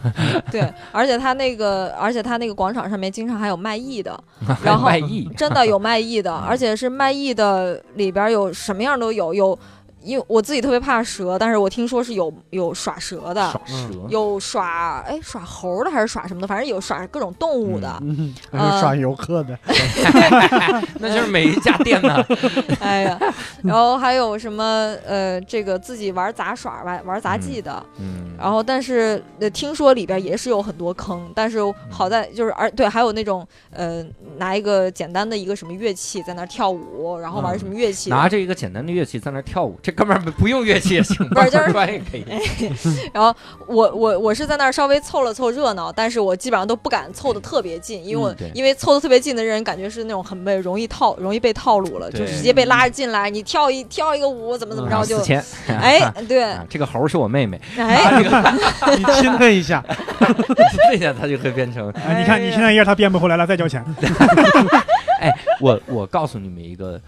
D: 对，而且他那个，而且他那个广场上面经常还有卖艺的，然后
A: 卖艺，
D: 真的有卖艺的，而且是卖艺的里边有什么样都有，有因为我自己特别怕蛇，但是我听说是有有耍蛇的，
A: 嗯
F: 耍蛇，
D: 有耍哎耍猴的还是耍什么的，反正有耍各种动物的。
C: 嗯，
D: [laughs]
C: 还
D: 呃
C: 有耍游
D: [laughs]
C: 客的，
A: 那就是每一家店呢，
D: 哎呀， [laughs] 然后还有什么呃，这个自己玩杂耍、玩玩杂技的，
F: 嗯，
D: 然后但是呃，听说里边也是有很多坑，但是
A: 嗯
D: 好在就是而对，还有那种呃，拿一个简单的一个什么乐器在那儿跳舞，然后玩什么乐器，
A: 拿着一个简单的乐器在那儿跳舞，这哥们儿不用乐器也行，
D: 不是就是哎
A: [laughs] 慢慢穿也可以。
D: 然后我我我是在那儿稍微凑了凑热闹，但是我基本上都不敢凑的特别近，因为我、
F: 嗯对
D: 因为凑的特别近的人，感觉是那种很被容易套容易被套路了，就
A: 对嗯
D: 直接被拉着进来，你跳一跳一个舞怎么怎么
A: 然
D: 着
A: 后
D: 就
A: 四， [laughs] 千，
D: 哎对，
A: 啊，这个猴是我妹妹，
D: 哎
C: 你亲他一下，
A: [laughs] 这下他就会变成
B: [laughs] 哎，你看你现在也让他变不回来了，再交钱。
A: 哎我。我告诉你们一个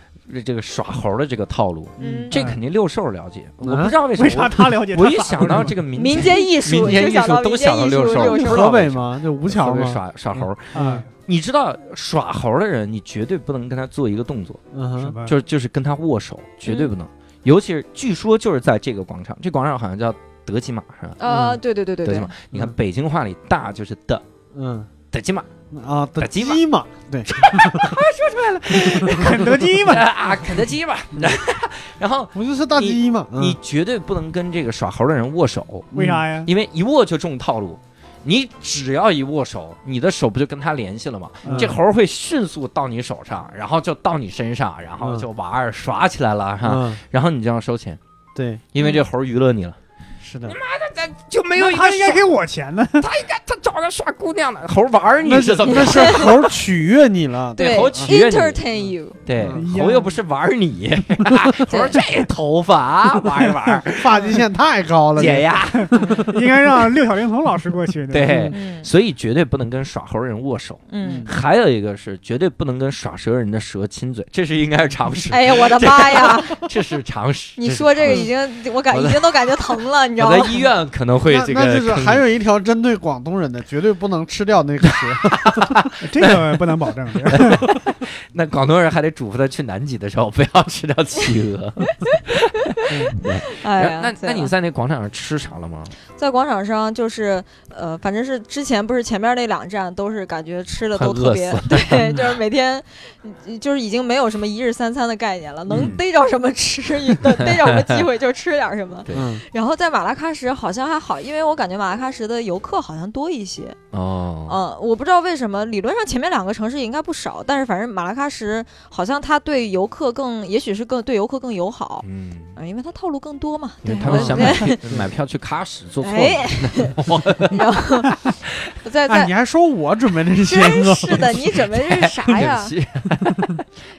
A: 这个耍猴的这个套路，
D: 嗯
A: 这肯定六兽了解，我不知嗯道为什么。
B: 为啥他了解？
A: 我一想到这个民
D: 民间艺术，
A: 民间
D: 就
A: 艺术
D: 到
A: 都
D: 民
A: 想
D: 间
A: 到
D: 艺
A: 六
D: 术六
A: 兽 [laughs] 不知道
C: 河北吗？就吴桥
A: 会不会
C: 吗？
A: 耍耍猴，
B: 啊，
A: 你知道耍猴的人，你绝对不能跟他做一个动作，
C: 嗯
B: 什
C: 哼，
B: 么？
A: 就是就是跟他握手，绝对不能。尤其是据说就是在这个广场，这广场好像叫德基玛是吧？
D: 呃，对对对对
A: 德基
D: 对
A: 玛，，你看
C: 嗯
A: 北京话里大就是的
C: 嗯
A: 德基玛，
C: 啊，
A: 打
C: 鸡
A: 鸡
C: 嘛，对，
B: [laughs] 肯德基嘛，
A: 啊肯德基吧。 [laughs] 然后
C: 不就是大鸡嘛？嗯
A: 你绝对不能跟这个耍猴的人握手，
B: 为啥呀？
A: 因为一握就中套路。你只要一握手，你的手不就跟他联系了吗？
B: 嗯
A: 这猴儿会迅速到你手上，然后就到你身上，然后
C: 嗯
A: 就玩儿耍起来了哈。
C: 嗯，
A: 然后你就要收钱，
C: 对，
A: 因为这猴儿娱乐你了。
C: 是的，
A: 就没
B: 那他应该给我钱呢。
A: 他找个耍姑娘的 [laughs] 猴儿玩儿
C: 那是那是猴儿取悦你了，
A: [laughs] 对
D: 对
A: 猴取悦你
D: ，entertain you，
A: 对
C: 嗯，
A: 猴又不是玩儿你， [laughs] 猴儿这头发啊玩一玩，
C: 发际线太高了，
A: 解压。
B: [laughs] 应该让六小龄童老师过
A: [laughs]
B: 去。吧
A: 对，
D: 嗯
A: 所以绝对不能跟耍猴人握手。
D: 嗯，
A: 还有一个是绝对不能跟耍蛇人的蛇亲嘴，这是应该是常识，
D: 哎呀，我的妈呀！
A: [laughs] 这是常识。
D: 你说这个
A: 是
D: 已经，我感
A: 我
D: 已
A: 嗯的
D: 经都感觉疼了，你知道
A: 常
D: 吗
A: 识我？在医院可能会
C: 那
A: 这个
C: 那就是
A: 坑
C: 还有一条针对广东人的，绝对不能吃掉
A: [laughs]
C: 那个蛇。
B: 这个不能保证。
A: 那广东人还得嘱咐他去南极的时候不要吃掉企鹅。
D: 哎呀，
A: 那
D: 对
A: 那你
D: 了
A: 在那广场上吃啥了吗？
D: 在广场上就是，呃，反正是之前不是前面那两站都是感觉吃的都
A: 快
D: 特
A: 饿
D: 别
A: 死， [laughs]
D: 对，就是每天嗯就是已经没有什么一日三餐的概念了，能
A: 嗯
D: 逮着什么吃，一顿逮着什么机会就吃点什
A: [laughs]
D: 么。
A: 对
C: 嗯，
D: 然后在马拉喀什好像还好，因为我感觉马拉喀什的游客好像多一些。
A: 哦，
D: 嗯，我不知道为什么，理论上前面两个城市应该不少，但是反正马拉喀什好像它对游客更，也许是更对游客更友好，
A: 嗯，
D: 啊，因为它套路更多嘛。
A: 因
D: 对，
A: 为他
D: 我
A: 们想
D: 对
A: 买票买 [laughs] 票去喀什，做错了。？
D: 哎， [laughs] 然后在
C: 哎，
D: 在
C: 你。还说我准备的是些
D: 真
C: 个，
D: 是的，你准备这是啥哎呀
A: [laughs] 是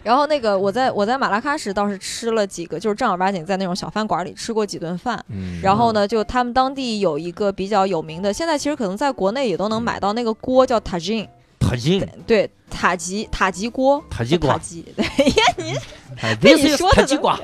D: 然后那个，我在我在马拉喀什倒是吃了几个，就是正儿八经在那种小饭馆里吃过几顿饭。
A: 嗯
D: 然后呢，就他们当地有一个比较有名的，现在其实可能在国内也都能买到那
A: 嗯
D: 个锅，叫塔吉，
A: 塔金
D: 对，塔吉塔吉锅，
A: 塔吉
D: 塔
A: 瓜，
D: 吉，对呀，你
A: 这
D: 你说
A: 塔
D: 的
A: 吉
D: 都
A: 瓜，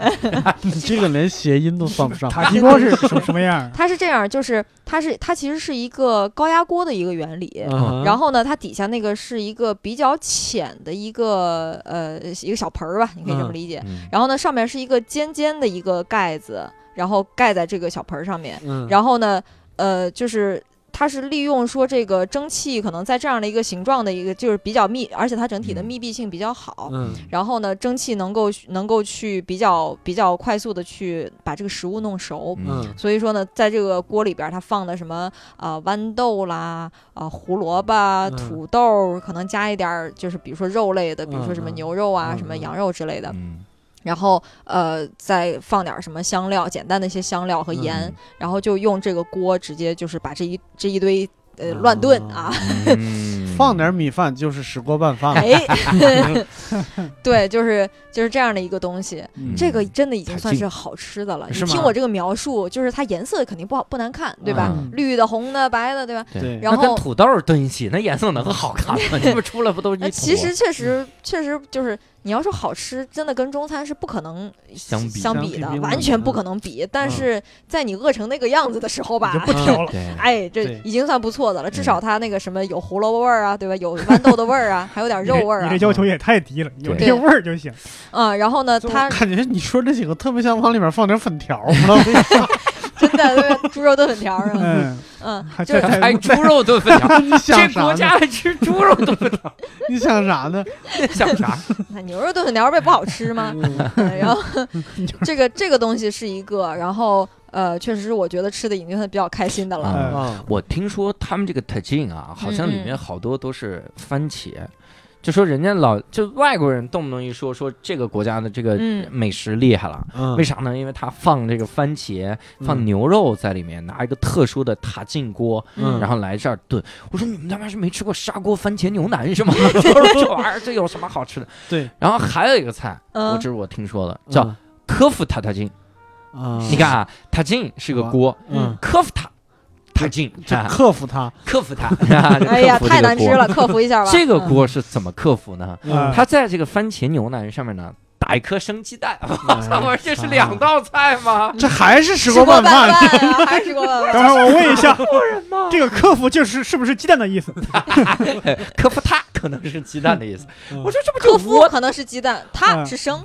C: 你这个连谐音都算不上。
B: 塔吉锅是什什么样？
D: 它是这样，就是它是它其实是一个高压锅的一个原理。然
A: 嗯
C: 后
D: 后呢，它底下那个是一个比较浅的一个呃一个小盆儿吧，你可以这么
C: 嗯
D: 理解。
A: 嗯
D: 然后呢，上面是一个尖尖的一个盖子，然后盖在这个小盆儿上面。
C: 嗯，
D: 然后呢，呃，就是它是利用说这个蒸汽可能在这样的一个形状的一个，就是比较密，而且它整体的
A: 嗯
D: 密闭性比较好。
C: 嗯
D: 然后呢，蒸汽能够能够去比较比较快速的去把这个食物弄熟。
C: 嗯
D: 所以说呢，在这个锅里边儿，它放的什么啊、呃豌豆啦，啊、胡萝卜啊、
C: 嗯
D: 土豆儿，可能加一点儿，就是比如说肉类的，比如说什么
C: 嗯嗯
D: 牛肉啊、
C: 嗯
D: 什么
C: 嗯
D: 羊肉之类的。
A: 嗯
D: 然后呃，再放点儿什么香料，简单的一些香料和盐，
A: 嗯
D: 然后就用这个锅直接就是把这一这一堆呃
A: 哦
D: 乱炖啊，
A: 嗯
C: 放点米饭就是石锅拌
A: 啊
C: 饭了。
D: 哎， [laughs] 对，就是就是这样的一个东西。
A: 嗯
D: 这个真的已经
A: 太
D: 算
A: 近
D: 是好吃的了。你
A: 是吗
D: 听我这个描述，就是它颜色肯定不好不难看，对吧？
A: 嗯
D: 绿的、红的、白的，对吧？
C: 对
D: 然后
A: 那跟
D: 呃
A: 土豆儿炖一起，那颜色能好看吗？你们出来不都是一啊
D: 那
A: 坨？
D: 其实确实确实就是你要说好吃，真的跟中餐是不可能
A: 相比
D: 相
C: 相
D: 比
C: 提
D: 的
C: 并，论
D: 完全不可能比。但是在你饿成那个样子的时候吧
B: 你，就不
A: 嗯
B: 挑了。
A: 对，
D: 哎，这
C: 对
D: 已经算不错的了，至少它那个什么有胡萝卜味儿啊，对吧？有豌豆的味儿啊，还有点
B: 你
D: 肉
B: 这
D: 味儿
B: 你
D: 啊
B: 这，要求也太低了，有
A: 对
B: 这味儿就行。
D: 嗯，然后呢，它
C: 感觉你说这几个特别像往里面放点粉条，不知
D: [laughs]
C: 道为啥。
D: 真的对吧猪肉炖粉条儿啊，
B: 嗯，
D: 嗯，
B: 还
A: [laughs]
D: 就是
B: 这太
A: 还哎猪肉炖粉 [laughs] 条，
C: 你想
A: 这
C: 啥
A: 国
C: 呢？
A: 家还吃猪肉炖粉条，
C: 你想啥呢？
A: [laughs] 想啥？
D: 牛肉炖粉条儿不也不好吃吗？对然后这个这个东西是一个，然后呃，确实是我觉得吃的已经算比较开心的了。
B: 嗯
C: 啊，
A: 我听说他们这个 tajin 啊，好像里
D: 嗯
A: 面好多都是番茄，就说人家老就外国人动不动一说说这个国家的这个
D: 嗯
A: 美食厉害了。
C: 嗯
A: 为啥呢？因为他放这个番茄、放
C: 嗯
A: 牛肉在里面，拿一个特殊的塔进锅，
D: 嗯
A: 然后来这儿炖。我说你们他妈是没吃过砂锅番茄牛腩是吗？我说这玩意儿这有什么好吃的？
C: 对，嗯
A: 然后还有一个菜，
D: 嗯
A: 我这是我听说的，叫科夫塔塔金。
C: 啊，
A: 你看啊，塔金是个锅，
C: 嗯，
A: 科夫塔塔金，
C: 就
A: 啊
C: 克服它。
A: 克服 [laughs] 它。啊
D: 哎呀，
A: 克服这个
D: 太难吃
A: 锅
D: 了，克服一下吧。
A: 这个
D: 嗯
A: 锅是怎么克服呢？
B: 嗯
A: 它在这个番茄牛腩上面呢，打一颗生鸡 [laughs] 蛋。我操，我说这是
C: 啊
A: 两道菜
D: 嗯
A: [laughs] 吗？
C: 这还是石
D: 吃
C: 锅
D: 过
C: 拌
D: 饭
C: 饭，
D: 啊，还是吃过拌饭。
B: [laughs] 等会儿我问
D: [laughs]
B: 一下，这个客服就是是不是鸡蛋的意思？
A: 科夫塔可能是鸡蛋的意思。
C: 嗯
A: 我说这不
D: 克
A: 就
D: 夫
A: 窝
D: 可能是鸡蛋，它
B: 嗯
D: 是生。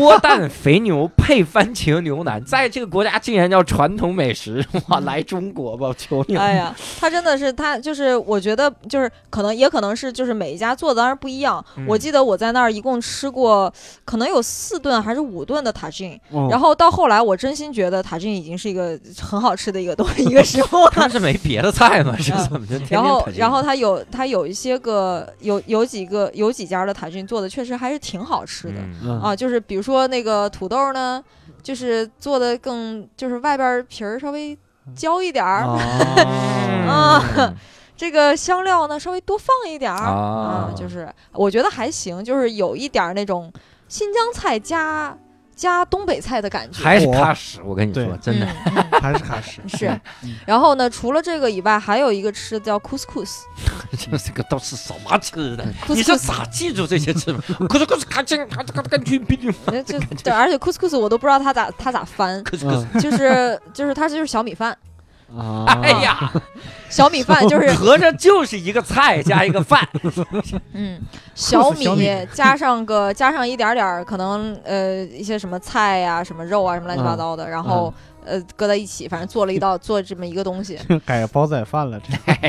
A: 窝蛋肥牛配番茄牛腩，在这个国家竟然叫传统美食，哇！来中国吧，求你了。
D: 哎呀，它真的是它就是，我觉得就是可能也可能是就是每一家做的当然不一样。
A: 嗯
D: 我记得我在那儿一共吃过可能有四顿还是五顿的塔吉，
C: 嗯
D: 然后到后来我真心觉得塔吉已经是一个很好吃的一个东一个食物
A: 他
D: 了。
A: 们是没别的菜吗？是怎么就天
D: 嗯
A: 天
D: 然后
A: 啃，这个
D: 然后它有它有一些个有有几个有几家的塔吉做的确实还是挺好吃的。
A: 嗯
C: 嗯
D: 啊，就是比如说那个土豆呢，就是做的更就是外边儿皮儿稍微
A: 嗯
D: 焦一点儿，
C: 啊，
A: 哦
D: 啊 [laughs] 这个香料呢稍微多放一点儿
A: [laughs] 啊
D: 嗯就是我觉得还行，就是有一点儿那种新疆菜加加东北菜的感觉，
A: 还是踏实。我跟你说
C: 对，
A: 真的，
D: 嗯嗯
C: 还是卡什。
A: [laughs]
D: 是
C: 嗯。
D: 然后呢，除了这个以外，还有一个吃的叫 couscous，
A: [laughs] 这这个都是什么吃的？
D: couscous
A: 你是咋记住这些吃
D: [laughs]
A: 的？可是可是，赶紧，赶紧，赶紧，赶紧！ [laughs]，
D: 呃就对，而且 couscous 我都不知道它咋它咋翻
A: 可是可是，[laughs]
C: 嗯
D: 就是就是它就是小米饭，
C: 啊，
A: 哎呀，
D: 小米饭就是
A: [laughs] 合着就是一个菜加一个饭，
D: 嗯，小
B: 是小米
D: 米加上个加上一点点儿，可能呃一些什么菜呀、什么肉啊、什么乱七八糟的，然后、呃搁在一起，反正做了一道做这么一个东西，
C: 改煲仔饭了，这
A: [laughs]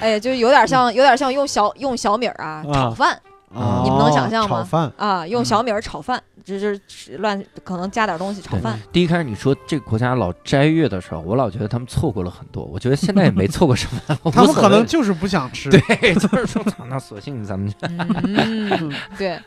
D: 哎，就有点像有点像用小用小米儿啊
C: 啊
D: 炒饭
C: 啊
A: 哦
D: 你们能想象吗
C: 炒饭，，
D: 啊，用小米儿炒饭，这就是乱可能加点东西炒 [laughs] 饭，
A: 第一开始你说这个国家老斋月的时候，我老觉得他们错过了很多，我觉得现在也没错过什
D: [laughs]
A: 么
C: 他
A: 无
C: 们
A: 所
C: 可
A: [laughs]
C: 能
A: 谓
C: 就是不想吃。
A: 对，就是说，那索性咱们
D: 嗯，对。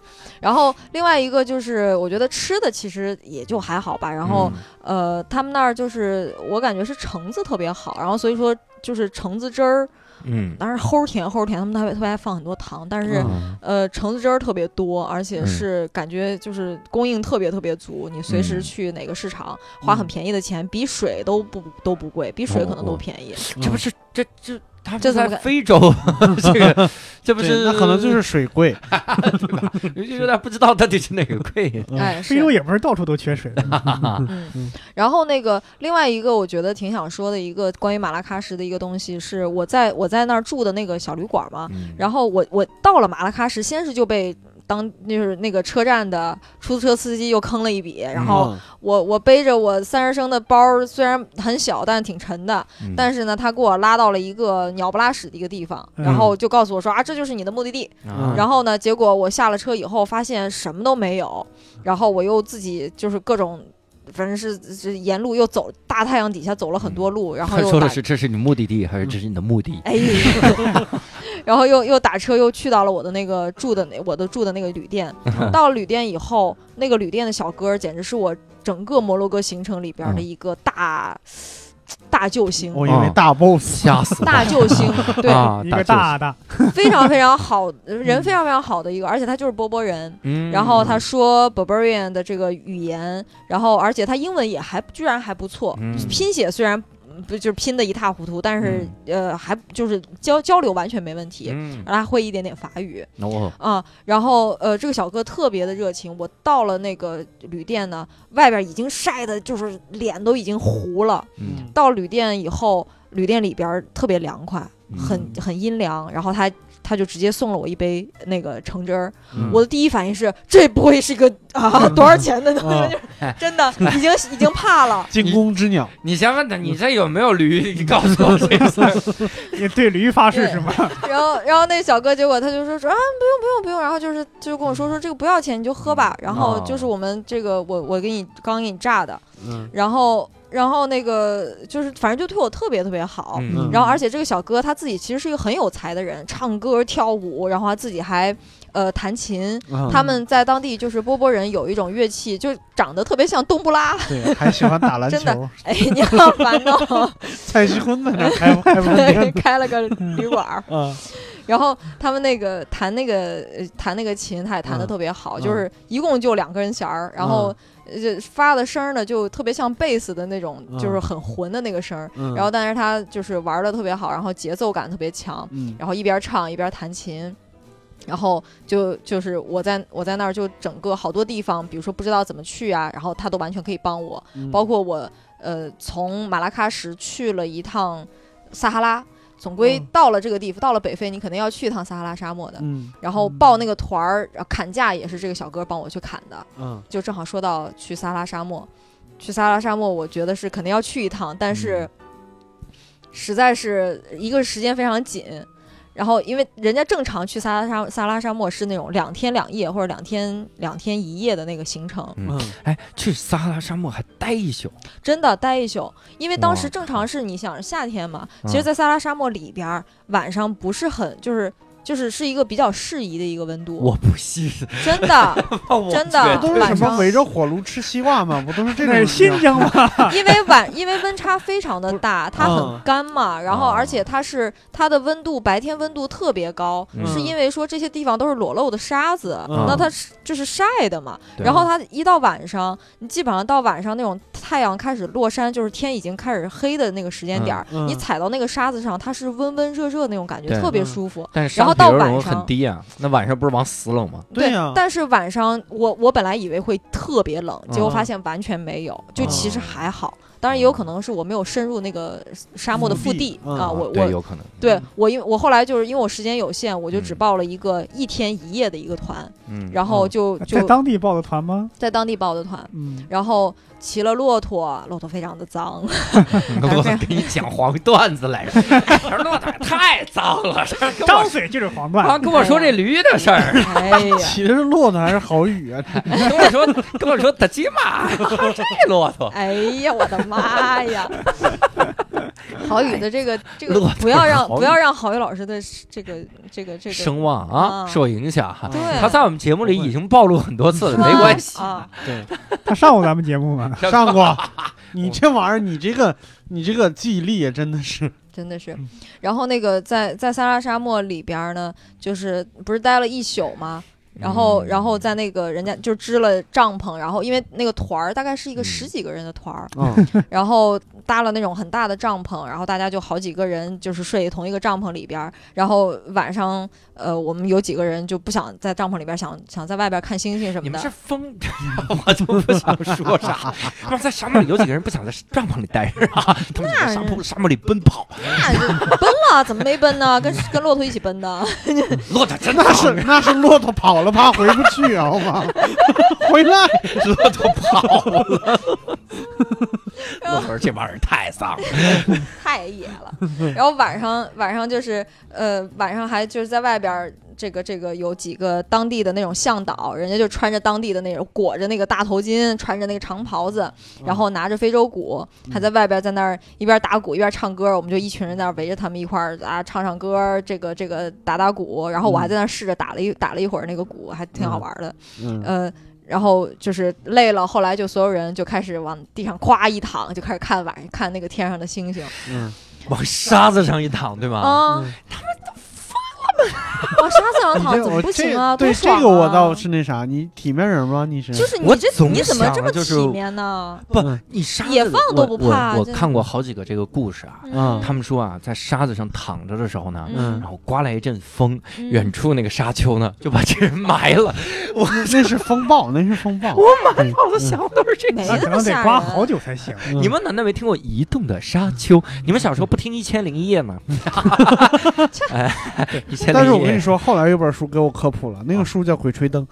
D: 然后另外一个就是，我觉得吃的其实也就还好吧，然后、呃，他们那儿就是我感觉是橙子特别好，然后所以说就是橙子汁儿。
A: 嗯，
D: 当然齁甜齁甜，他们特别特别爱放很多糖，但是、
A: 嗯
D: 呃橙子汁儿特别多，而且
A: 嗯
D: 是感觉就是供应特别特别足，你随时
A: 嗯
D: 去哪个市场、花很便宜的钱，比水都不都不贵，比水可能
A: 哦
D: 都
A: 哦
D: 便宜。
A: 这不是这这他们
D: 这怎么
A: 在
D: 敢
A: 非
C: [laughs]
A: 洲，这个这不
C: 对
A: 是
C: 那可能就是水贵，
A: [laughs] 有点不知道到底是哪个贵，
C: [laughs] 嗯
D: 哎，
B: 非
D: 是
B: 洲也不是到处都缺水的。
D: 嗯，然后那个另外一个我觉得挺想说的一个关于马拉喀什的一个东西是，我在我在那儿住的那个小旅馆
A: 嗯
D: 嘛，然后我我到了马拉喀什，先是就被当就是那个车站的出租车司机又坑了一笔，然后
C: 嗯
D: 我我背着我三十升的包儿，虽然很小，但是挺沉的。
A: 嗯
D: 但是呢，他给我拉到了一个鸟不拉屎的一个地方，
B: 嗯
D: 然后就告诉我说啊，这就是你的目的地。
A: 嗯
D: 然后呢，结果我下了车以后，发现什么都没有，然后我又自己就是各种。反正是是沿路又走，大太阳底下走了很多路，然后
A: 他
D: 又
A: 说
D: 打
A: 的是这是你目的地还是这是你的目的？
D: 哎， [laughs] 然后又又打车又去到了我的那个住的那我的住的那个旅店。
A: 嗯
D: 到了旅店以后，那个旅店的小哥儿简直是我整个摩洛哥行程里边儿的
A: 嗯
D: 一个大、大救星。
C: 我以哦为大 boss，
A: 吓死我
D: 大救星，对，
A: 啊
B: 一个大大，
D: 非常非常
A: [laughs]
D: 好，人非常非常好的一个，而且他就是波波人，
A: 嗯
D: 然后他说 Barbarian 的这个语言，然后而且他英文也还居然还不错，
A: 嗯
D: 拼写虽然嗯不就是拼的一塌糊涂，但是、呃还就是交交流完全没问题，
E: 嗯，
D: 然后他会一点点法语，
E: 哦，
D: 啊，然后呃，这个小哥特别的热情。我到了那个旅店呢，外边已经晒的，就是脸都已经糊了。
E: 嗯
D: 到旅店以后，旅店里边儿特别凉快，很
C: 嗯
D: 很阴凉。然后他他就直接送了我一杯那个橙汁儿。
E: 嗯
D: 我的第一反应是，这不会是个啊多少钱的东西？ [laughs] 就是真的已经已经怕了。
C: [laughs] 惊弓之鸟，
E: 你先问他，你这有没有驴？[laughs]
D: 嗯
E: 你告诉我这事儿。
B: 你对驴发誓是吗？
D: 然后然后那小哥结果他就说说啊不用不用不用，然后就是就跟我说说这个不要钱你就喝吧，然后就是我们这个我我给你刚给你榨的，
C: 哦嗯
D: 然后然后那个就是反正就对我特别特别 [laughs] 好。
E: 嗯
D: 然后，而且这个小哥他自己其实是一个很有才的人，唱歌、跳舞，然后他自己还，呃，弹琴。
C: 嗯
D: 他们在当地就是波波人有一种乐器，就长得特别像冬不拉。 [laughs]
C: 对还喜欢打篮
D: 真的
C: 球，
D: 哎，你好烦哦！
C: 蔡徐坤在那儿开 [laughs] 开房间
D: 开了个旅馆儿，
C: 啊，
D: [laughs] 然后他们那个弹那个呃弹那个琴，他也弹的
C: 嗯
D: 特别好，
C: 嗯
D: 就是一共就两个人弦儿，然后呃就发的声儿呢就特别像贝斯的那种，
C: 嗯
D: 就是很浑的那个声儿。
C: 嗯
D: 然后，但是他就是玩的特别好，然后节奏感特别强，
C: 嗯
D: 然后一边唱一边弹琴，然后就就是我在我在那儿就整个好多地方，比如说不知道怎么去啊，然后他都完全可以帮我，
C: 嗯
D: 包括我呃从马拉喀什去了一趟撒哈拉，总归
C: 嗯
D: 到了这个地方，到了北非，你肯定要去一趟撒哈拉沙漠的。
C: 嗯
D: 然后报那个团儿，然后砍价也是这个小哥帮我去砍的，
C: 嗯
D: 就正好说到去撒哈拉沙漠，去撒哈拉沙漠，我觉得是肯定要去一趟，但
C: 嗯
D: 是实在是一个时间非常紧，然后因为人家正常去撒哈拉沙撒哈拉沙漠是那种两天两夜或者两天两天一夜的那个行程，
C: 嗯
E: 哎，去撒哈拉沙漠还待一宿，
D: 真的待一宿，因为当时
E: 哇
D: 正常是你想夏天嘛，
E: 嗯
D: 其实，在撒哈拉沙漠里边儿晚上不是很就是。就是是一个比较适宜的一个温度，
E: 我不信，
D: 真的，
E: [laughs] 我
D: 真
E: 觉
D: 的
E: 得
C: 都是
D: 哎晚
C: 什么
D: 上
C: 围着火炉吃西瓜嘛，不都是这种
B: 那是新疆吗？ [laughs]
D: 因为晚，因为温差非常的大，它很干嘛，然后
E: 啊
D: 而且它是它的温度白天温度特别高，
E: 嗯
D: 是因为说这些地方都是裸露的沙子，
C: 嗯
D: 那它是就是晒的嘛。
E: 对
D: 然后它一到晚上，你基本上到晚上那种太阳开始落山，就是天已经开始黑的那个时间点儿，
C: 嗯嗯
D: 你踩到那个沙子上，它是温温热热那种感觉，
E: 对
D: 特别
C: 嗯
D: 舒服。
E: 但是
D: 然后到晚
E: 容
D: 上
E: 很低啊，那晚上不是往死冷吗？
C: 对呀
D: 但是晚上我我本来以为会特别冷，结果
C: 嗯
D: 发现完全没有，就其实
E: 哦
D: 还好。当然也有可能是我没有深入那个沙漠的腹
C: 腹地
D: 地
C: 嗯
D: 啊，我
E: 对，
D: 我
E: 有可能，
D: 对我因为我后来就是因为我时间有限，我就只
E: 嗯
D: 报了一个一天一夜的一个团，
E: 嗯，
D: 然后
C: 嗯
D: 就
B: 在
D: 就
B: 当地报的团吗？
D: 在当地报的团， [laughs]
B: 嗯，
D: 然后骑了骆驼，骆驼非常的脏，
E: 骆驼给你讲黄段子来着，
A: 哎
E: 这骆驼太脏了，这跟我
B: 张嘴就是黄
E: 啊
B: 段。
E: 跟我说这驴的事儿，
D: 哎呀，
C: 骑的是骆驼还是好雨啊？
E: 跟我说跟我说他骑 [laughs] 马，这骆驼，
D: 哎呀，我的妈呀！郝宇的这个这个
E: 骆驼
D: 不要让
E: 郝宇
D: 不要让郝宇老师的这个这个这个
E: 声望啊
D: 啊
E: 受影响哈。
D: 对
E: 他在我们节目里已经暴露很多次了，
D: 是吗
E: 没关系。
D: 啊，
C: 对，
B: 他上过咱们节目
D: [laughs]
B: 吗？
C: 上过。你这玩意儿，你这个你这个记忆力也真的是，
D: 真的
E: 嗯
D: 是。然后那个在在撒哈拉沙漠里边儿呢，就是不是待了一宿吗？然后，
E: 嗯
D: 然后在那个人家就支了帐篷，然后因为那个团儿大概是一个
E: 嗯哦
D: 十几个人的团儿，
C: 嗯
D: 然后搭了那种很大的帐篷，然后大家就好几个人就是睡同一个帐篷里边儿，然后晚上呃我们有几个人就不想在帐篷里边儿想想在外边儿看星星什
E: 你
D: 么
E: 们是，
D: 的
A: [laughs]
E: 疯，我就不想说啥。不是在沙漠里有几个人不想在帐篷里待着啊？他们在沙漠沙漠里奔跑，
D: 那就 [laughs] 奔了，怎么没奔呢？
E: 嗯
D: 跟跟骆驼一起奔的。
E: 骆驼真的
C: 那是那是骆驼跑了，怕回不去，啊好吗？ [laughs] 回来，
E: 骆驼跑了。骆驼这玩意儿太脏了，
D: 太野
C: [laughs]
D: 了。然后晚上晚上就是呃晚上还就是在外边儿这个这个有几个当地的那种向导，人家就穿着当地的那种裹着那个大头巾，穿着那个长袍子，
C: 嗯
D: 然后拿着非洲鼓，还在外边在那儿一边打鼓一边唱歌。我们就一群人在那儿围着他们一块儿啊唱唱歌，这个这个打打鼓。然后我还在那儿试着打了一打了一会儿那个鼓，还挺好玩的。
C: 嗯，
D: 呃，然后就是累了，后来就所有人就开始往地上咵一躺，就开始看晚看那个天上的星星
C: 嗯
A: 啊
D: 哦
E: 往沙子上一躺，对吗？
D: 啊。
C: [laughs]
D: 哇，沙子上
C: 你
D: 躺
C: 这
D: 怎么
C: 我
D: 不行
C: 这
D: 啊？
C: 对
D: 多
C: 这
D: 爽
C: 个我
D: 啊
C: 倒是那啥，你体面人吗？你是
D: 就是你
A: 我
D: 这
A: 总
D: 你怎么
A: 想
D: 这
A: 的
D: 么
A: 就是
D: 体面呢？
A: 不
C: 嗯
A: 你沙
D: 野
A: 子
D: 放
A: 我
D: 都不怕
A: 我我
D: 真的
A: 看过好几个这个故事啊，
C: 嗯
A: 他们说啊，在沙子上躺着的时候呢，
C: 嗯
A: 然后刮来一阵风，
D: 嗯
A: 远处那个沙丘呢就把这人埋了。
C: 那是风暴，那是风暴。
A: 我
C: 妈呀！
A: 我想的都是这
D: 没
B: 那可
D: 那么
B: 能得
D: 吓
B: 刮
D: 人
B: 好久才行。
C: 嗯
A: 你们难道没听过移动的沙丘？你们小时候不听《一千零一夜》
D: [laughs]
A: 吗？哎，一千
C: 但是
A: 零
C: 我
A: 一
C: 跟
A: 夜
C: 你，说，后来有本书给我科普了，那个书叫《鬼吹灯》，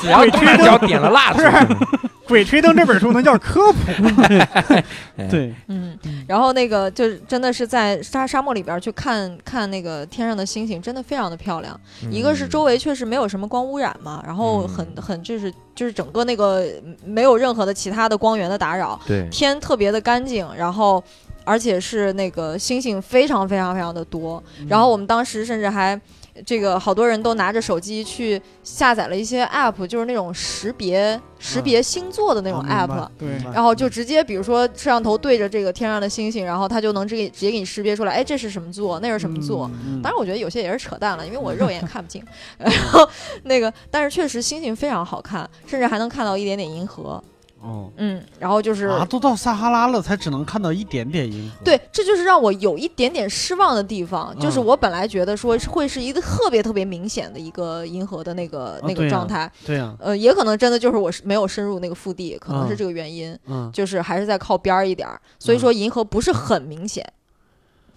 A: 只要动只要点了
D: [laughs]
A: 蜡烛，
B: 《鬼吹灯》这本书能叫科普？
A: 哎
C: 对，
D: 嗯，然后那个就是真的是在沙沙漠里边儿去看看那个天上的星星，真的非常的漂亮。
C: 嗯
D: 一个是周围确实没有什么光污染嘛，然后很
A: 嗯
D: 很就是就是整个那个没有任何的其他的光源的打扰，
A: 对
D: 天特别的干净，然后而且是那个星星非常非常非常的多。然后我们当时甚至还。这个好多人都拿着手机去下载了一些 app，就是那种识别识别星座的那种 app，、
B: 对
D: 然后就直接，比如说摄像头对着这个天上的星星，然后它就能直接直接给你识别出来，哎，这是什么座，那是什么座。
C: 嗯
D: 当然，我觉得有些也是扯淡了，因为我肉眼看不清。 [laughs] 然后那个，但是确实星星非常好看，甚至还能看到一点点银河。
C: 哦
D: 嗯，然后就是、
C: 啊，都到撒哈拉了，才只能看到一点点银河。
D: 对，这就是让我有一点点失望的地方，就是
C: 嗯
D: 我本来觉得说是会是一个特别特别明显的一个银河的那个、那
C: 哦对啊
D: 个
C: 呀
D: 状态，
C: 对呀，
D: 呃，也可能真的就是我是没有深入那个腹地，可能是
C: 嗯
D: 这个原因。
C: 嗯，
D: 就是还是在靠边儿一点儿，所以说银河不是很明显，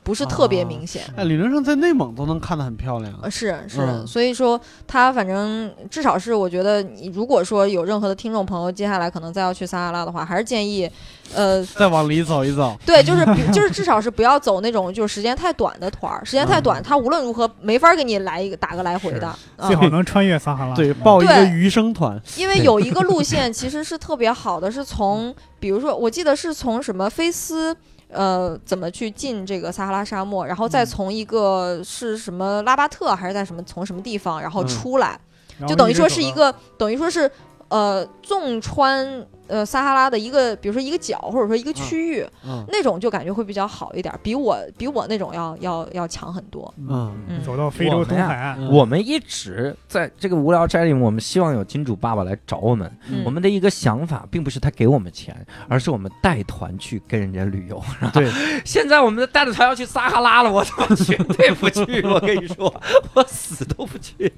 D: 不是特别明显。
C: 哎，理论上在内蒙都能看得很漂亮。
D: 呃是是，
C: 嗯
D: 所以说它反正至少是我觉得，你如果说有任何的听众朋友接下来可能再要去撒哈拉的话，还是建议，呃，
C: 再往里走一走，
D: 对，就是比就是至少是不要走那种就是时间太短的团儿，时间太短，它无论如何没法给你来一个打个来回的，
B: 嗯最好
D: 嗯，
B: 能穿越撒
A: 啊
B: 哈拉。
C: 对，报一个
D: 对
C: 余生团，
D: 因为有一个路线其实是特别好的，是从比如说我记得是从什么菲斯。呃，怎么去进这个撒哈拉沙漠，然后再
C: 嗯
D: 从一个是什么拉巴特还是在什么从什么地方，然后
C: 嗯
D: 出来，
B: 然后
D: 就等于
B: 直
D: 说是
B: 走
D: 一
B: 到
D: 个等于说是呃纵穿呃撒哈拉的一个，比如说一个角或者说一个区域，
C: 嗯
D: 那种就感觉会比较好一点，比我比我那种要要要强很多。
C: 嗯，
D: 嗯，
B: 走到非洲东海岸，
A: 我们一直在这个无聊斋里，我们希望有金主爸爸来找我们。
D: 嗯
A: 我们的一个想法，并不是他给我们钱，而是我们带团去跟人家旅游。
C: 对，
A: [laughs] 现在我们的带着团要去撒哈拉了，我他妈绝对不
C: [laughs]
A: 去！我跟你说，我死都不去。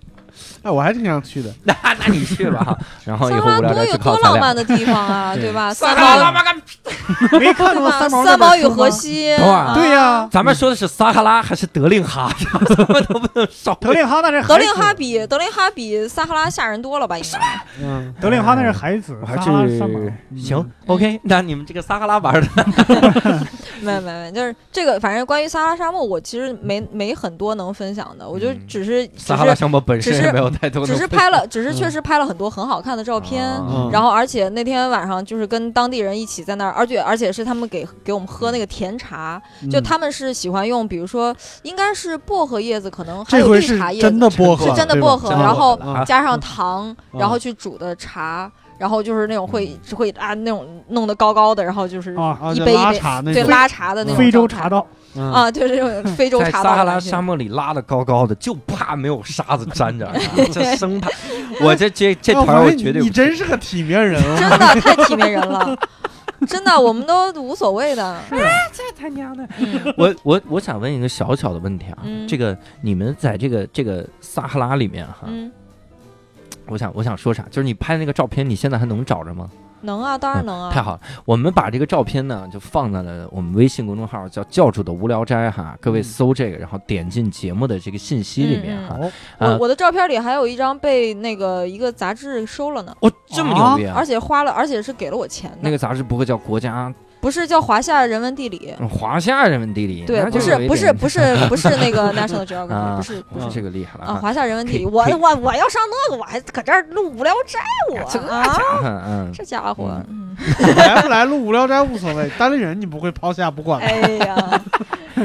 C: 哎，我还挺想去的。
A: 那那你
D: [laughs]
A: 去吧。然后以
D: 撒
A: 后
D: 哈
A: 无
D: 拉
A: 聊
D: 多
A: 斋
D: 有
A: 只靠
D: 多
A: 咱
D: 浪漫的
A: 俩。
D: 地方啊，
C: 对
D: 对吧？
A: 撒
D: 三
A: 哈拉
D: 毛
A: 妈干！
B: 没看
D: 对 [laughs]
C: 过
D: 吧？
C: 三毛那
D: 三毛
C: 本
D: 与
C: 书吗
D: 荷西，
A: 等会儿啊
D: 啊
B: 对呀，
A: 咱们说的是撒哈拉还是德令哈？
D: [laughs]
A: 咱们能不能少？
B: 德令哈那是
D: 德
B: 海
D: 令
B: 子
D: 哈比德令哈比撒哈拉吓人多了吧？应该
C: 嗯，
B: 德令哈那是海子，
A: 我
B: 撒
A: 还
B: 哈拉是三毛。
A: 是行，OK，那你们这个撒哈拉玩的，
D: 没没没，就是这个，反正关于撒哈拉沙漠，我其实没没很多能分享的，我就
A: 嗯
D: 只是只
A: 撒哈拉
D: 是
A: 沙漠本身
D: 只是
A: 也没有太多的，
D: 只是拍了，只
A: 嗯
D: 是确实拍了很多很好看的照片。
C: 嗯
A: 啊
D: 然后，而且那天晚上就是跟当地人一起在那儿，而且而且是他们给给我们喝那个甜茶，
C: 嗯
D: 就他们是喜欢用，比如说应该是薄荷叶子，可能还
C: 这
D: 有
C: 回
D: 绿
C: 是
D: 茶叶
C: 真
D: 子，
C: 的薄荷，
D: 是真的
C: 对吧
D: 薄荷
C: 真的
D: 然后
C: 薄荷啊
D: 加上糖，
C: 嗯
D: 然后去煮的茶，然后就是那种会会啊那种弄得高高的，然后就是
B: 啊
C: 啊
D: 一
C: 就
D: 杯一
C: 拉
D: 杯
C: 茶那
D: 对 [laughs]
C: 种，
D: 拉茶的那种
B: 非洲
D: 状态
B: 茶道，
C: 嗯，
D: 啊，对这种非洲
A: 在
D: 茶
A: 撒
D: 道
A: 哈
D: 的
A: 拉
D: 感觉
A: 沙漠里拉的高高的，就怕没有沙子
D: [laughs]
A: 粘着，这
C: [laughs]
A: 生怕。我这这这
C: 哎
A: 团儿
C: 发
A: 我
C: 现
A: 绝对
C: 你
A: 不
C: 你真是个体面人
D: 真 [laughs]
C: 哦。
D: 的太体面人了，真的我们都无所谓的，
A: [laughs] 他娘的！
D: 嗯
A: 我我我想问一个小小的问题啊，
D: 嗯
A: 这个你们在这个这个撒哈拉里面哈，
D: 嗯，
A: 我想我想说啥，就是你拍那个照片，你现在还能找着吗？
D: 能啊，当然能啊，
A: 嗯太好了，我们把这个照片呢就放在了我们微信公众号叫教主的无聊斋哈，各位
C: 嗯
A: 搜这个，然后点进节目的这个信息里面
D: 嗯嗯
A: 哈，
C: 哦
A: 啊
D: 我我的照片里还有一张被那个一个杂志收了呢，
A: 哦这么牛逼啊
D: 而！且花了，而且是给了我钱的，
A: 那个杂志不会叫国家
D: 不是叫华夏人文地理，
A: 嗯华夏人文地理，
D: 对，
A: 那
D: 不
A: 就是有一
D: 不是
A: 点
D: 不是
A: [laughs]
D: 不是那个 National Geography，
A: 啊
D: 不是不
A: 不
D: 是
A: 是这个厉害了
D: 啊，
A: 啊！
D: 华夏人文地理，
A: 可以
D: 我
A: 可以
D: 我我要上那个，我还搁这儿录无聊斋
A: 呀
D: 我
A: 这
D: 啊，
A: 嗯嗯，
D: 这家伙，嗯
C: 来不来录无聊斋无所谓，单立人你不会抛下不管的。
D: 哎呀，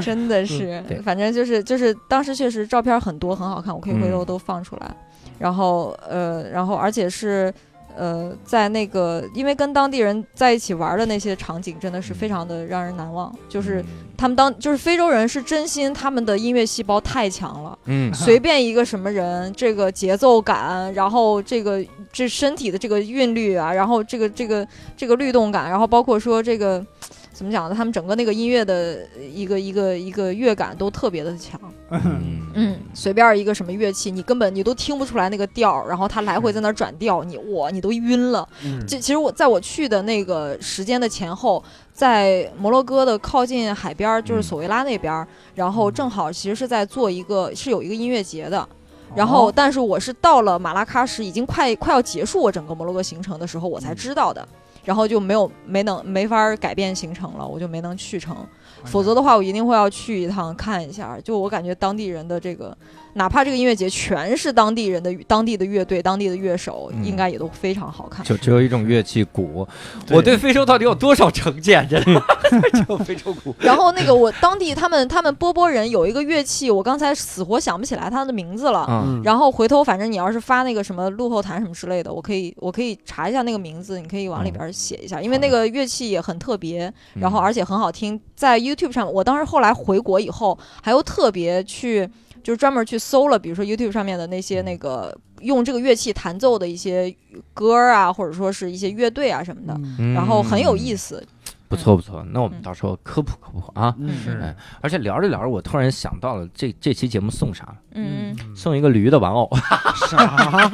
D: 真的是
A: 嗯对，
D: 反正就是就是当时确实照片很多，很好看，我可以回头
A: 嗯
D: 都放出来。然后呃，然后而且是呃，在那个因为跟当地人在一起玩的那些场景，真的是
A: 嗯
D: 非常的让人难忘。就是他们当就是非洲人是真心，他们的音乐细胞太强了，
A: 嗯
D: 随便一个什么人，这个节奏感，然后这个这身体的这个韵律啊，然后这个这个这个律动感，然后包括说这个怎么讲呢？他们整个那个音乐的呃一个一个一个乐感都特别的强。嗯，随便一个什么乐器，你根本你都听不出来那个调儿，然后它来回在那儿转调，你哇，你都晕了。
C: 嗯
D: 这其实我在我去的那个时间的前后，在摩洛哥的靠近海边儿，就是索维拉那边儿，然后正好其实是在做一个是有一个音乐节的。 [laughs] 然
A: 哦
D: 后，但是我是到了马拉喀什，已经快快要结束我整个摩洛哥行程的时候，
A: 嗯
D: 我才知道的。然后就没有没能没法儿改变行程了，我就没能去
A: 哎
D: 成。否则的话，我一定会要去一趟看一下。就我感觉当地人的这个，哪怕这个音乐节全是当地人的当地的乐队、当地的乐手，
A: 嗯
D: 应该也都非常好看。
A: 就只有一种乐器鼓， [laughs] 我对非洲到底有多少成见？真的， [laughs] 就非洲鼓，
D: 然后
A: [laughs]
D: 那个我当地他们他们波波人有一个乐器，我刚才死活想不起来它的名字了。
A: 嗯，
C: 嗯
D: 然后回头，反正你要是发那个什么录后谈什么之类的，我可以我可以查一下那个名字，你可以
A: 嗯
D: 往里边写一下，因为那个乐器也很特别，然后而且很好听，在 YouTube 上，我当时后来回国以后，还又特别去就是专门去搜了，比如说 YouTube 上面的那些那
A: 嗯
D: 个用这个乐器弹奏的一些歌啊，或者说是一些乐队啊什么的，
A: 嗯
D: 然后很有意思。嗯
A: 不错不错，那我们到时候科普科普啊。
C: 嗯
B: 是
A: 哎而且聊着聊着，我突然想到了这这期节目送啥了？
D: 嗯，
A: 送一个驴的玩偶， [laughs]
C: 啥？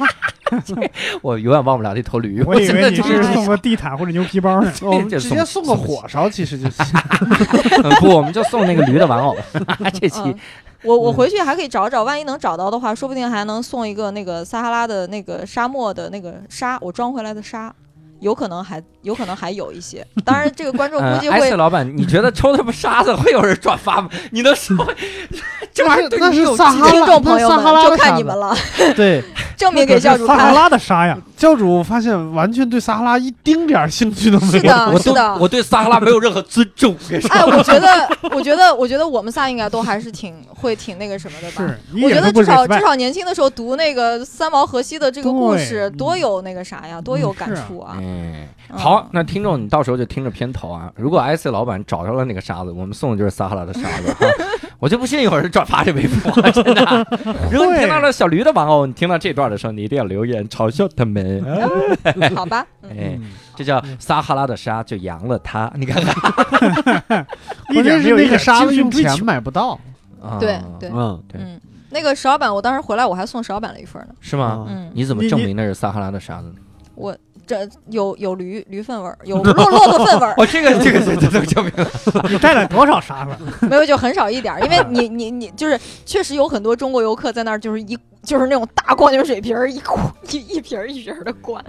A: 我永远忘不了那头驴。
B: 我以
A: 真
B: 为
A: 的
B: 你
A: 就是
B: 是送个地毯或者牛皮
D: [laughs]
B: 包呢。
C: 我们
A: 这
C: 直
A: 送
C: 接送个火烧，其实就行。
A: [laughs] 嗯不，我们就送那个驴的
D: [laughs]
A: 玩偶。啊这期
D: 嗯我我回去还可以找找，万一能找到的话，说不定还能送一个那个撒哈拉的那个沙漠的那个沙，我装回来的沙，有可能还有可能还有一些。当然，这个观众
A: 呃
D: 估计
A: 艾
D: 会
A: 斯老板，你觉得抽他们沙子会有人转发吗？你能说 [laughs] 这玩意儿对
C: [laughs] 那
A: 你
C: 是
A: 有
C: 撒哈
D: 听众朋友
C: 撒哈拉
D: 们
C: 的
D: 就看
C: 沙
D: 你们了，
C: 对，
D: 证明给教主
B: 撒哈
D: 看。
B: 拉的沙呀，
C: 教主发现完全对撒哈拉一丁点儿兴趣都没
D: 是
C: [laughs] 有。
D: 的，
A: 我
D: 是
A: 对
D: 的。
A: 我对撒哈拉没有任何尊重，我
E: 哦
A: 跟你说。
D: 哎，我觉得，我觉得，我觉得我们仨应该都还是挺会挺那个什么的吧。
B: 是一
D: 我觉
B: 点
D: 得
B: 都不
D: 至少
B: respect
D: 至。少年轻的时候读那个三毛荷西的这个故
B: 对
D: 事，
B: 嗯
D: 多有那个啥呀，多有感
B: 是啊
D: 触啊。
A: 嗯，
D: 嗯
A: 好，那听众你到时候就听着片头啊。如果 IC 老板找着了那个沙子，我们送的就是撒哈拉的沙子。 [laughs] 哈我就不信有人转发这微博，真的。 [laughs] 如果你听到了小驴的玩偶，你听到这段的时候，你一定要留言嘲笑他们。
D: 好吧，嗯
A: 哎，这叫撒哈拉的沙，就扬了它。 [laughs] 你看看，
B: 一点
C: 关键
B: 没
C: 是
B: 有
C: 那
B: 一
C: 个
B: 点
C: 沙
B: 精
C: 子
B: 神
C: 用
B: 追
C: 钱
B: 求。
C: 买不到。
A: 啊
D: 对对，
C: 嗯，
A: 对
D: 嗯，那个石老板，我当时回来我还送石老板了一份呢。
A: 是吗？
D: 嗯，
A: 啊你怎么
B: 你
A: 证
B: 你
A: 明那是撒哈拉的沙子呢？
D: 我这有有驴驴粪味儿，有骆骆驼粪
A: [laughs]
D: 味儿，
A: 哦，这个这个这这能证明了。
B: [laughs] 你带了多少沙子？
D: 没有就很少一点儿，因为你你你就是确实有很多中国游客在那儿就是一就是那种大矿泉水瓶儿一股一一瓶儿一瓶儿的灌，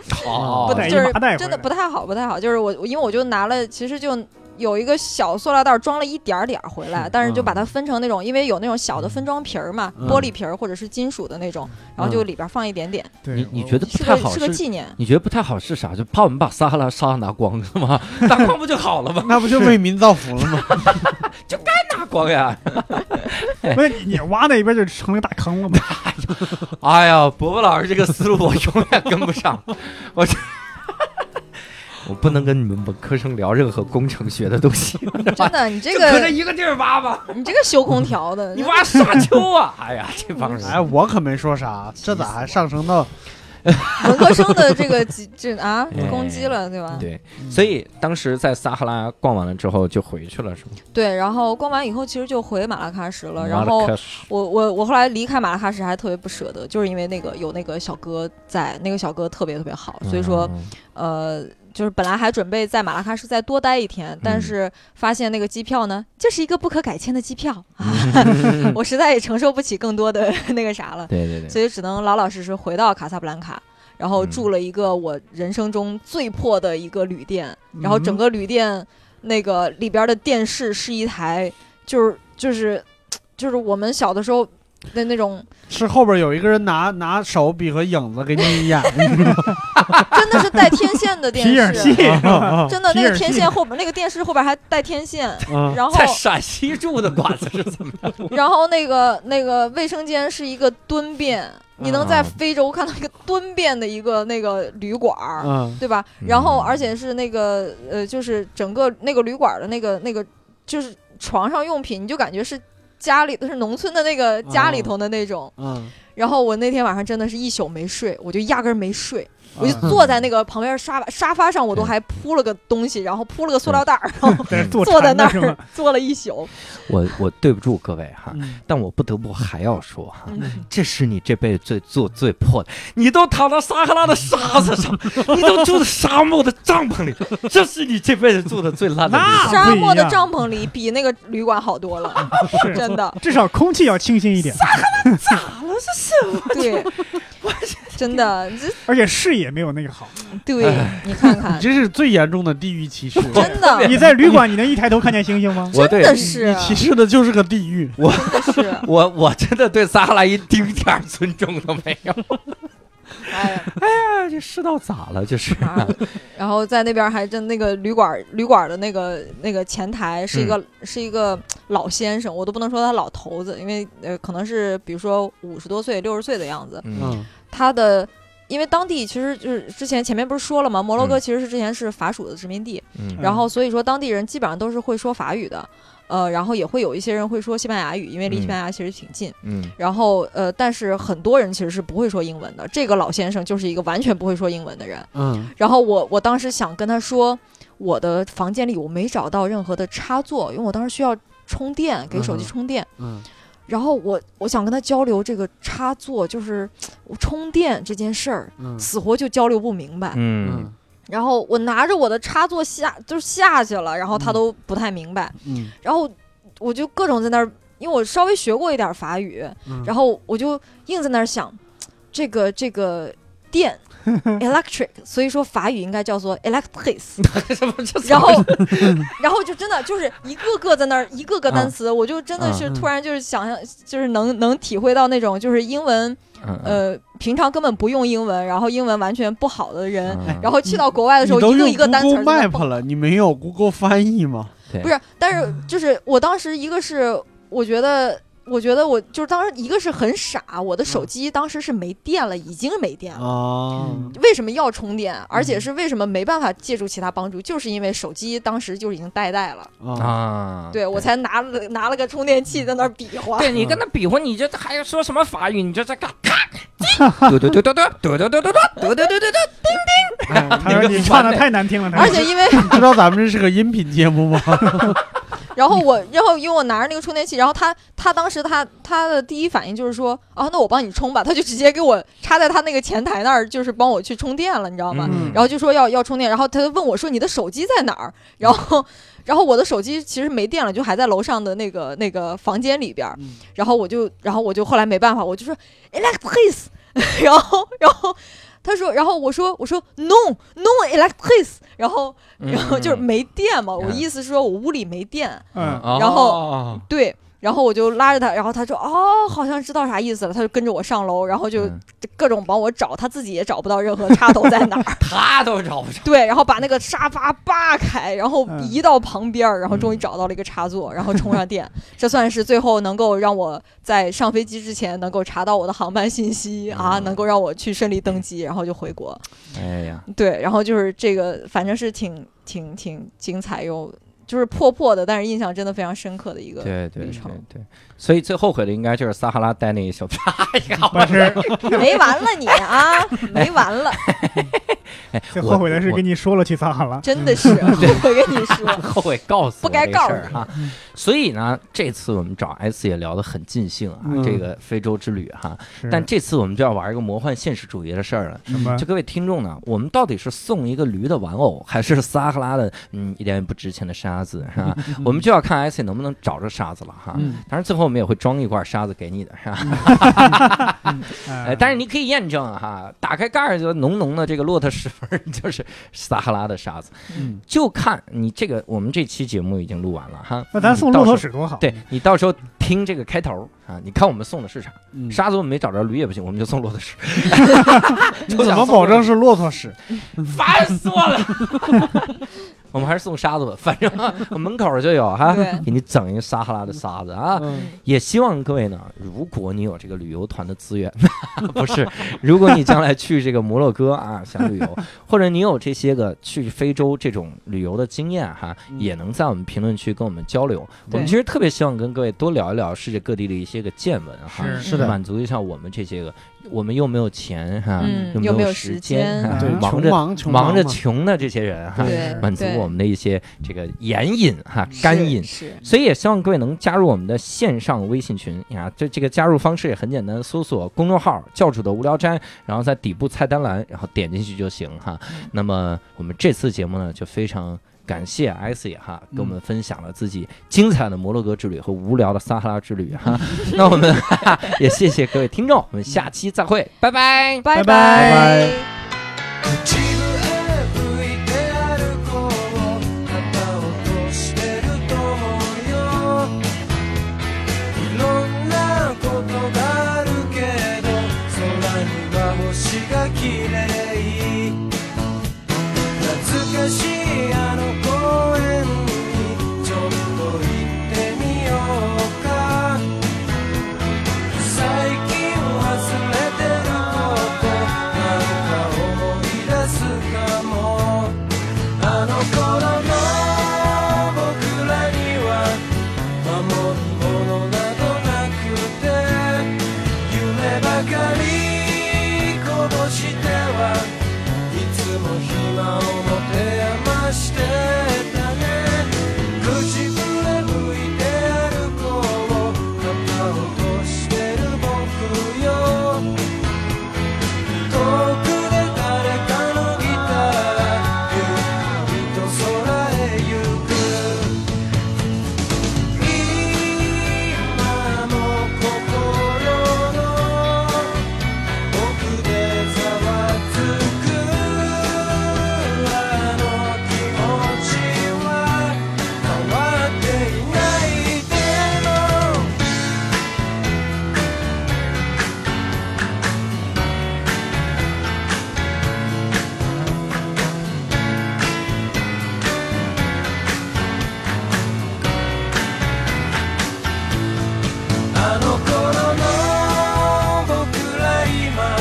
B: 哎
A: 好
B: 不得
D: 就是
B: 一麻袋回
D: 真的
B: 来
D: 不太好，不太好。就是我我因为我就拿了，其实就。有一个小塑料袋儿装了一点儿点儿回来，但是就把它分成那种，因为有那种小的分装瓶儿嘛，
C: 嗯
D: 玻璃瓶儿或者是金属的那种，然后就里边儿放一点点，
B: 对
A: 你你
B: 我
A: 觉得不
D: 是
A: 太
D: 个
A: 好
D: 是个纪念。
A: 你觉得不太好是啥？就怕我们把撒哈拉沙拿光是吗？ [laughs] 拿光不就好了吗？
C: 那不就为民造福了 [laughs] 吗？
A: [laughs] 拿光呀！
B: 不是你你挖那一边就成了个大坑了吗？
A: [laughs] 哎呀，伯伯老师这个思路我 [laughs] 永远跟不上，我 [laughs] 这我不能跟你们文科生聊任何工程学的东 [laughs] 西，
D: 真的，你这
A: 就搁这
D: 个
A: 一个地儿挖吧，
D: 你这个修空调的，
A: [laughs]
D: [laughs]
A: 你挖沙丘啊！哎呀，这帮
C: 哎，
A: 人，
C: 我可没说啥，这咋还上升到
D: 文科生的这个极这啊
A: [laughs] 哎
D: 攻击了，对吧？
A: [laughs] 对，所以当时在撒哈拉逛完了之后就回去了，是吗？
D: 对，然后逛完以后，其实就回马拉喀什了。然
A: 马
D: 后
A: 拉喀什
D: 我我我后来离开马拉喀什还特别不舍得，就是因为那个有那个小哥在，那个小哥特别特别好，所以说
A: 嗯嗯
D: 呃，就是本来还准备在马拉喀什再多待一天，但是发现那个机票呢，这是一个不可改签的机票啊，我实在也承受不起更多的 [laughs] 那个啥了，
A: 对对对，
D: 所以只能老老实实回到卡萨布兰卡，然后
A: 嗯
D: 住了一个我人生中最破的一个旅店， [laughs]
B: 嗯
D: 然后整个旅店那个里边的电视是一台，就是就是就是我们小的时候那那种
B: [laughs]
C: 是后边有一个人拿拿手比和影子给你演，
D: 真的是带天线的电
B: [laughs] 皮影戏啊
D: 视，啊
B: 是吧？
D: 真的那
B: 皮影
D: 个
B: 戏
D: 天线后边那个电视后边还带天线，
C: 嗯，
D: 然后
E: 在陕西住的馆子是怎么？
D: 然后那个那个卫生间是一个蹲便，你能
B: 啊
D: 在非洲看到一个蹲便的一个那个旅馆儿，
C: [laughs] 嗯
D: 对吧？然后
E: 嗯
D: 而且是那个呃，就是整个那个旅馆的那个那个就是床上用品，你就感觉是家里是农村的那个家
B: 哦
D: 里头的那种。
C: 嗯，
D: 然后我那天晚上真的是一宿没睡，我就压根儿没睡。
B: 啊
D: 我就坐
B: 嗯
D: 在那个旁边沙发沙发上，我都还铺了个东西，然后铺了个塑料袋儿，
B: [laughs]
D: 然后
B: 在那
D: [laughs]
B: 坐
D: 坐在
B: 禅
D: 那
B: 的是吗
D: 儿？坐了一宿。
E: 我我对不住各位哈，
C: 嗯
E: 但我不得不还要说哈，
B: 啊
D: 嗯
E: 这是你这辈子最做最破的。你都躺到撒哈拉的沙子上，你都住在沙漠的帐篷里，这是你这辈子住的最烂的地方。
D: 沙漠
B: 不一
D: 的
B: 样
D: 帐篷里比那个旅馆好多
B: [laughs]
D: 了，
B: 是，
D: 真的。
B: 至少空气要清
D: [laughs]
B: 新一点，
D: 对，真
B: [laughs]
D: 的，这
B: 而且视野没有那个好。
D: 对你看
B: [laughs]
C: 你
D: 看，
C: 这是最严重的地域歧视，
D: 真的
B: 你在旅馆，你能一抬头看见星星吗？嗯
E: 我
D: 真
E: 对
D: 的是啊
C: 你歧视的就是个地域。
D: 真的是，
E: 我我真的对撒哈拉一丁点儿尊重都没有。
D: 哎呀。
E: 哎，这世道咋了？这是
D: 啊， [laughs] 然后在那边还真那个旅馆旅馆的那个那个前台是一个、是一个老先生，我都不能说他老头子，因为呃可能是比如说五十多岁六十岁的样子，
E: 嗯
C: 嗯
D: 他的。因为当地其实就是之前前面不是说了吗？摩洛哥
E: 嗯
D: 其实是之前是法属的殖民地，
E: 嗯
D: 然后所以说当地人基本上都是会说法语的，呃，然后也会有一些人会说西班牙语，因为离西班牙其实挺近。
E: 嗯
D: 然后呃，但是很多人其实是不会说英文的。这个老先生就是一个完全不会说英文的人，
C: 嗯
D: 然后我我当时想跟他说，我的房间里我没找到任何的插座，因为我当时需要充电，给手机
C: 嗯哼
D: 充电。
C: 嗯
D: 然后我我想跟他交流这个插座，就是我充电这件事儿，
C: 嗯
D: 死活就交流不明白。
E: 嗯
C: 嗯
D: 然后我拿着我的插座下就下去了，然后他
C: 嗯
D: 都不太明白。
C: 嗯
D: 然后我就各种在那儿，因为我稍微学过一点法语，
C: 嗯，
D: 然后我就硬在那儿想，这个这个
C: [laughs]
D: 电 electric，所以说法语应该叫做
C: [laughs]
D: electrice，
E: 什么这
D: 然后 [laughs] 然后就真的就是一个个在那儿一个个单词，我就真的是
C: 嗯嗯嗯
D: 突然就是想象，就是能能体会到那种就是英文
C: 嗯
D: 呃平常根本不用英文，然后英文完全不好的人，
E: 嗯
D: 然后去到国外的时候
C: 嗯你都
D: 一个
C: 用
D: 一个单词
C: Google
D: 儿在那
C: Map
D: 蹦
C: 了，你没有 Google 翻译吗？
D: 不是，但是
C: 嗯
D: 就是我当时一个是我觉得。我觉得我就是当时一个是很傻，我的手
C: 嗯
D: 机当时是没电了，已经没电了。
C: 啊，嗯
D: 为什么要充电，而且是为什么没办法借助其他帮助，就是因为手机当时就已经带带了，
C: 啊，
E: 啊，
D: 对我才拿了拿了个充电器在那儿比划。
E: 对你跟他比划，你这还说什么法语？你这这干咔，嘟嘟嘟嘟嘟嘟嘟嘟嘟嘟嘟嘟嘟嘟，
B: 哎他说你唱的太难听了，他
D: 而
B: 说
D: 且因为，
C: 你知道咱们这是个音频节目 [laughs] 吗？
D: 然后我，然后因为我拿着那个充电器，然后他他当时他他的第一反应就是说，啊，那我帮你充吧，他就直接给我插在他那个前台那儿，就是帮我去充电了，你知道吗？
E: 嗯
D: 然后就说要要充电，然后他就问我说你的手机在哪儿？然后， [laughs] 然后我的手机其实没电了，就还在楼上的那个那个房间里边儿。
C: 嗯
D: 然后我就，然后我就后来没办法，我就说 electrice，然 [laughs] 后然后他说，然后我说我说 no no electrice，然后然后就是没电嘛，我
E: 嗯哦
D: 意思是说我屋里没电， [laughs]
B: 嗯，
E: 后
D: 对。然后我就拉着他，然后他说：“哦，好像知道啥意思了。”他就跟着我上楼，然后就
E: 嗯
D: 各种帮我找，他自己也找不到任何插头在哪儿。
E: [laughs] 他都找不着，
D: 对，然后把那个沙发扒开，然后
B: 嗯
D: 移到旁边儿，然后终于找到了一个插座，然后充上电。这算是最后能够让我在上飞机之前能够查到我的航班信息啊，
E: 嗯
D: 能够让我去顺利登机，然后就回国。
C: 嗯
E: 哎呀，
D: 对，然后就是这个，反正是挺挺挺精彩又就是破破的，但是印象真的非常深刻的一个。
E: 对对对对，所以最后悔的应该就是撒哈拉带那一小片。
B: 但是
D: 没完了你啊，没完了，
B: 最后悔的是跟你说了去撒哈拉，
D: 真的是，我跟你说，
E: 后悔告诉
D: 不该告诉你
E: 哈、啊。 [laughs] 所以呢，这次我们找 S 也聊得很尽兴啊，
C: 嗯
E: 这个非洲之旅哈、
B: 是
E: 但这次我们就要玩一个魔幻现实主义的事儿了。
B: 什么
E: 就各位听众呢，我们到底是送一个驴的玩偶，还是撒哈拉的嗯一点也不值钱的沙
A: 沙子是
E: [laughs]
A: 吧？我们就要看 IC 能不能找着沙子了哈。
C: 嗯
A: 当然最后我们也会装一块沙子给你的是吧？
B: 哎
A: 哎，但是你可以验证哈，打开盖儿就浓浓的这个洛特石粉儿，就是撒哈拉的沙子。
C: 嗯
A: 就看你这个，我们这期节目已经录完了哈。
B: 那咱送
A: 你嗯到
B: 骆
A: 时候
B: 驼屎多好。
A: 对你到时候听这个开头啊，你看我们送的是啥？
C: 嗯
A: 沙子我们没找着，驴也不行，我们就送骆驼屎，
C: 你怎么保证是骆驼屎？
A: [laughs] 烦死我了。 [laughs] 我们还是送沙子吧，反正啊门口就有哈
D: 对，
A: 给你整一个撒哈拉的沙子啊。
C: 嗯
A: 也希望各位呢，如果你有这个旅游团的资源， [laughs] 不是，如果你将来去这个摩洛哥啊想旅游， [laughs] 或者你有这些个去非洲这种旅游的经验哈，
C: 嗯
A: 也能在我们评论区跟我们交流。我们
D: 对
A: 其实特别希望跟各位多聊一聊世界各地的一些个见闻哈，
B: 是
C: 是的
A: 满足一下我们这些个，我们又没有钱哈，
D: 嗯
A: 又
D: 又没
A: 有
D: 有
A: 时
D: 时间嗯
A: 哈
B: 对
A: 忙
C: 穷
A: 着
C: 忙穷
A: 忙着
C: 嘛
A: 穷的这些人哈，
D: 对
A: 满足
D: 对
A: 我们的一些这个眼瘾哈、干瘾。
D: 是
A: 所以也希望各位能加入我们的线上微信群呀。这这个加入方式也很简单，搜索公众号“教主的无聊斋”，然后在底部菜单栏，然后点进去就行哈。那么我们这次节目呢，就非常。感谢 S 也哈，跟我们分享了自己精彩的摩洛哥之旅和无聊的撒哈拉之旅哈。那我们也谢谢各位听众，我们下期再会，拜拜。
D: 拜
B: 拜拜
D: 拜
G: 口吹いて歩こう旗を落としてると思うよいろんなことがあるけど空には星が綺麗懐かしいあの公園にちょっと行ってみようか最近忘れてることなんか思い出すかもあの頃の僕らには守るものなどなくて夢ばかりこぼしてはいつも暇を持て余してたね口笛吹いて歩こう肩を落としてる僕よ遠くで誰かのギターゆっくりと空へ行く今も心の奥でざわつくあの気持ちは変わっていないでもあの頃の僕ら今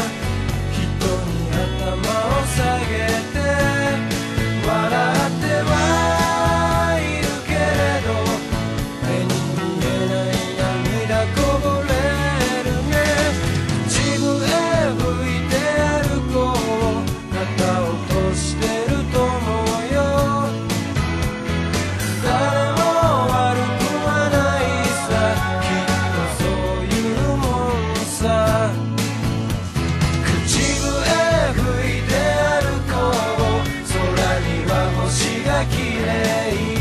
G: 人に頭を下げて笑ってはいるけれど目に見えない涙こぼれるね自分へ向いて歩こう肩を落としてると思うよ誰も悪くはないさきっとそういうもんさ口笛吹いて歩こう空には星が綺麗